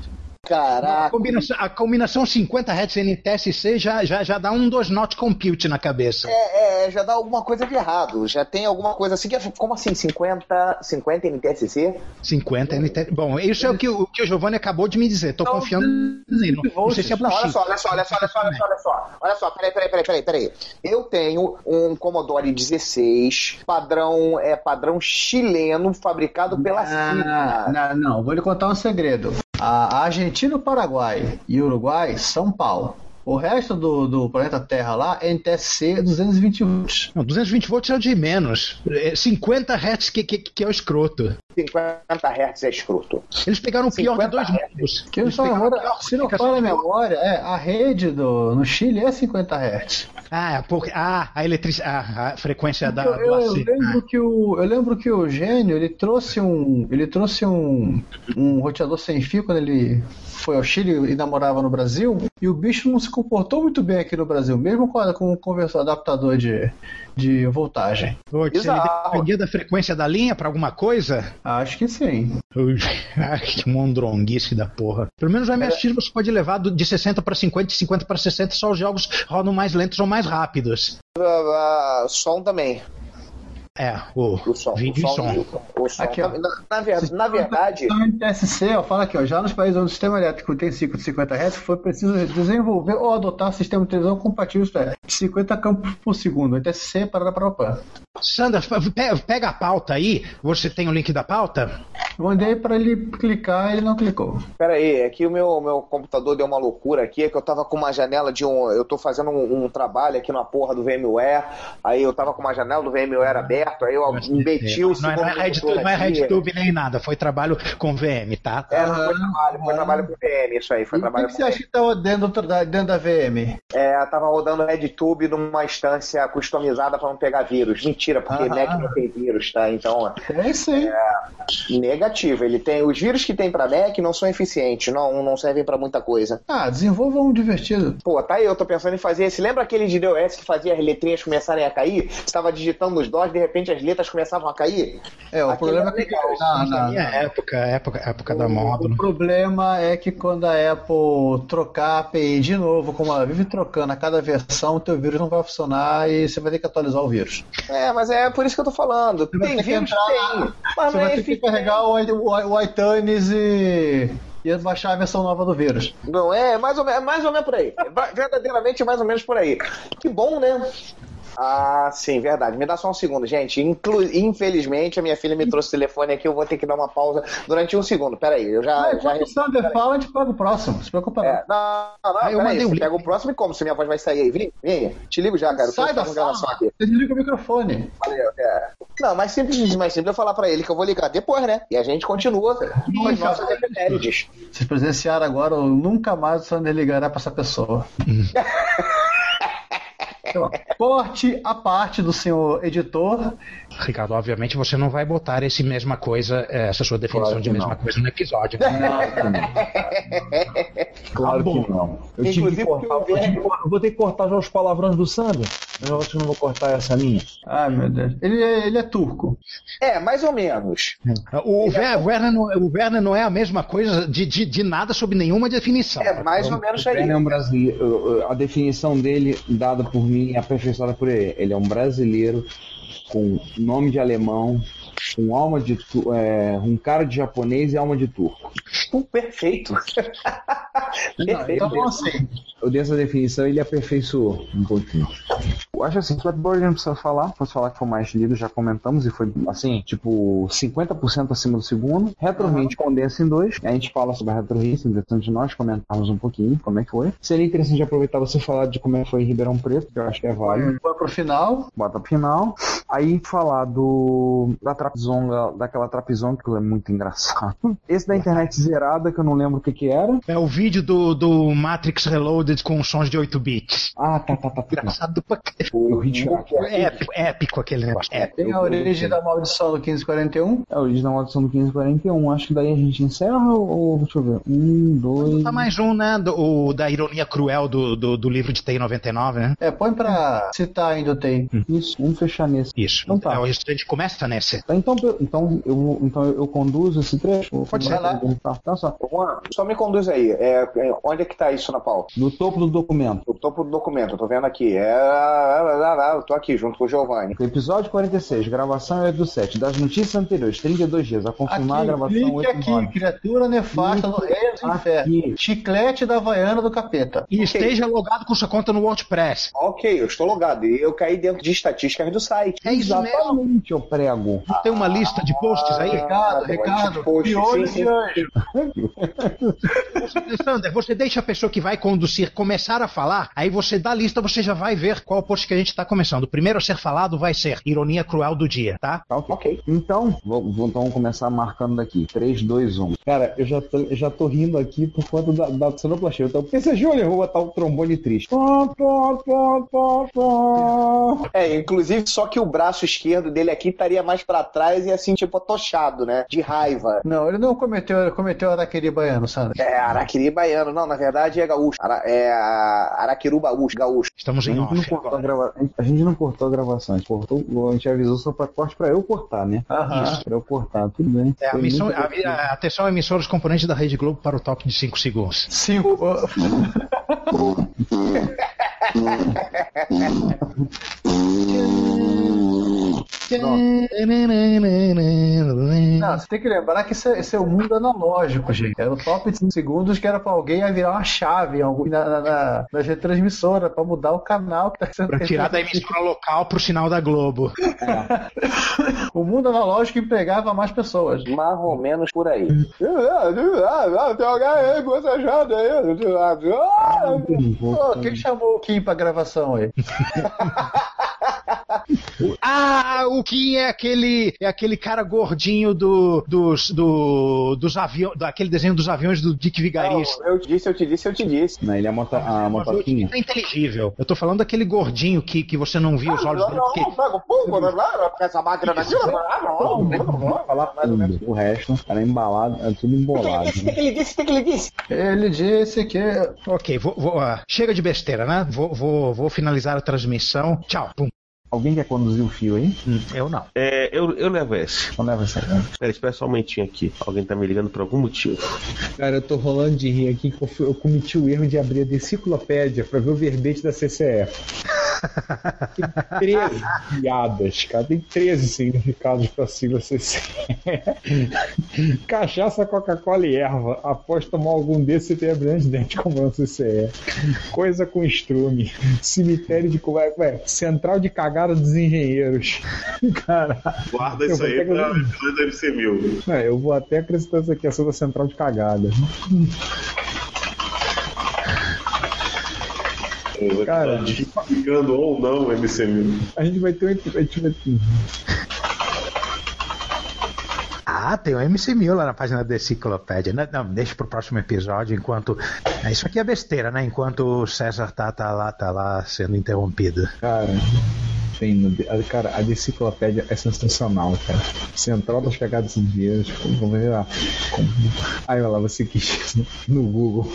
[SPEAKER 7] Caraca. A combinação, a combinação 50 Hz NTSC já, já, já dá um dos not compute na cabeça.
[SPEAKER 5] É, é, já dá alguma coisa de errado. Já tem alguma coisa assim que. Como assim? 50, 50 NTSC?
[SPEAKER 7] 50 NTSC. Bom, isso é o que, o que o Giovanni acabou de me dizer. Estou confiando nele. Não, não sei se é
[SPEAKER 5] Não, olha
[SPEAKER 7] bullshit.
[SPEAKER 5] só, olha só, olha só, olha só, olha só, olha só. Olha só, peraí, peraí, peraí, peraí, peraí. Eu tenho um Commodore 16, padrão, é, padrão chileno, fabricado pela
[SPEAKER 6] Ah, não, não, vou lhe contar um segredo. A a Argentina, o Paraguai e o Uruguai são pau. O resto do, do planeta Terra lá é NTSC 220 volts.
[SPEAKER 7] Não, 220 volts é o de menos. É 50 Hz que, que, que é o escroto.
[SPEAKER 5] 50 Hz é escroto.
[SPEAKER 7] Eles pegaram o pior de dois mundos.
[SPEAKER 6] Que eu
[SPEAKER 7] Eles
[SPEAKER 6] só
[SPEAKER 7] pegaram-
[SPEAKER 6] agora, se não falha a memória, é, a rede do, no Chile é 50 Hz.
[SPEAKER 7] Ah, porque, ah, a eletricidade, a, frequência da...
[SPEAKER 6] Eu, eu- eu
[SPEAKER 7] AC.
[SPEAKER 6] lembro que o, eu lembro que o Gênio ele trouxe um ele trouxe um, um roteador sem fio quando ele foi ao Chile e namorava no Brasil e o bicho não se comportou muito bem aqui no Brasil mesmo com, a- com o conversor adaptador de, de voltagem.
[SPEAKER 7] Ah, Pô, se ele dependia da frequência da linha pra alguma coisa?
[SPEAKER 6] Acho que sim.
[SPEAKER 7] Ai, que mondronguice da porra. Pelo menos o MSX você pode levar do- de 60 pra 50, de 50 pra 60, só os jogos rodam mais lentos ou mais rápidos.
[SPEAKER 5] Ah, ah, som também.
[SPEAKER 7] É, o, vídeo
[SPEAKER 5] o
[SPEAKER 7] e som.
[SPEAKER 5] O som
[SPEAKER 6] Aqui, ó.
[SPEAKER 5] também. Na, na ver- É, na verdade.
[SPEAKER 6] Então, o TSC, ó, fala aqui, ó, já nos países onde o sistema elétrico tem ciclo de 50 Hz, foi preciso desenvolver ou adotar sistema de televisão compatível de 50 campos por segundo. O TSC é para a
[SPEAKER 7] Sandra, pe- pega a pauta aí. Você tem o link da pauta?
[SPEAKER 6] Mandei para ele clicar, ele não clicou.
[SPEAKER 5] Pera aí, é que o meu, meu computador deu uma loucura aqui, é que eu tava com uma janela de um. Eu tô fazendo um, um trabalho aqui na porra do VMware, aí eu tava com uma janela do VMware aberta, aí eu embeti o
[SPEAKER 7] Não é, não é RedTube, não é RedTube nem nada. Foi trabalho com VM, tá?
[SPEAKER 5] É, não foi trabalho, foi trabalho com VM, isso aí, foi
[SPEAKER 6] O que,
[SPEAKER 5] trabalho
[SPEAKER 6] que
[SPEAKER 5] com
[SPEAKER 6] você acha que estava dentro, da- dentro da VM?
[SPEAKER 5] É, eu tava rodando RedTube numa instância customizada pra não pegar vírus. Mentira, porque
[SPEAKER 6] Aham.
[SPEAKER 5] Mac não tem vírus, tá? Então.
[SPEAKER 6] É sim.
[SPEAKER 5] negativo. Ele tem. Os vírus que tem pra Mac não são eficientes, não, não servem pra muita coisa.
[SPEAKER 6] Ah, desenvolva um divertido.
[SPEAKER 5] Pô, tá aí, eu tô pensando em fazer esse. Lembra aquele de DOS que fazia as letrinhas começarem a cair? Você tava digitando nos DOS, de repente as letras começavam a cair?
[SPEAKER 6] É, o problema é que-
[SPEAKER 5] legal.
[SPEAKER 6] Não, não,
[SPEAKER 7] Na minha época, época, época da moda.
[SPEAKER 6] É, O problema é que quando a Apple trocar a API de novo, como ela vive trocando a cada versão, o teu vírus não vai funcionar e você vai ter que atualizar o vírus.
[SPEAKER 5] É, mas é por isso que eu tô falando.
[SPEAKER 6] vai
[SPEAKER 5] Tem
[SPEAKER 6] ter que
[SPEAKER 5] vírus?
[SPEAKER 6] entrar
[SPEAKER 5] Tem. Mas
[SPEAKER 6] você
[SPEAKER 5] não
[SPEAKER 6] vai
[SPEAKER 5] é
[SPEAKER 6] ter que
[SPEAKER 5] eficiente.
[SPEAKER 6] carregar o, i- o, i- o iTunes e, e baixar a versão nova do vírus.
[SPEAKER 5] Não é, mais ou, menos, mais ou menos por aí. É va- Verdadeiramente mais ou menos por aí. Que bom, né? Ah, sim, verdade. Me dá só um segundo, gente. Inclu- Infelizmente, a minha filha me trouxe o telefone aqui. Eu vou ter que dar uma pausa durante um segundo. Peraí, eu
[SPEAKER 6] Ah,
[SPEAKER 5] já. já...
[SPEAKER 6] Quando o Sander fala, a gente pega o próximo. Se preocupa não.
[SPEAKER 5] É, não, não, não,
[SPEAKER 6] eu
[SPEAKER 5] peraí.
[SPEAKER 6] mandei o
[SPEAKER 5] Você
[SPEAKER 6] link.
[SPEAKER 5] pega o próximo e como? Se minha voz vai sair aí. Vim, vim. Te ligo já, cara. Eu tô
[SPEAKER 6] Sai da
[SPEAKER 5] fazendo gravação
[SPEAKER 6] sala.
[SPEAKER 5] aqui.
[SPEAKER 6] Desliga o microfone.
[SPEAKER 5] Valeu, é. Não, mais simples, mais simples eu falar pra ele que eu vou ligar depois, né? E a gente continua com as nossas efemérides.
[SPEAKER 6] Vocês presenciaram agora, o nunca mais o Sander ligará pra essa pessoa. Então, Corte a parte do senhor editor.
[SPEAKER 7] Ricardo, obviamente você não vai botar esse mesma coisa, eh, essa sua definição
[SPEAKER 6] Claro que
[SPEAKER 7] de mesma
[SPEAKER 6] não.
[SPEAKER 7] coisa no episódio. né?
[SPEAKER 37] Claro
[SPEAKER 7] Tá bom.
[SPEAKER 37] que não. Eu tive
[SPEAKER 5] Inclusive,
[SPEAKER 37] que cortar, eu tive que cortar- eu vou ter que cortar já os palavrões do Sandro. Mas eu acho que não vou cortar essa minha.
[SPEAKER 6] Ah, meu Deus. Ele é, ele é turco.
[SPEAKER 5] É, mais ou menos.
[SPEAKER 7] O, Ver- Werner não, o Werner não é a mesma coisa de, de, de nada sob nenhuma definição. É
[SPEAKER 5] mais ou menos
[SPEAKER 7] aí.
[SPEAKER 4] Ele é um brasileiro. A definição dele, dada por mim, aperfeiçoada por ele. Ele é um brasileiro com nome de alemão, com alma de tu- é, um cara de japonês e alma de turco.
[SPEAKER 5] perfeito.
[SPEAKER 4] é
[SPEAKER 6] Então, assim,
[SPEAKER 4] Eu dei essa definição ele aperfeiçoou um pouquinho. Eu acho assim, Flatboard não precisa falar. Posso falar que foi mais lido, já comentamos, e foi assim, tipo, 50% acima do segundo. RetroHit condensa em dois. A gente fala sobre a RetroHit, é interessante nós comentarmos um pouquinho como é que foi. Seria interessante aproveitar você falar de como é que foi em Ribeirão Preto, que eu acho que é válido.
[SPEAKER 6] Vai pro final.
[SPEAKER 4] Bota pro final. Aí falar do. da trapzonga, daquela trapzonga que é muito engraçado. Esse da internet zerada, que eu não lembro o que que era.
[SPEAKER 7] É o vídeo do, do Matrix Reloaded com sons de 8 bits.
[SPEAKER 4] Ah, tá, tá, tá.
[SPEAKER 7] Engraçado pra
[SPEAKER 4] O Hitchcock.
[SPEAKER 7] Épico, é épico aquele negócio.
[SPEAKER 5] É,
[SPEAKER 7] Épico.
[SPEAKER 6] Tem a origem da maldição do 1541.
[SPEAKER 4] É, o da maldição do 1541. Acho que daí a gente encerra ou. ou- Deixa eu ver. Um, dois.
[SPEAKER 7] Tá mais um, né? do- o da ironia cruel do, do, do livro de TI 99, né?
[SPEAKER 6] É, põe pra citar ainda o TI.
[SPEAKER 4] Isso, vamos fechar nesse.
[SPEAKER 7] Isso.
[SPEAKER 4] Então tá.
[SPEAKER 7] É, a gente começa nesse.
[SPEAKER 4] Tá, então, eu- então, eu, então eu conduzo esse trecho?
[SPEAKER 7] Pode
[SPEAKER 4] Vai
[SPEAKER 7] ser.
[SPEAKER 4] lá. Tá, tá só.
[SPEAKER 5] Juan, só me conduz aí. É, é, onde é que tá isso na pauta?
[SPEAKER 4] No topo do documento.
[SPEAKER 5] No topo do documento, eu tô vendo aqui. É, lá, lá, lá, lá, eu tô aqui junto com o Giovanni.
[SPEAKER 4] Episódio 46, gravação 8 do 7. Das notícias anteriores, 32 dias. A confirmar
[SPEAKER 6] Aqui,
[SPEAKER 4] a gravação
[SPEAKER 6] clique
[SPEAKER 4] 8 do 9.
[SPEAKER 6] aqui, criatura nefasta do reino do inferno. Chiclete da Havaiana do capeta.
[SPEAKER 7] E esteja logado com sua conta no WordPress.
[SPEAKER 5] Ok, eu estou logado. E eu caí dentro de estatísticas do site.
[SPEAKER 7] É isso mesmo.
[SPEAKER 4] Exatamente, eu prego.
[SPEAKER 7] Não tem uma lista de posts aí?
[SPEAKER 4] Ah.
[SPEAKER 6] Ricardo, Ricardo, piolhos de anjo.
[SPEAKER 7] Sander, você deixa a pessoa que vai conduzir começar a falar, aí você dá a lista, você já vai ver qual post que a gente está começando. O primeiro a ser falado vai ser Ironia Cruel do Dia, tá?
[SPEAKER 4] Tá, ok. Então, vamos, vamos- então vamos começar marcando daqui. 3, 2, 1. Cara, eu já tô, eu já tô rindo aqui por conta da, da sonoplastia. Então, pensa, Júlio, eu vou botar um trombone triste. Pó, pó, pó, pó, pó.
[SPEAKER 5] É, inclusive, só que o braço esquerdo dele aqui estaria mais pra trás e assim, tipo, atochado, né? De raiva.
[SPEAKER 6] Não, ele não cometeu, ele cometeu araquiri baiano, sabe?
[SPEAKER 5] É, Araquiri baiano. Não, na verdade é gaúcho. Ara- é a- Araquiru gaúcho, gaúcho.
[SPEAKER 7] Estamos
[SPEAKER 4] A
[SPEAKER 7] em
[SPEAKER 4] gente, não
[SPEAKER 7] off.
[SPEAKER 4] cortou a, grava... a gente não cortou a gravação, a gente, cortou... a gente avisou só pra corte pra eu cortar, né?
[SPEAKER 6] Aham.
[SPEAKER 4] Isso, pra eu cortar, tudo bem.
[SPEAKER 7] É, a
[SPEAKER 4] Foi
[SPEAKER 7] missão,
[SPEAKER 4] muito-
[SPEAKER 7] a, a- atenção, emissoras componentes da Rede Globo para o toque de 5 segundos.
[SPEAKER 6] Cinco.
[SPEAKER 7] Pronto.
[SPEAKER 6] Não, você tem que lembrar que esse, é- esse é o mundo analógico, gente. Era o top de segundos que era pra alguém ia virar uma chave em algum- na, na, na, nas retransmissoras pra mudar o canal que tá sendo
[SPEAKER 7] Pra tirar da emissora local pro sinal da Globo.
[SPEAKER 6] O mundo analógico empregava mais pessoas.
[SPEAKER 38] Mais ou menos por aí.
[SPEAKER 6] Tem alguém aí bocejando aí? Ô, Quem chamou o Kim pra gravação aí?
[SPEAKER 7] Ah, o Kim é aquele é aquele cara gordinho do dos do, dos aviões, daquele desenho dos aviões do Dick Vigarista.
[SPEAKER 38] Eu te disse, eu te disse, eu te disse.
[SPEAKER 7] Não, ele é mota, a motoquinha. É inteligível. Eu tô falando daquele gordinho que, que você não viu os olhos dele. porque-
[SPEAKER 38] né? essa máquina daqui,
[SPEAKER 39] Falar o resto, era embalado, era é tudo embolado. né?
[SPEAKER 38] O que que ele disse? O que que ele disse?
[SPEAKER 6] Ele disse que.
[SPEAKER 7] Ok, vou, vou, ah, chega de besteira, né? Vou, vou, vou finalizar a transmissão. Tchau. Pum.
[SPEAKER 39] Alguém quer conduzir o fio aí?
[SPEAKER 7] Hum, Eu não.
[SPEAKER 40] É, eu, eu levo esse.
[SPEAKER 39] Eu levo esse.
[SPEAKER 40] Espera, espera só um momentinho aqui. Alguém tá me ligando por algum motivo.
[SPEAKER 4] Cara, eu tô rolando de rir aqui que eu, fui- eu cometi o erro de abrir a deciclopédia pra ver o verbete da CCF. Tem 13 piadas, cara. Tem 13 significados pra sigla CCE. Cachaça, Coca-Cola e erva. Após tomar algum desses, você tem a brilhante dente comprando CCE. Coisa com estrume. Cemitério de. co- Ué, central de cagada dos engenheiros. Caralho.
[SPEAKER 11] Guarda
[SPEAKER 4] Eu
[SPEAKER 11] isso
[SPEAKER 4] vou
[SPEAKER 11] aí
[SPEAKER 4] ter que-
[SPEAKER 11] pra episódio do MC1000.
[SPEAKER 4] É, eu vou até acrescentar isso aqui, essa da central de cagada.
[SPEAKER 11] Cara, justificando Tá ou não o MC1000.
[SPEAKER 4] A gente vai ter um. epi- A gente vai ter...
[SPEAKER 7] Ah, tem o MC1000 lá na página da enciclopédia. Não, não, deixa pro próximo episódio, enquanto... Ah, Isso aqui é besteira, né? Enquanto o César tá, tá lá, tá lá sendo interrompido.
[SPEAKER 4] Cara, tem no, a- cara, a deciclopédia é sensacional, cara. Central das cagadas indianas, vamos ver lá. Como- Aí olha lá, você quis no, no Google.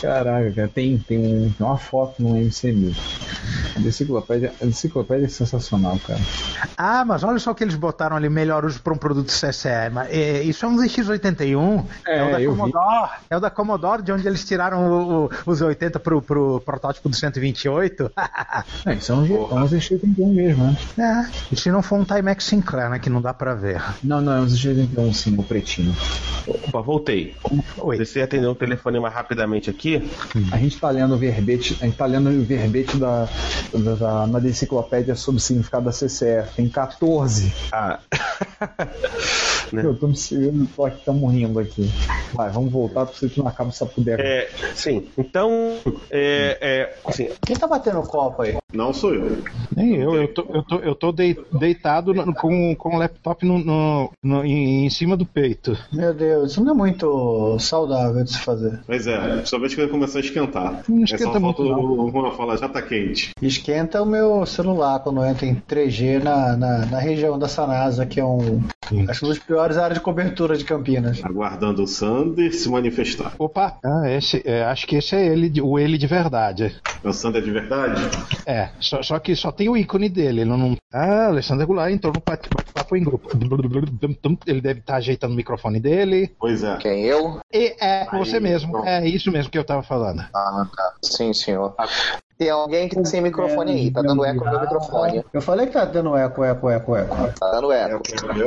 [SPEAKER 4] Caraca, cara, tem, tem, um- tem uma foto no MC1000. A deciclopédia, a deciclopédia é sensacional, cara.
[SPEAKER 7] Ah, mas olha só o que eles botaram ali, melhor uso para um produto CCE. Mas, é, isso é um ZX81.
[SPEAKER 4] É,
[SPEAKER 7] o da
[SPEAKER 4] eu vi.
[SPEAKER 7] Commodore. É o da Commodore, de onde eles tiraram o- o- os 80 pro, pro protótipo do 128.
[SPEAKER 4] É, isso é um, jeito- é um ZX81 mesmo, né?
[SPEAKER 7] É, e se não for um Timex Sinclair, né, que não dá pra ver.
[SPEAKER 4] Não, não, é um ZX81 sim, o pretinho.
[SPEAKER 40] Opa, voltei.
[SPEAKER 7] Oi.
[SPEAKER 40] Você atender um telefonema rapidamente aqui?
[SPEAKER 4] A gente tá lendo o verbete, a gente tá lendo o verbete da, da, da- na enciclopédia sobre o significado da CCF. Tem 14.
[SPEAKER 40] Ah.
[SPEAKER 4] Eu tô me segurando, tô aqui, estamos rindo aqui. Vai, vamos voltar pra você que não acaba essa puder.
[SPEAKER 40] É, sim. Então, é, é, assim,
[SPEAKER 6] Quem tá batendo o copo aí?
[SPEAKER 11] Não sou eu.
[SPEAKER 7] Nem eu, eu tô, eu tô, eu tô dei- deitado no- com, com o laptop no, no- no- em, em cima do peito.
[SPEAKER 6] Meu Deus, isso não é muito saudável de se fazer.
[SPEAKER 11] Pois é, principalmente quando começou a esquentar.
[SPEAKER 6] Não
[SPEAKER 11] é
[SPEAKER 6] esquenta
[SPEAKER 11] só
[SPEAKER 6] muito,
[SPEAKER 11] falta
[SPEAKER 6] não.
[SPEAKER 11] o Juan falar, já tá quente.
[SPEAKER 6] Esquenta o meu celular quando entra em 3G na, na, na região da Sanasa, que é um. Acho que uma das piores áreas de cobertura de Campinas.
[SPEAKER 11] Aguardando o Sander se manifestar.
[SPEAKER 7] Opa! Ah, esse, é, acho que esse é ele, de- o ele de verdade.
[SPEAKER 11] É o Sander de verdade?
[SPEAKER 7] É, só, só que só tem o ícone dele. Ele não... Ah, Alessandro Goulart entrou no bate- bate-papo em grupo. Ele deve estar ajeitando o microfone dele.
[SPEAKER 11] Pois é.
[SPEAKER 7] Quem, eu? E, é, você mesmo. É isso mesmo que eu tava falando.
[SPEAKER 5] Ah, tá. Sim, senhor.
[SPEAKER 38] Ah.
[SPEAKER 5] Tem alguém que tá sem microfone aí, tá dando eco no meu microfone.
[SPEAKER 6] Eu falei que tá dando eco, eco, eco, eco.
[SPEAKER 5] Tá dando eco.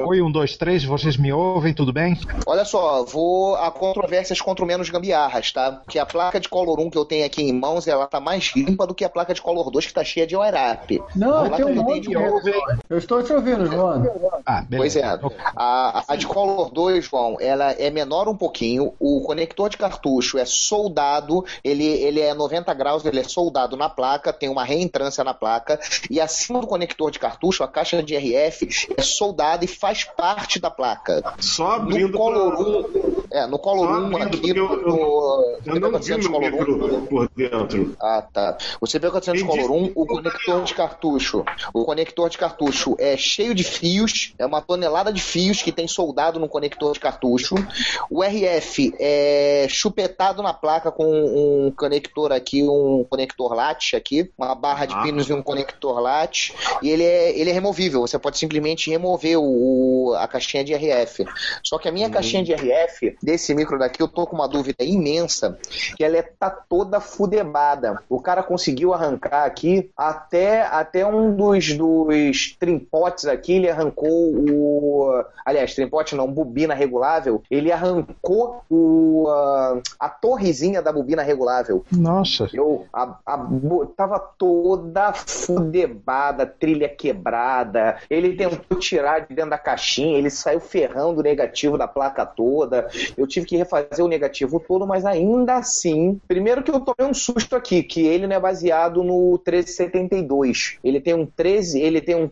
[SPEAKER 7] Oi, um, dois, três, vocês me ouvem, tudo bem?
[SPEAKER 5] Olha só, vou a controvérsias contra o menos gambiarras, tá? Que a placa de Color 1 que eu tenho aqui em mãos, ela tá mais limpa do que a placa de Color 2 que tá cheia de OIRAP.
[SPEAKER 6] Não,
[SPEAKER 5] Vamos
[SPEAKER 6] tem
[SPEAKER 5] lá,
[SPEAKER 6] um
[SPEAKER 5] tem
[SPEAKER 6] monte de
[SPEAKER 5] gente
[SPEAKER 6] eco. Eu estou te ouvindo, João.
[SPEAKER 5] Pois é. A, a de Color 2, João, ela é menor um pouquinho. O conector de cartucho é soldado, ele, ele é 90 graus, ele é soldado na placa, tem uma reentrância na placa. E acima do conector de cartucho, a caixa de RF é soldada e faz parte da placa.
[SPEAKER 11] Só
[SPEAKER 5] abrindo. No Color 1, é, no Color 1 aqui. no,
[SPEAKER 11] Eu não vi o meu
[SPEAKER 5] um,
[SPEAKER 11] micro por dentro.
[SPEAKER 5] ah, tá. O CP400 Color 1, o conector de cartucho. O conector de cartucho é cheio de fios, é uma tonelada de fios que tem soldado no conector de cartucho. O RF é chupetado na placa com um conector aqui, um conector lá, latch aqui, uma barra de pinos e um conector latch, e ele é, ele é removível, você pode simplesmente remover o, o- a caixinha de RF. Só que a minha caixinha de RF desse micro daqui, eu tô com uma dúvida imensa, que ela é, tá toda fudebada. O cara conseguiu arrancar aqui, até, até um dos, dos trimpotes aqui, ele arrancou o... Aliás, trimpote não, bobina regulável, ele arrancou o, ah, a torrezinha da bobina regulável.
[SPEAKER 7] Nossa.
[SPEAKER 5] Eu a, a bo- tava toda fudebada, trilha quebrada. Ele tentou tirar de dentro da caixinha, ele saiu ferrando o negativo da placa toda. Eu tive que refazer o negativo todo, mas ainda assim, primeiro que eu tomei um susto aqui, que ele não é baseado no 1372. Ele tem um 13, ele tem um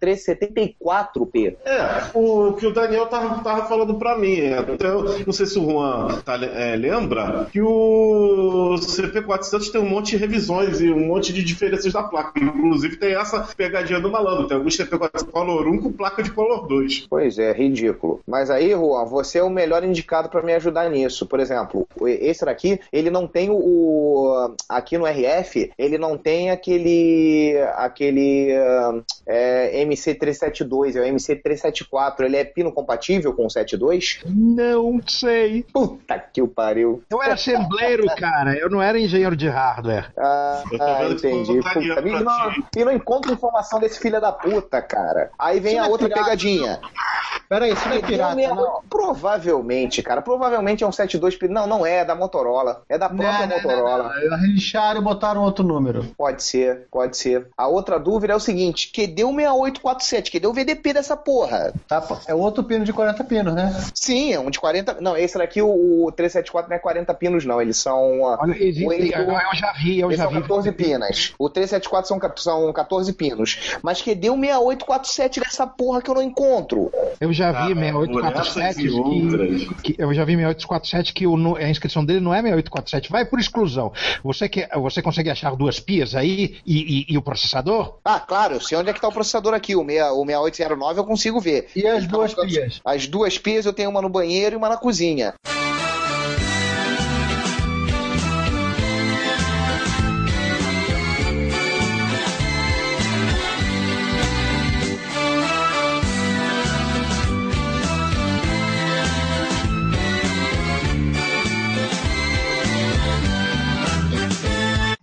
[SPEAKER 5] 1374p.
[SPEAKER 11] É, o que o Daniel tava, tava falando pra mim. é, Eu não sei se o Juan tá, é, lembra que o CP400 tem um monte de revisões e um monte de diferenças da placa. Inclusive tem essa pegadinha do malandro. Tem alguns CP400 Color 1 com placa de Color 2.
[SPEAKER 5] Pois é, ridículo. Mas aí, Juan, você é o melhor indicado pra me ajudar nisso. Por exemplo, o- esse daqui, ele não tem o- o. Aqui no RF, ele não tem aquele. aquele. ah, é, MC372, é o MC374. Ele é pino compatível com o 72?
[SPEAKER 7] Não sei.
[SPEAKER 5] Puta que o pariu.
[SPEAKER 7] Eu era é assembleiro, cara. Eu não era engenheiro de hardware.
[SPEAKER 5] Ah,
[SPEAKER 7] Eu tô
[SPEAKER 5] ah,
[SPEAKER 7] vendo que
[SPEAKER 5] entendi.
[SPEAKER 7] tu não tá
[SPEAKER 5] Puta, e,
[SPEAKER 7] ligando pra
[SPEAKER 5] não, e não encontro informação desse filho da puta, cara. Aí vem
[SPEAKER 41] Isso
[SPEAKER 5] a
[SPEAKER 41] não é
[SPEAKER 5] outra
[SPEAKER 41] pirata,
[SPEAKER 5] pegadinha. Pera aí, isso
[SPEAKER 41] não é pirata, não.
[SPEAKER 5] Provavelmente, cara. Provavelmente é um 72... pi- Não, não é. É da Motorola. É da própria Motorola.
[SPEAKER 41] Relincharam e botaram outro número.
[SPEAKER 5] Pode ser, pode ser. A outra dúvida é o seguinte: que deu 6847? Que deu o VDP dessa porra?
[SPEAKER 41] Tá, pô. é outro pino de 40 pinos, né?
[SPEAKER 5] Sim, é um de 40. Não, esse daqui, o, o 374, não é 40 pinos, não. Eles são. Olha,
[SPEAKER 7] existe- eu já vi, eu já
[SPEAKER 5] são
[SPEAKER 7] vi.
[SPEAKER 5] 14 pinas. O 374 são, cap- são 14 pinos. Mas que deu 6847 dessa porra que eu não encontro?
[SPEAKER 7] Eu já vi
[SPEAKER 5] por essas
[SPEAKER 7] 6847
[SPEAKER 5] e
[SPEAKER 11] né?
[SPEAKER 7] que, que eu já vi 6847 que o nu- a inscrição dele não é 6847, vai por exclusão. Você que você consegue achar duas pias aí e, e- e o processador?
[SPEAKER 5] Ah, claro, eu sei onde é que tá o processador aqui. O, 6, o 6809 eu consigo ver.
[SPEAKER 41] E as duas
[SPEAKER 5] pias? As duas pias eu tenho uma no banheiro e uma na cozinha.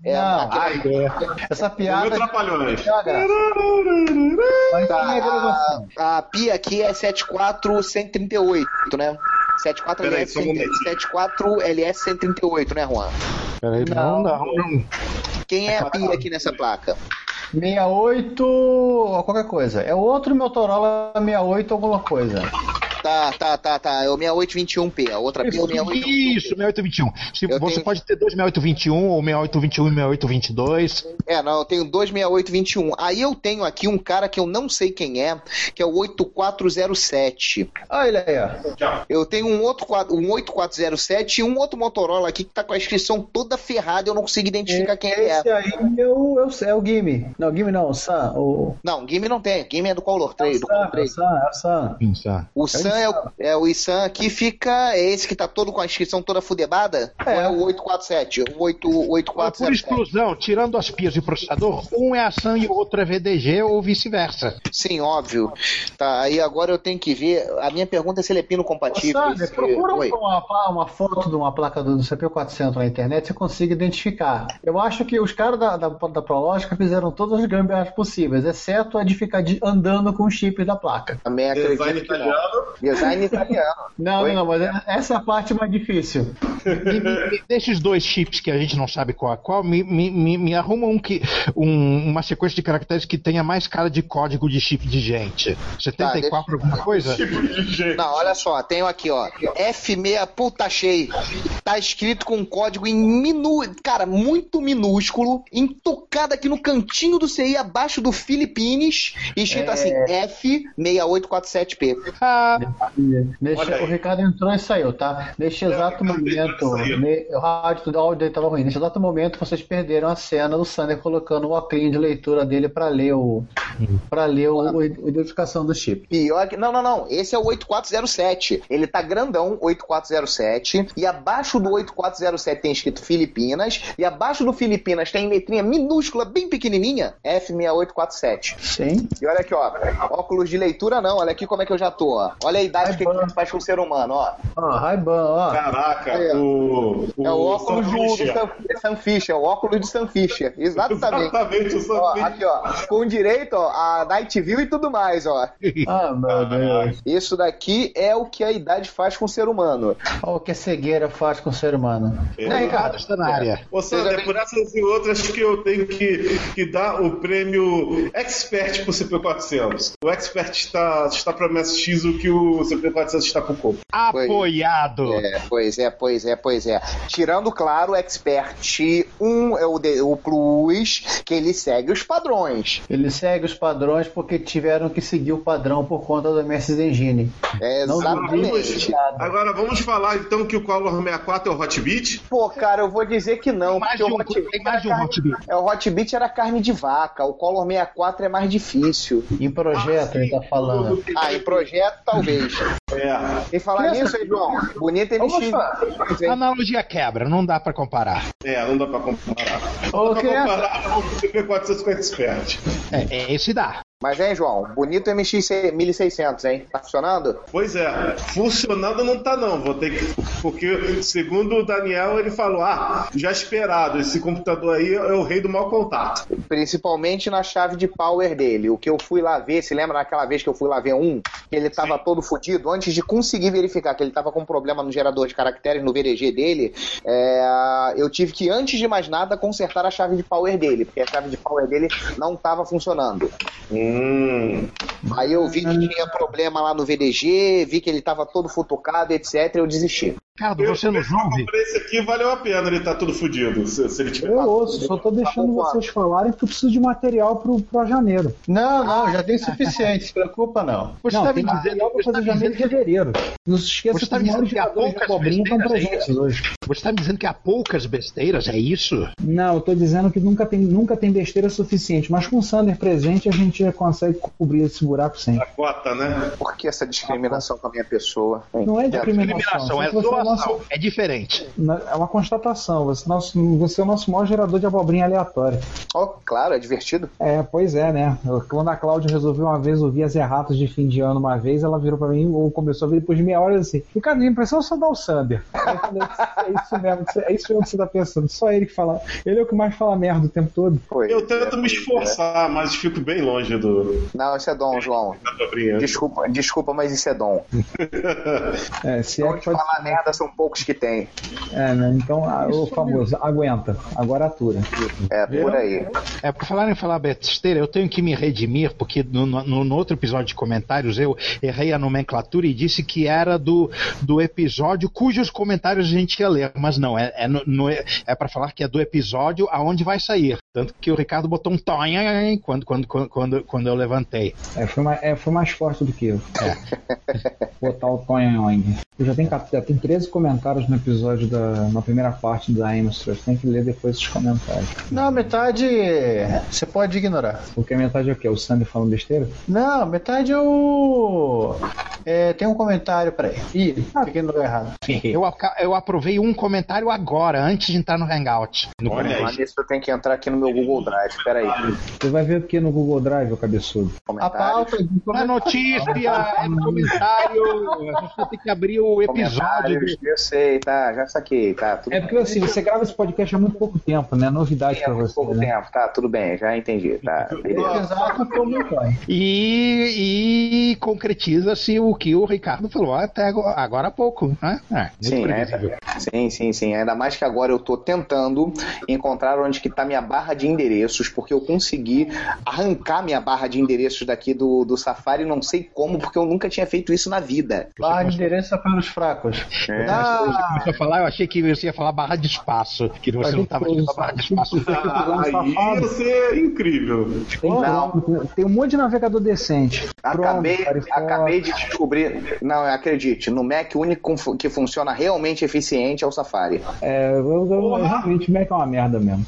[SPEAKER 5] É,
[SPEAKER 41] não,
[SPEAKER 5] aqui-
[SPEAKER 41] Essa piada.
[SPEAKER 11] Trapalhões.
[SPEAKER 41] Tem uma graça. Mas
[SPEAKER 5] Tá,
[SPEAKER 41] tem a gravação.
[SPEAKER 5] a, a pia aqui é 74138, né? 74
[SPEAKER 7] Peraí,
[SPEAKER 5] LS,
[SPEAKER 7] só um momentinho.
[SPEAKER 5] 74 LS 138, né, Juan?
[SPEAKER 7] Peraí, não, não, não.
[SPEAKER 5] Quem é a pia aqui nessa placa?
[SPEAKER 41] 68 ou qualquer coisa. É outro Motorola 68 alguma coisa.
[SPEAKER 5] Tá, tá, tá, tá. É o 6821P. A outra pia é o 68.
[SPEAKER 7] Isso, 6821. Se,
[SPEAKER 5] Eu
[SPEAKER 7] você
[SPEAKER 5] tenho-
[SPEAKER 7] pode ter dois 6821 ou 6821 e 6822.
[SPEAKER 5] É, não, eu tenho 26821. Aí eu tenho aqui um cara que eu não sei quem é, que é o 8407.
[SPEAKER 41] Olha ele aí, ó.
[SPEAKER 5] Eu tenho um outro quad- um 8407 e um outro Motorola aqui que tá com a inscrição toda ferrada, eu não consigo identificar quem ele é.
[SPEAKER 41] Esse aí é o, é o, é o Game. Não, Game não, o Sam. O,
[SPEAKER 5] Não, Game não tem. Game é do Color 3. do Color
[SPEAKER 41] é o
[SPEAKER 5] 3.
[SPEAKER 41] Sam, é o Sam.
[SPEAKER 7] Pensar.
[SPEAKER 5] O Sam é o, é o Issan aqui fica. É esse que tá todo com a inscrição toda fudebada? É, é o 847. O 8,
[SPEAKER 7] Por
[SPEAKER 11] É
[SPEAKER 5] 847.
[SPEAKER 7] exclusão, tirando as pias e o processador, um é a SAN e o outro é VDG ou vice-versa.
[SPEAKER 5] Sim, óbvio. Tá, aí agora eu tenho que ver. A minha pergunta é se ele é pino compatível.
[SPEAKER 41] Sabe,
[SPEAKER 5] Esse-
[SPEAKER 41] procura um
[SPEAKER 6] um
[SPEAKER 5] Oi.
[SPEAKER 41] uma, pla- uma foto de uma placa do, do CP400 na internet você consiga identificar. Eu acho que os caras da, da, da Prológica fizeram todas as gambiarras possíveis, exceto a de ficar de- andando com o chip da placa.
[SPEAKER 11] É
[SPEAKER 5] Também acredito
[SPEAKER 11] Design
[SPEAKER 5] que não.
[SPEAKER 11] italiano.
[SPEAKER 5] Design italiano.
[SPEAKER 41] Não,
[SPEAKER 5] Oi?
[SPEAKER 41] não, mas é- essa é a parte mais difícil.
[SPEAKER 7] E desses dois chips que a gente não sabe qual é qual, me, me, me, me arruma um que, um- uma sequência de caracteres que tenha mais cara de código de chip de gente. 74
[SPEAKER 5] Tá, deixa-
[SPEAKER 7] alguma coisa?
[SPEAKER 5] Não, olha só, tenho aqui, ó. F6 puta cheio. Tá escrito com um código em minu... Cara, muito minúsculo, entucado aqui no cantinho do CI, abaixo do Filipines, e escrito assim, F6847P.
[SPEAKER 7] Ah,
[SPEAKER 6] Neste, o Ricardo entrou e saiu, tá? Neste
[SPEAKER 5] É,
[SPEAKER 6] exato momento, ne, o rádio do áudio dele tava ruim. Neste exato momento, vocês perderam a cena do Sander colocando o óculos de leitura dele pra ler o. pra ler o, o, a identificação do chip.
[SPEAKER 5] Pior que. Não, não, não. Esse é o 8407. Ele tá grandão, 8407. E abaixo do 8407 tem escrito Filipinas. E abaixo do Filipinas tem letrinha minúscula, bem pequenininha, F6847.
[SPEAKER 6] Sim.
[SPEAKER 5] E olha aqui, ó. Óculos de leitura não. Olha aqui como é que eu já tô, ó. Olha a idade que a gente faz com o ser humano, ó.
[SPEAKER 6] Ó, Raiban, ó.
[SPEAKER 11] Caraca,
[SPEAKER 5] Aí, ó.
[SPEAKER 11] o,
[SPEAKER 5] É o óculos
[SPEAKER 11] Sam
[SPEAKER 5] do, do
[SPEAKER 11] Fisher.
[SPEAKER 5] Sam, Sam Fisher, é o óculos do Sam Fisher. Exatamente.
[SPEAKER 11] Exatamente, o Sam
[SPEAKER 5] Ó,
[SPEAKER 11] Fisher.
[SPEAKER 5] Aqui, ó, com direito ó, a Night View e tudo mais, ó.
[SPEAKER 6] Ah, meu Deus.
[SPEAKER 5] Isso daqui é o que a idade faz com o ser humano.
[SPEAKER 6] Olha o que a cegueira faz com o ser humano.
[SPEAKER 11] É.
[SPEAKER 6] Né, Ricardo? Está na área.
[SPEAKER 11] Ô, Sandra, é por essas e outras que eu tenho que, que dar o prêmio Expert pro CP400. O Expert está, está para o MSX o que o CP400 está pro Coco.
[SPEAKER 7] Apoiado!
[SPEAKER 5] É, pois é, pois é, pois é. Tirando, claro, o Expert 1 é o, de- o Plus, que ele segue os padrões.
[SPEAKER 6] Ele segue os padrões porque tiveram que seguir o padrão por conta do MSX Engine.
[SPEAKER 5] É,
[SPEAKER 6] Não
[SPEAKER 5] exatamente.
[SPEAKER 6] duvido.
[SPEAKER 11] Agora vamos falar então que o Color 64 é o Hotbit?
[SPEAKER 5] Pô, cara, eu vou dizer que não.
[SPEAKER 7] Mais
[SPEAKER 5] porque
[SPEAKER 7] de um-
[SPEAKER 5] o Hotbit
[SPEAKER 7] tem mais de um
[SPEAKER 5] era
[SPEAKER 7] Hotbit.
[SPEAKER 5] carne- É, o Hotbit era carne de vaca, o Color 64 é mais difícil.
[SPEAKER 6] Em projeto, ele tá falando.
[SPEAKER 5] Ah, em projeto, talvez.
[SPEAKER 11] É.
[SPEAKER 5] E falar
[SPEAKER 6] Criança,
[SPEAKER 5] nisso, hein, João? Bonita NX.
[SPEAKER 6] vamos falar.
[SPEAKER 7] A analogia quebra, não dá pra comparar.
[SPEAKER 11] É, não dá pra comparar.
[SPEAKER 6] Ô, é?
[SPEAKER 11] Não dá pra
[SPEAKER 6] criança.
[SPEAKER 11] comparar com o CP400 com o Expert.
[SPEAKER 7] É, é esse dá.
[SPEAKER 5] Mas, hein, João? Bonito MX 1600, hein? Tá funcionando?
[SPEAKER 11] Pois é, funcionando não tá não, vou ter que... Porque, segundo o Daniel, ele falou, ah, já esperado, esse computador aí é o rei do mau contato.
[SPEAKER 5] Principalmente na chave de power dele. O que eu fui lá ver, se lembra naquela vez que eu fui lá ver um? Que ele tava todo fodido. Antes de conseguir verificar que ele tava com problema no gerador de caracteres, no VDG dele, é, eu tive que, antes de mais nada, consertar a chave de power dele. Porque a chave de power dele não tava funcionando.
[SPEAKER 11] Hum,
[SPEAKER 5] Aí eu vi que tinha problema lá no VDG, vi que ele tava todo futucado, etc. Eu desisti.
[SPEAKER 7] Ricardo, você nos ouve?
[SPEAKER 11] esse aqui valeu a pena, ele tá todo fudido, se, se ele tiver...
[SPEAKER 4] Eu ouço, só tô deixando vocês falarem porque eu preciso de material pro, pro janeiro.
[SPEAKER 6] Não, não, já tem suficiente, se preocupa não.
[SPEAKER 7] Você
[SPEAKER 4] não,
[SPEAKER 7] tá me
[SPEAKER 4] tem
[SPEAKER 7] dizendo-
[SPEAKER 4] material pra
[SPEAKER 7] você tá
[SPEAKER 4] fazer
[SPEAKER 7] me
[SPEAKER 4] janeiro e
[SPEAKER 7] dizendo
[SPEAKER 4] fevereiro. Não se esqueça
[SPEAKER 7] Você
[SPEAKER 4] que
[SPEAKER 7] tá
[SPEAKER 4] os
[SPEAKER 7] me dizendo
[SPEAKER 4] maiores
[SPEAKER 7] que há
[SPEAKER 4] jogadores de
[SPEAKER 7] poucas
[SPEAKER 4] cobrinha estão
[SPEAKER 7] besteiras aí?
[SPEAKER 4] presentes hoje.
[SPEAKER 7] Você tá me dizendo que há poucas besteiras, é isso?
[SPEAKER 4] Não, eu tô dizendo que nunca tem, nunca tem besteira suficiente, mas com o Sander presente a gente já consegue cobrir esse buraco sempre.
[SPEAKER 11] Cota, né?
[SPEAKER 5] Por que essa discriminação com a minha pessoa?
[SPEAKER 4] Não é
[SPEAKER 7] Discriminação,
[SPEAKER 4] discriminação,
[SPEAKER 7] é
[SPEAKER 4] só que você é o
[SPEAKER 7] doação,
[SPEAKER 4] nosso-
[SPEAKER 7] é diferente.
[SPEAKER 4] na- é uma constatação, você, nosso- você é o nosso maior gerador de abobrinha aleatória.
[SPEAKER 5] Ó, claro, é divertido.
[SPEAKER 4] É, pois é, né? Eu- Quando a Cláudia resolveu uma vez ouvir as erratas de fim de ano uma vez, ela virou pra mim, ou começou a vir depois de meia hora assim, Ricardo, minha impressão é só dar o Sander. Aí eu falei, é isso mesmo, que você- é isso mesmo que você tá pensando, só ele que fala. Ele é o que mais fala merda o tempo todo.
[SPEAKER 5] Pois
[SPEAKER 11] Eu tento
[SPEAKER 5] é,
[SPEAKER 11] me esforçar, mas fico bem longe do...
[SPEAKER 5] Não, isso é dom, João.
[SPEAKER 11] da dobrinha.
[SPEAKER 5] Desculpa, desculpa, mas isso é dom.
[SPEAKER 4] É, se é
[SPEAKER 5] Dom
[SPEAKER 4] que
[SPEAKER 5] de
[SPEAKER 4] pode
[SPEAKER 5] falar merda são poucos que tem.
[SPEAKER 4] É, né? Então, ah, o famoso, aguenta. Agora atura.
[SPEAKER 5] É, por aí.
[SPEAKER 7] É, por falar em falar besteira, eu tenho que me redimir, porque no, no- no outro episódio de comentários eu errei a nomenclatura e disse que era do, do episódio cujos comentários a gente ia ler, mas não, é, é, no- no- é, para falar que é do episódio aonde vai sair. Tanto que o Ricardo botou um tonha quando, quando, quando, quando, quando eu levantei.
[SPEAKER 4] É, foi, mais, é, foi mais forte do que eu.
[SPEAKER 7] É.
[SPEAKER 4] Botar o Tonhong. Eu já tenho, cap- já tenho 13 comentários no episódio da. na primeira parte da Amos Trust. Tem que ler depois esses comentários.
[SPEAKER 6] Não, metade você pode ignorar.
[SPEAKER 4] Porque a metade é o quê? O Sandy falando besteira?
[SPEAKER 6] Não, metade eu. É, tem um comentário, peraí. Ih,
[SPEAKER 7] Ah.
[SPEAKER 6] fiquei no lugar errado.
[SPEAKER 7] Eu, aca- eu aprovei um comentário agora, antes de entrar no Hangout. No
[SPEAKER 11] É.
[SPEAKER 5] Olha isso, eu tenho que entrar aqui no meu Google Drive. Peraí.
[SPEAKER 4] Você vai ver o que no Google Drive, ô cabeçoso?
[SPEAKER 6] A
[SPEAKER 5] Comentários.
[SPEAKER 6] pauta de
[SPEAKER 7] Não é notícia, é comentário. A gente tem que abrir o episódio.
[SPEAKER 5] Comentários, eu sei, tá, já saquei, tá, tudo
[SPEAKER 4] É porque assim, você grava esse podcast há muito pouco tempo, né? Novidade
[SPEAKER 5] bem,
[SPEAKER 4] pra
[SPEAKER 5] há muito
[SPEAKER 4] você.
[SPEAKER 5] pouco
[SPEAKER 4] Né?
[SPEAKER 5] tempo, tá, tudo bem, já entendi, tá, beleza.
[SPEAKER 6] é Exato, como vai.
[SPEAKER 7] E, e concretiza-se o que o Ricardo falou até agora, agora há pouco, né? É, muito
[SPEAKER 5] Sim, né?
[SPEAKER 7] previsível.
[SPEAKER 5] Sim, sim, sim. Ainda mais que agora eu tô tentando encontrar onde que tá minha barra de endereços, porque eu consegui arrancar minha barra de endereços daqui do, do Safari, não sei como, porque eu nunca tinha feito isso na vida.
[SPEAKER 6] Barra de endereço é para os fracos.
[SPEAKER 4] É,
[SPEAKER 5] É.
[SPEAKER 7] Você começou a falar, eu achei que você ia falar barra de espaço, que você não estava dizendo barra de espaço.
[SPEAKER 11] Ah, aí você é incrível.
[SPEAKER 4] Tem,
[SPEAKER 5] Não.
[SPEAKER 4] tem um monte de navegador decente.
[SPEAKER 5] Acabei,
[SPEAKER 4] Chrome, Firefox.
[SPEAKER 5] acabei de descobrir descobrir. Não, acredite, no Mac, o único que funciona realmente eficiente é o Safari.
[SPEAKER 4] É, eu, eu, realmente o Mac é uma merda mesmo.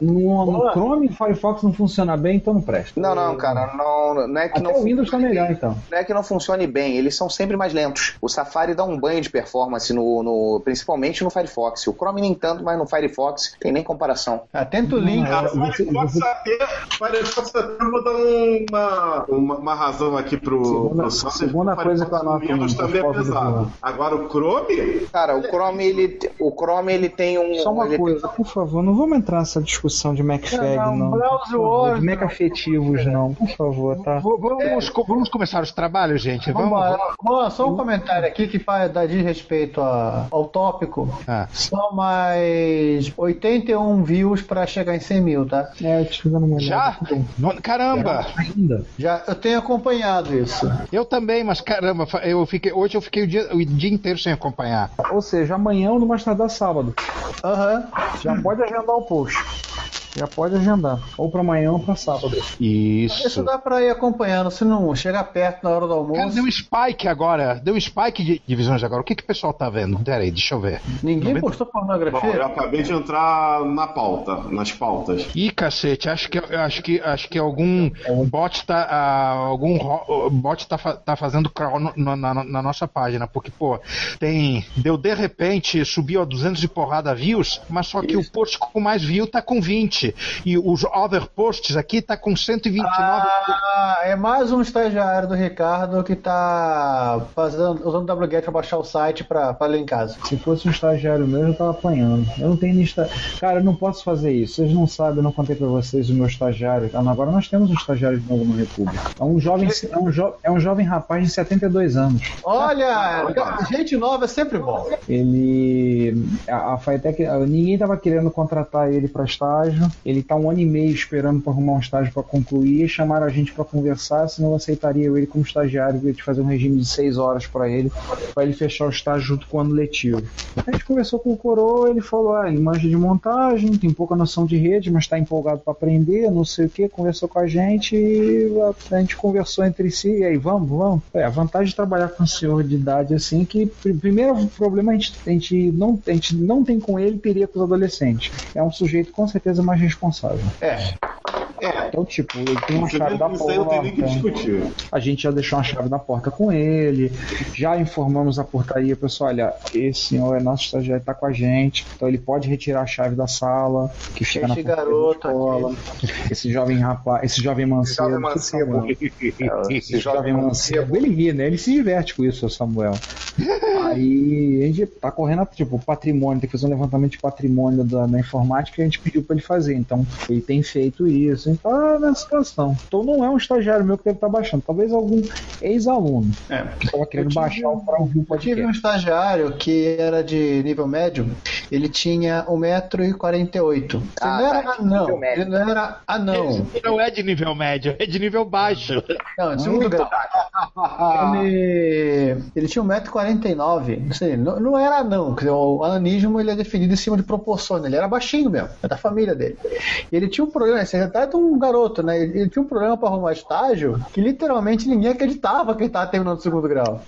[SPEAKER 4] No, no Chrome e Firefox não funciona bem, então não presta.
[SPEAKER 5] Não, não, cara, não, não é que
[SPEAKER 4] Até
[SPEAKER 5] não
[SPEAKER 4] o Windows tá
[SPEAKER 5] funcione
[SPEAKER 4] melhor,
[SPEAKER 5] bem.
[SPEAKER 4] então.
[SPEAKER 5] Não é que não funcione bem, eles são sempre mais lentos. O Safari dá um banho de performance no, no- principalmente no Firefox. O Chrome nem tanto, mas no Firefox tem nem comparação.
[SPEAKER 42] Atento o link.
[SPEAKER 11] Cara, Firefox até, Firefox até eu vou dar uma, uma, uma razão aqui pro.
[SPEAKER 4] Segunda-
[SPEAKER 11] pro Sanders.
[SPEAKER 4] segunda coisa que eu anoto
[SPEAKER 11] O Windows
[SPEAKER 4] no-
[SPEAKER 11] também é
[SPEAKER 4] nas fotos do
[SPEAKER 11] pesado.
[SPEAKER 4] Chrome.
[SPEAKER 11] Agora o Chrome.
[SPEAKER 5] Cara, o Chrome ele, o Chrome, ele tem um.
[SPEAKER 4] Só uma
[SPEAKER 5] ele tem-
[SPEAKER 4] coisa, por favor, não vamos entrar nessa discussão de MacFag, não.
[SPEAKER 5] Não, não,
[SPEAKER 4] por
[SPEAKER 5] browse
[SPEAKER 4] favor,
[SPEAKER 5] wars,
[SPEAKER 4] de Mac afetivos, não, por favor, tá?
[SPEAKER 7] Vamos, co- vamos começar os trabalhos, gente. É, Vamos.
[SPEAKER 6] Vamos Bom, só um comentário aqui que faz, dá de respeito a- ao tópico.
[SPEAKER 7] Ah.
[SPEAKER 6] Só mais 81 views pra chegar em 100 mil, tá?
[SPEAKER 4] É, te dando uma
[SPEAKER 7] Já? No- Caramba!
[SPEAKER 4] Ainda?
[SPEAKER 6] Já, eu tenho acompanhado isso.
[SPEAKER 7] Eu também, mas caramba, fa- eu fiquei, hoje eu fiquei o dia, o dia inteiro sem acompanhar.
[SPEAKER 4] Ou seja, amanhã ou no mais tardar sábado.
[SPEAKER 6] Aham. Hum.
[SPEAKER 4] Já pode agendar o post. Já pode agendar. Ou pra amanhã ou pra sábado.
[SPEAKER 7] Isso.
[SPEAKER 6] Isso dá pra ir acompanhando, se não chegar perto na hora do almoço.
[SPEAKER 7] Cara, deu um spike agora. Deu um spike de divisões agora. O que, que o pessoal tá vendo? Pera aí, deixa eu ver.
[SPEAKER 6] Ninguém
[SPEAKER 7] um Momento-
[SPEAKER 6] postou
[SPEAKER 11] Bom,
[SPEAKER 6] pornografia?
[SPEAKER 11] eu acabei de entrar na pauta, nas pautas.
[SPEAKER 7] Ih, cacete, acho que, acho que, acho que algum bot tá, ah, algum ro- bot tá, fa- tá fazendo crawl no- na, na- na nossa página, porque, pô, tem, deu de repente, subiu a 200 e porrada views, mas só que o post com mais view tá com 20, e os other posts aqui tá com 129.
[SPEAKER 6] Ah, é mais um estagiário do Ricardo que tá fazendo, usando o WGET pra baixar o site pra, pra ler em casa.
[SPEAKER 4] Se fosse um estagiário meu, eu já tava apanhando. Eu não tenho nem esta... Cara, eu não posso fazer isso. Vocês não sabem, eu não contei pra vocês o meu estagiário. Ah, não, Agora nós temos um estagiário de novo no República. É um jovem, é um jo- é um jovem rapaz de 72 anos.
[SPEAKER 6] Olha, ca- gente nova é sempre bom.
[SPEAKER 4] Ele. A, a Faetec. a- Ninguém tava querendo contratar ele pra estágio. Ele tá um ano e meio esperando pra arrumar um estágio pra concluir. Chamaram a gente pra conversar, senão eu aceitaria ele como estagiário. Eu ia te fazer um regime de seis horas pra ele, pra ele fechar o estágio junto com o ano letivo. A gente conversou com o Coroa, ele falou: ah, ele manja de montagem, tem pouca noção de rede, mas tá empolgado pra aprender, não sei o que. Conversou com a gente e a, a gente conversou entre si. E aí, vamos, vamos. É, a vantagem de trabalhar com um senhor de idade assim, que pr- primeiro problema a gente, a gente não, a gente não tem com ele, teria com os adolescentes. É um sujeito com certeza mais responsável.
[SPEAKER 6] É.
[SPEAKER 4] Então, tipo, ele tem uma
[SPEAKER 11] Isso
[SPEAKER 4] chave da né?
[SPEAKER 11] aí não tem nem que
[SPEAKER 4] porta.
[SPEAKER 11] discutir.
[SPEAKER 4] A gente já deixou uma chave na porta com ele, já informamos a portaria, pessoal, olha, esse senhor é nosso estagiário, tá com a gente, então ele pode retirar a chave da sala, que fica
[SPEAKER 6] Esse
[SPEAKER 4] na portaria da
[SPEAKER 6] garoto
[SPEAKER 4] escola, esse jovem rapaz, esse jovem mancebo.
[SPEAKER 5] Jovem mancebo.
[SPEAKER 4] Esse, jovem mancebo, ele ri, né? Ele se diverte com isso, o Samuel. Aí a gente tá correndo, tipo, patrimônio, tem que fazer um levantamento de patrimônio da, da informática e a gente pediu pra ele fazer. Então, ele tem feito isso. A gente tá nessa situação. Então não é um estagiário meu que deve estar baixando, talvez algum ex-aluno
[SPEAKER 6] É.
[SPEAKER 4] que tava querendo baixar pra ouvir o
[SPEAKER 6] Tive um
[SPEAKER 4] podcast.
[SPEAKER 6] estagiário que era de nível médio, ele tinha 1,48m. Ele
[SPEAKER 5] Ah,
[SPEAKER 6] não
[SPEAKER 5] tá,
[SPEAKER 6] era
[SPEAKER 5] de nível
[SPEAKER 6] anão,
[SPEAKER 5] médio.
[SPEAKER 6] ele não era anão.
[SPEAKER 7] Esse Não é de nível médio, é de nível baixo.
[SPEAKER 6] Não, de segundo grau. Ele, ele tinha 1,49m, não sei, não, não era anão, quer dizer, o ananismo ele é definido em cima de proporções, ele era baixinho mesmo, é da família dele. E ele tinha um problema, esse retrato é um garoto, né? Ele, ele tinha um problema pra arrumar estágio que literalmente ninguém acreditava que ele tava terminando o segundo grau.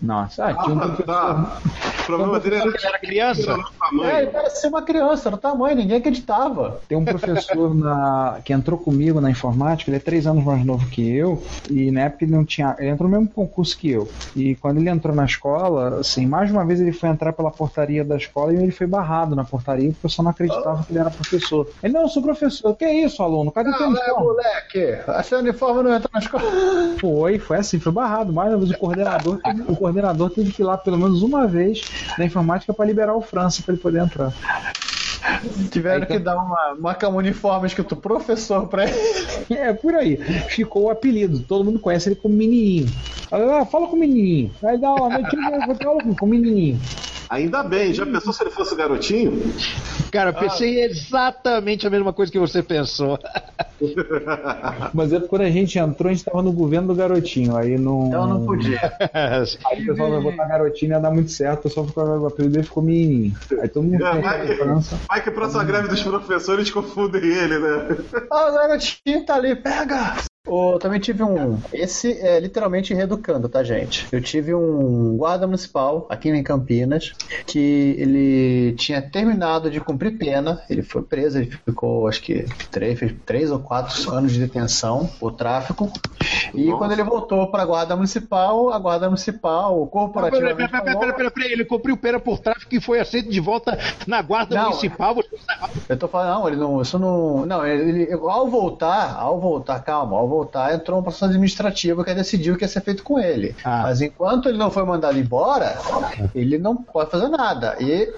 [SPEAKER 4] Nossa, ah, tinha um
[SPEAKER 11] Ah, tá. O problema dele era que era
[SPEAKER 7] criança.
[SPEAKER 6] É, ele parecia uma criança, era o tamanho, ninguém acreditava.
[SPEAKER 4] Tem um professor na- que entrou comigo na informática, ele é três anos mais novo que eu, e na época ele não tinha. Ele entrou no mesmo concurso que eu. E quando ele entrou na escola, assim, mais uma vez ele foi entrar pela portaria da escola e ele foi barrado na portaria, porque o pessoal não acreditava que ele era professor. Ele, não, eu sou professor. Que isso, aluno? Cadê teu
[SPEAKER 6] Caralho,
[SPEAKER 4] uniforme?
[SPEAKER 6] Ah, moleque, esse uniforme não entra na escola.
[SPEAKER 4] Foi, foi assim, foi barrado. Mais uma vez o coordenador, teve- o coordenador teve que ir lá pelo menos uma vez na informática para liberar o França para ele poder entrar.
[SPEAKER 6] Tiveram que dar uma marca uniforme escrito professor pra ele.
[SPEAKER 4] É, por aí. Ficou o apelido. Todo mundo conhece ele como menininho. Ah, fala com o menininho. Vai dar aula, meu tio vai dar aula com- com o menininho.
[SPEAKER 11] Ainda bem, já pensou se ele fosse garotinho?
[SPEAKER 7] Cara, eu pensei exatamente a mesma coisa que você pensou.
[SPEAKER 4] Mas é porque quando a gente entrou, a gente tava no governo do garotinho. Aí não.
[SPEAKER 6] Então não podia.
[SPEAKER 4] Aí o pessoal vai botar garotinho ia dar muito certo, o pessoal ficou, o apelido dele ficou menininho. Aí todo mundo
[SPEAKER 11] É,
[SPEAKER 4] conhece
[SPEAKER 11] vai,
[SPEAKER 4] ele, França.
[SPEAKER 11] que, vai que pra essa greve dos professores confundem ele, né?
[SPEAKER 6] Ah, o garotinho tá ali, pega! Eu também tive um. Esse é literalmente reeducando, tá, gente? Eu tive um guarda municipal aqui em Campinas que ele tinha terminado de cumprir pena. Ele foi preso, ele ficou, acho que, três, fez três ou quatro anos de detenção por tráfico. E Nossa. quando ele voltou para a guarda municipal, a guarda municipal, o corporativo. Peraí,
[SPEAKER 7] peraí, peraí, pera, pera, pera, ele cumpriu pena por tráfico e foi aceito de volta na guarda não, é- municipal.
[SPEAKER 6] Eu tô falando, não, ele não, isso não. Não, ele, ele, ao voltar, ao voltar, calma, ao voltar, entrou um processo administrativo que decidiu o que ia ser feito com ele. Ah. Mas enquanto ele não foi mandado embora, ele não pode fazer nada. E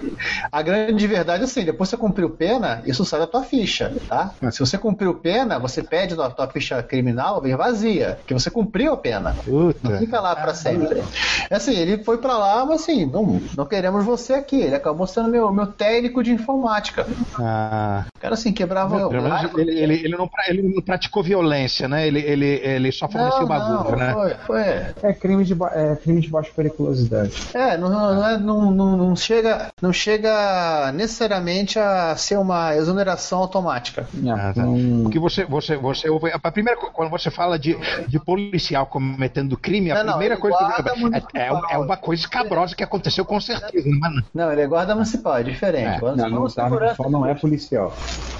[SPEAKER 6] a grande verdade é assim: depois você cumpriu pena, isso sai da tua ficha, tá? Se você cumpriu pena, você pede a tua ficha criminal, vem vazia, que você cumpriu a pena. Puta. Não fica lá para sempre. Assim, ele foi para lá, mas assim, não, não queremos você aqui. Ele acabou sendo meu, meu técnico de informática.
[SPEAKER 7] Ah.
[SPEAKER 6] O cara assim quebrava. Não,
[SPEAKER 7] o... ele, ele, ele, não, ele não praticou violência, né? Ele, ele, ele só forneceu bagulho, né?
[SPEAKER 6] Foi, foi.
[SPEAKER 4] É crime de, é, crime de baixa periculosidade.
[SPEAKER 6] É, não, não, é, não, não, não, chega, não chega necessariamente a ser uma exoneração automática.
[SPEAKER 7] Ah, tá. hum. Porque você, você, você ouve. A primeira, quando você fala de, de policial cometendo crime, a primeira coisa que é, é, é uma coisa escabrosa que aconteceu com certeza, mano.
[SPEAKER 6] Não, ele é guarda municipal, é diferente.
[SPEAKER 4] É, não, não, tá, municipal não é policial.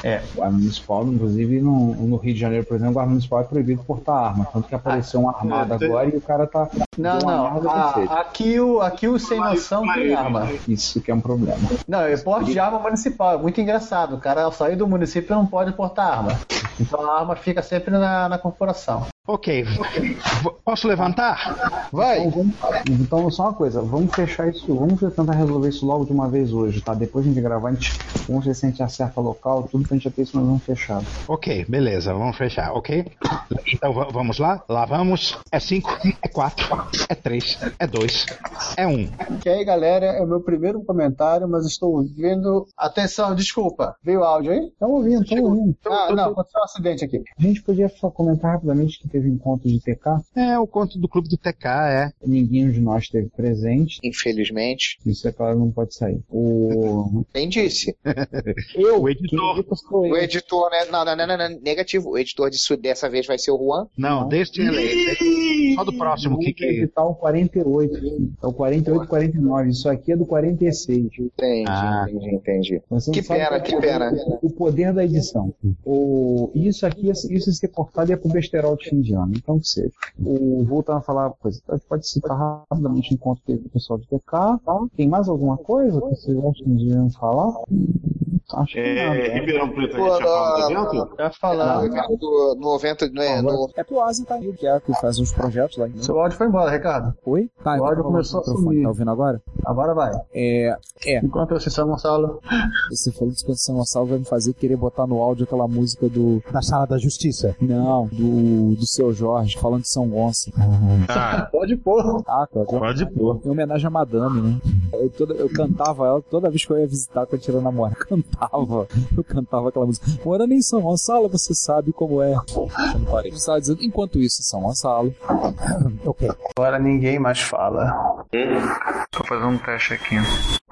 [SPEAKER 6] É.
[SPEAKER 4] Guarda municipal, inclusive, no, no Rio de Janeiro, por exemplo, o guarda municipal é proibido portar arma. Tanto que apareceu ah, um armado é, agora e o cara tá.
[SPEAKER 6] Não, não. A, aqui, o, aqui o sem noção tem arma.
[SPEAKER 4] Isso que é um problema.
[SPEAKER 6] Não, é porte de arma municipal. É muito engraçado. O cara, ao sair do município, não pode portar arma. Então a arma fica sempre na, na corporação.
[SPEAKER 7] Ok. okay. Posso levantar?
[SPEAKER 6] Vai.
[SPEAKER 4] Então, vamos, então, só uma coisa, vamos fechar isso, vamos tentar resolver isso logo de uma vez hoje, tá? Depois a gente gravar, a gente, vamos ver se a gente acerta local, tudo pra gente ter isso, nós vamos fechar.
[SPEAKER 7] Ok, beleza, vamos fechar, ok? Então vamos lá, lá vamos. É 5, é 4, é 3, é 2, é 1. Um.
[SPEAKER 6] E aí, galera, é o meu primeiro comentário, mas estou ouvindo. Atenção, desculpa, veio o áudio aí?
[SPEAKER 4] Estão ouvindo, estão ouvindo.
[SPEAKER 6] Ah, não, aconteceu um acidente aqui.
[SPEAKER 4] A gente podia só comentar rapidamente que teve encontro de TK?
[SPEAKER 7] É, o encontro do clube do TK, é.
[SPEAKER 4] Ninguém de nós esteve presente.
[SPEAKER 5] Infelizmente.
[SPEAKER 4] Isso é claro, não pode sair. O...
[SPEAKER 5] Quem disse?
[SPEAKER 4] eu,
[SPEAKER 5] o editor. O editor, né? Não, não, não, não, negativo. O editor disso, dessa vez vai ser o Juan?
[SPEAKER 7] Não, deste ele. Só do próximo, que que
[SPEAKER 4] é? o 48. É o 48 49. Isso aqui é do 46.
[SPEAKER 5] Entendi,
[SPEAKER 4] Ah.
[SPEAKER 5] entendi, entendi. Que pena, que pena.
[SPEAKER 4] O poder da edição. O... Isso aqui, isso ia ser cortado e é pro besterol de fim de ano, então que seja. O, voltando a falar uma coisa, a gente pode citar rapidamente o encontro que teve o pessoal de TK, tá? Tem mais alguma coisa que vocês acham de falar?
[SPEAKER 11] Acho que é, nada, é. Ribeirão Preto, Pô, a gente um já falou do evento?
[SPEAKER 6] Já
[SPEAKER 4] Ah.
[SPEAKER 6] falamos.
[SPEAKER 5] No, no evento, né? No...
[SPEAKER 4] É pro Asen tá aí, que é que faz uns projetos lá. Né?
[SPEAKER 6] Seu áudio foi embora, Ricardo.
[SPEAKER 4] Oi?
[SPEAKER 6] Tá, o áudio começou a sumir.
[SPEAKER 4] Tá ouvindo agora?
[SPEAKER 6] Agora vai.
[SPEAKER 4] É. é.
[SPEAKER 6] Enquanto eu sei São Gonçalo.
[SPEAKER 4] Você falou que São Gonçalo vai me fazer querer botar no áudio aquela música do.
[SPEAKER 7] Da Sala da Justiça?
[SPEAKER 4] Não, do, do seu Jorge, falando de São Gonçalo.
[SPEAKER 6] Ah. Pode pôr.
[SPEAKER 4] Ah,
[SPEAKER 7] cara, Pode pôr.
[SPEAKER 4] Em homenagem à Madame, né? Eu, toda, eu cantava ela toda vez que eu ia visitar quando eu tirando a mora. Cantava. Eu cantava aquela música. Morando em São Gonçalo, você sabe como é. Eu estava dizendo, enquanto isso, em São Gonçalo.
[SPEAKER 6] ok. Agora ninguém mais fala.
[SPEAKER 43] Tô fazendo um teste aqui.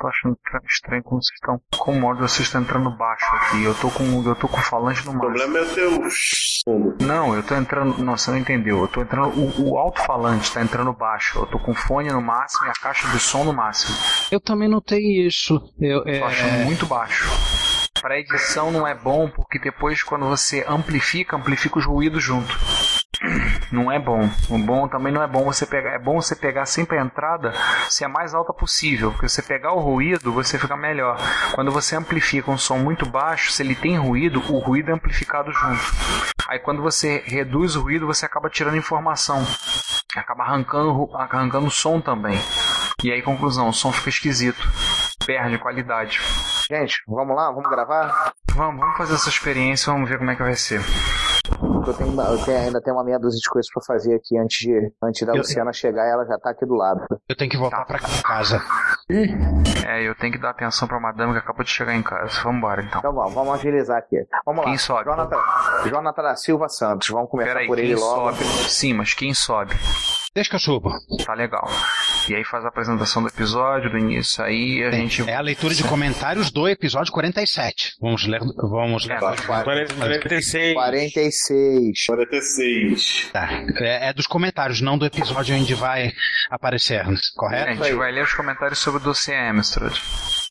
[SPEAKER 43] Tô achando estranho como vocês estão. Como ódio vocês estão entrando baixo aqui. Eu tô com eu tô com o falante no máximo.
[SPEAKER 11] O problema é teu.
[SPEAKER 43] Não, eu tô entrando. Não, você não entendeu. Eu tô entrando. O, o alto-falante tá entrando baixo. Eu tô com o fone no máximo e a caixa do som no máximo.
[SPEAKER 6] Eu também notei isso. Eu,
[SPEAKER 43] é... Tô achando muito baixo para edição não é bom porque depois quando você amplifica, amplifica os ruídos junto. Não é bom. O bom também não é bom você pegar. É bom você pegar sempre a entrada se é mais alta possível, porque você pegar o ruído você fica melhor. Quando você amplifica um som muito baixo, se ele tem ruído, o ruído é amplificado junto. Aí quando você reduz o ruído você acaba tirando informação, acaba arrancando arrancando o som também. E aí conclusão, o som fica esquisito, perde qualidade.
[SPEAKER 5] Gente, vamos lá, vamos gravar?
[SPEAKER 43] Vamos, vamos fazer essa experiência, vamos ver como é que vai ser.
[SPEAKER 5] Eu, tenho, eu tenho, ainda tenho uma meia dúzia de coisas pra fazer aqui antes, de, antes da eu Luciana tenho... chegar ela já tá aqui do lado.
[SPEAKER 43] Eu tenho que voltar tá. pra casa. É, eu tenho que dar atenção pra madame que acabou de chegar em casa. Vambora então.
[SPEAKER 5] Então vamos, vamos agilizar aqui. Vamos lá.
[SPEAKER 43] Quem sobe?
[SPEAKER 5] Jonathan, Jonathan da Silva Santos, vamos começar
[SPEAKER 43] Peraí,
[SPEAKER 5] por ele
[SPEAKER 43] quem
[SPEAKER 5] logo.
[SPEAKER 43] Sobe? Sim, mas quem sobe?
[SPEAKER 44] Deixa que eu subo.
[SPEAKER 45] Tá legal. E aí faz a apresentação do episódio, do início aí, a gente.
[SPEAKER 44] É a leitura de comentários do episódio 47. Vamos ler. Vamos
[SPEAKER 45] É,
[SPEAKER 44] ler.
[SPEAKER 46] 46.
[SPEAKER 5] 46.
[SPEAKER 11] 46.
[SPEAKER 44] Tá. É, é dos comentários, não do episódio onde vai aparecer, correto?
[SPEAKER 45] a gente vai ler os comentários sobre o dossiê Amstrad.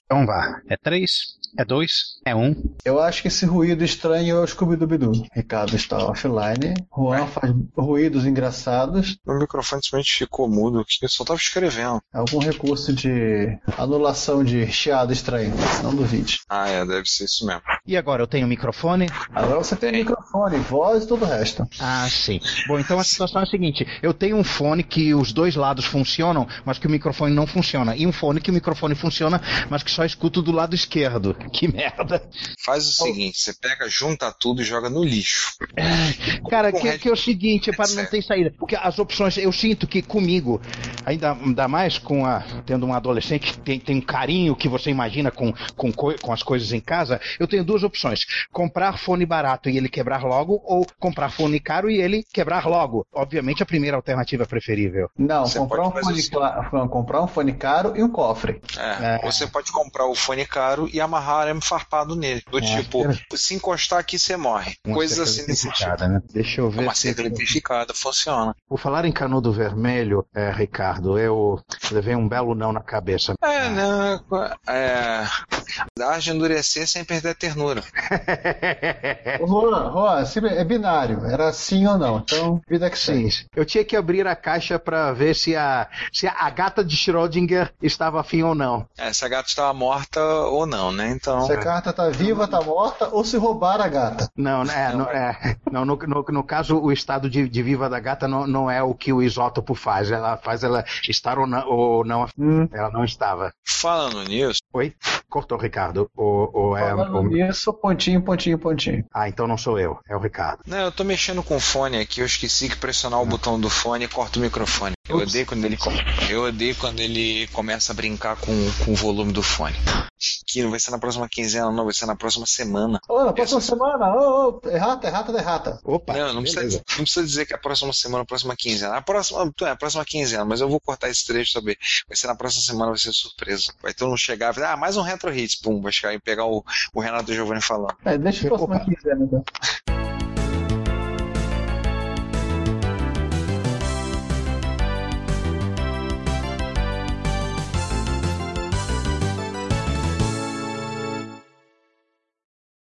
[SPEAKER 44] Então vá. É 3, é 2, é 1. Um.
[SPEAKER 6] Eu acho que esse ruído estranho é o scooby doo Ricardo está offline. Juan faz ruídos engraçados.
[SPEAKER 4] Meu microfone simplesmente ficou mudo aqui. Eu só estava escrevendo.
[SPEAKER 6] Algum recurso de anulação de chiado estranho. Não duvide.
[SPEAKER 4] Ah, é. Deve ser isso mesmo.
[SPEAKER 7] E agora eu tenho um microfone?
[SPEAKER 6] Agora você tem microfone, voz e todo o resto.
[SPEAKER 7] Ah, sim. Bom, então a situação é a seguinte: eu tenho um fone que os dois lados funcionam, mas que o microfone não funciona. E um fone que o microfone funciona, mas que só escuto do lado esquerdo. Que merda.
[SPEAKER 4] Faz o seguinte, você pega, junta tudo e joga no lixo.
[SPEAKER 7] Cara, que, que é o seguinte, para não ter saída. Porque as opções, eu sinto que comigo, ainda, ainda mais com a. tendo um adolescente que tem, tem um carinho que você imagina com, com, co- com as coisas em casa, eu tenho duas opções. Comprar fone barato e ele quebrar logo, ou comprar fone caro e ele quebrar logo. Obviamente a primeira alternativa é preferível.
[SPEAKER 6] Não, comprar um, fone cla- comprar um fone caro e um cofre.
[SPEAKER 4] É, Você pode comprar o fone caro e amarrar arame farpado nele. Do tipo, se encostar aqui, você morre.
[SPEAKER 7] Uma
[SPEAKER 4] Coisas assim
[SPEAKER 7] cerca
[SPEAKER 4] desse tipo.
[SPEAKER 7] eletrificada, né? Deixa eu ver.
[SPEAKER 4] Uma
[SPEAKER 8] assim,
[SPEAKER 7] se-
[SPEAKER 4] cerca eletrificada funciona.
[SPEAKER 7] Por falar em canudo vermelho, é, Ricardo, eu levei um belo não na cabeça.
[SPEAKER 4] É, né? É. Dar de endurecer sem perder a ternura.
[SPEAKER 6] Ô, Juan, Juan, se- é binário. Era sim ou não. Então, vida que sim.
[SPEAKER 7] Eu tinha que abrir a caixa para ver se a, se a gata de Schrödinger estava afim ou não.
[SPEAKER 4] É, se a gata estava morta ou não, né? Então.
[SPEAKER 6] Se a carta tá viva, tá morta, ou se roubar a gata.
[SPEAKER 7] Não, é, não, é, não no, no, no caso, o estado de, de viva da gata não, não é o que o isótopo faz. Ela faz ela estar ou não. Ou não
[SPEAKER 6] Hum,
[SPEAKER 7] Ela não estava.
[SPEAKER 4] Falando nisso.
[SPEAKER 7] Oi? Cortou, Ricardo. Ou, ou é,
[SPEAKER 6] Falando
[SPEAKER 7] ou-
[SPEAKER 6] nisso, pontinho, pontinho, pontinho.
[SPEAKER 7] Ah, então não sou eu, é o Ricardo. Ah.
[SPEAKER 4] Não, eu tô mexendo com o fone aqui, eu esqueci que pressionar o botão do fone e corta o microfone. Eu odeio quando ele co- eu odeio quando ele começa a brincar com, com o volume do fone. Que não vai ser na próxima quinzena, não, vai ser na próxima semana.
[SPEAKER 6] Ô, na próxima semana, ô, é ô, errata, errata, errata.
[SPEAKER 7] Opa!
[SPEAKER 4] Não, não precisa, não precisa dizer que é a próxima semana, a próxima quinzena. A próxima, é, a próxima quinzena, mas eu vou cortar esse trecho saber. Vai ser na próxima semana, vai ser surpresa. Vai todo mundo chegar, vai, ah, mais um retro hits, pum, vai chegar e pegar o, o Renato Giovanni falando.
[SPEAKER 6] É, deixa a próxima quinzena, então.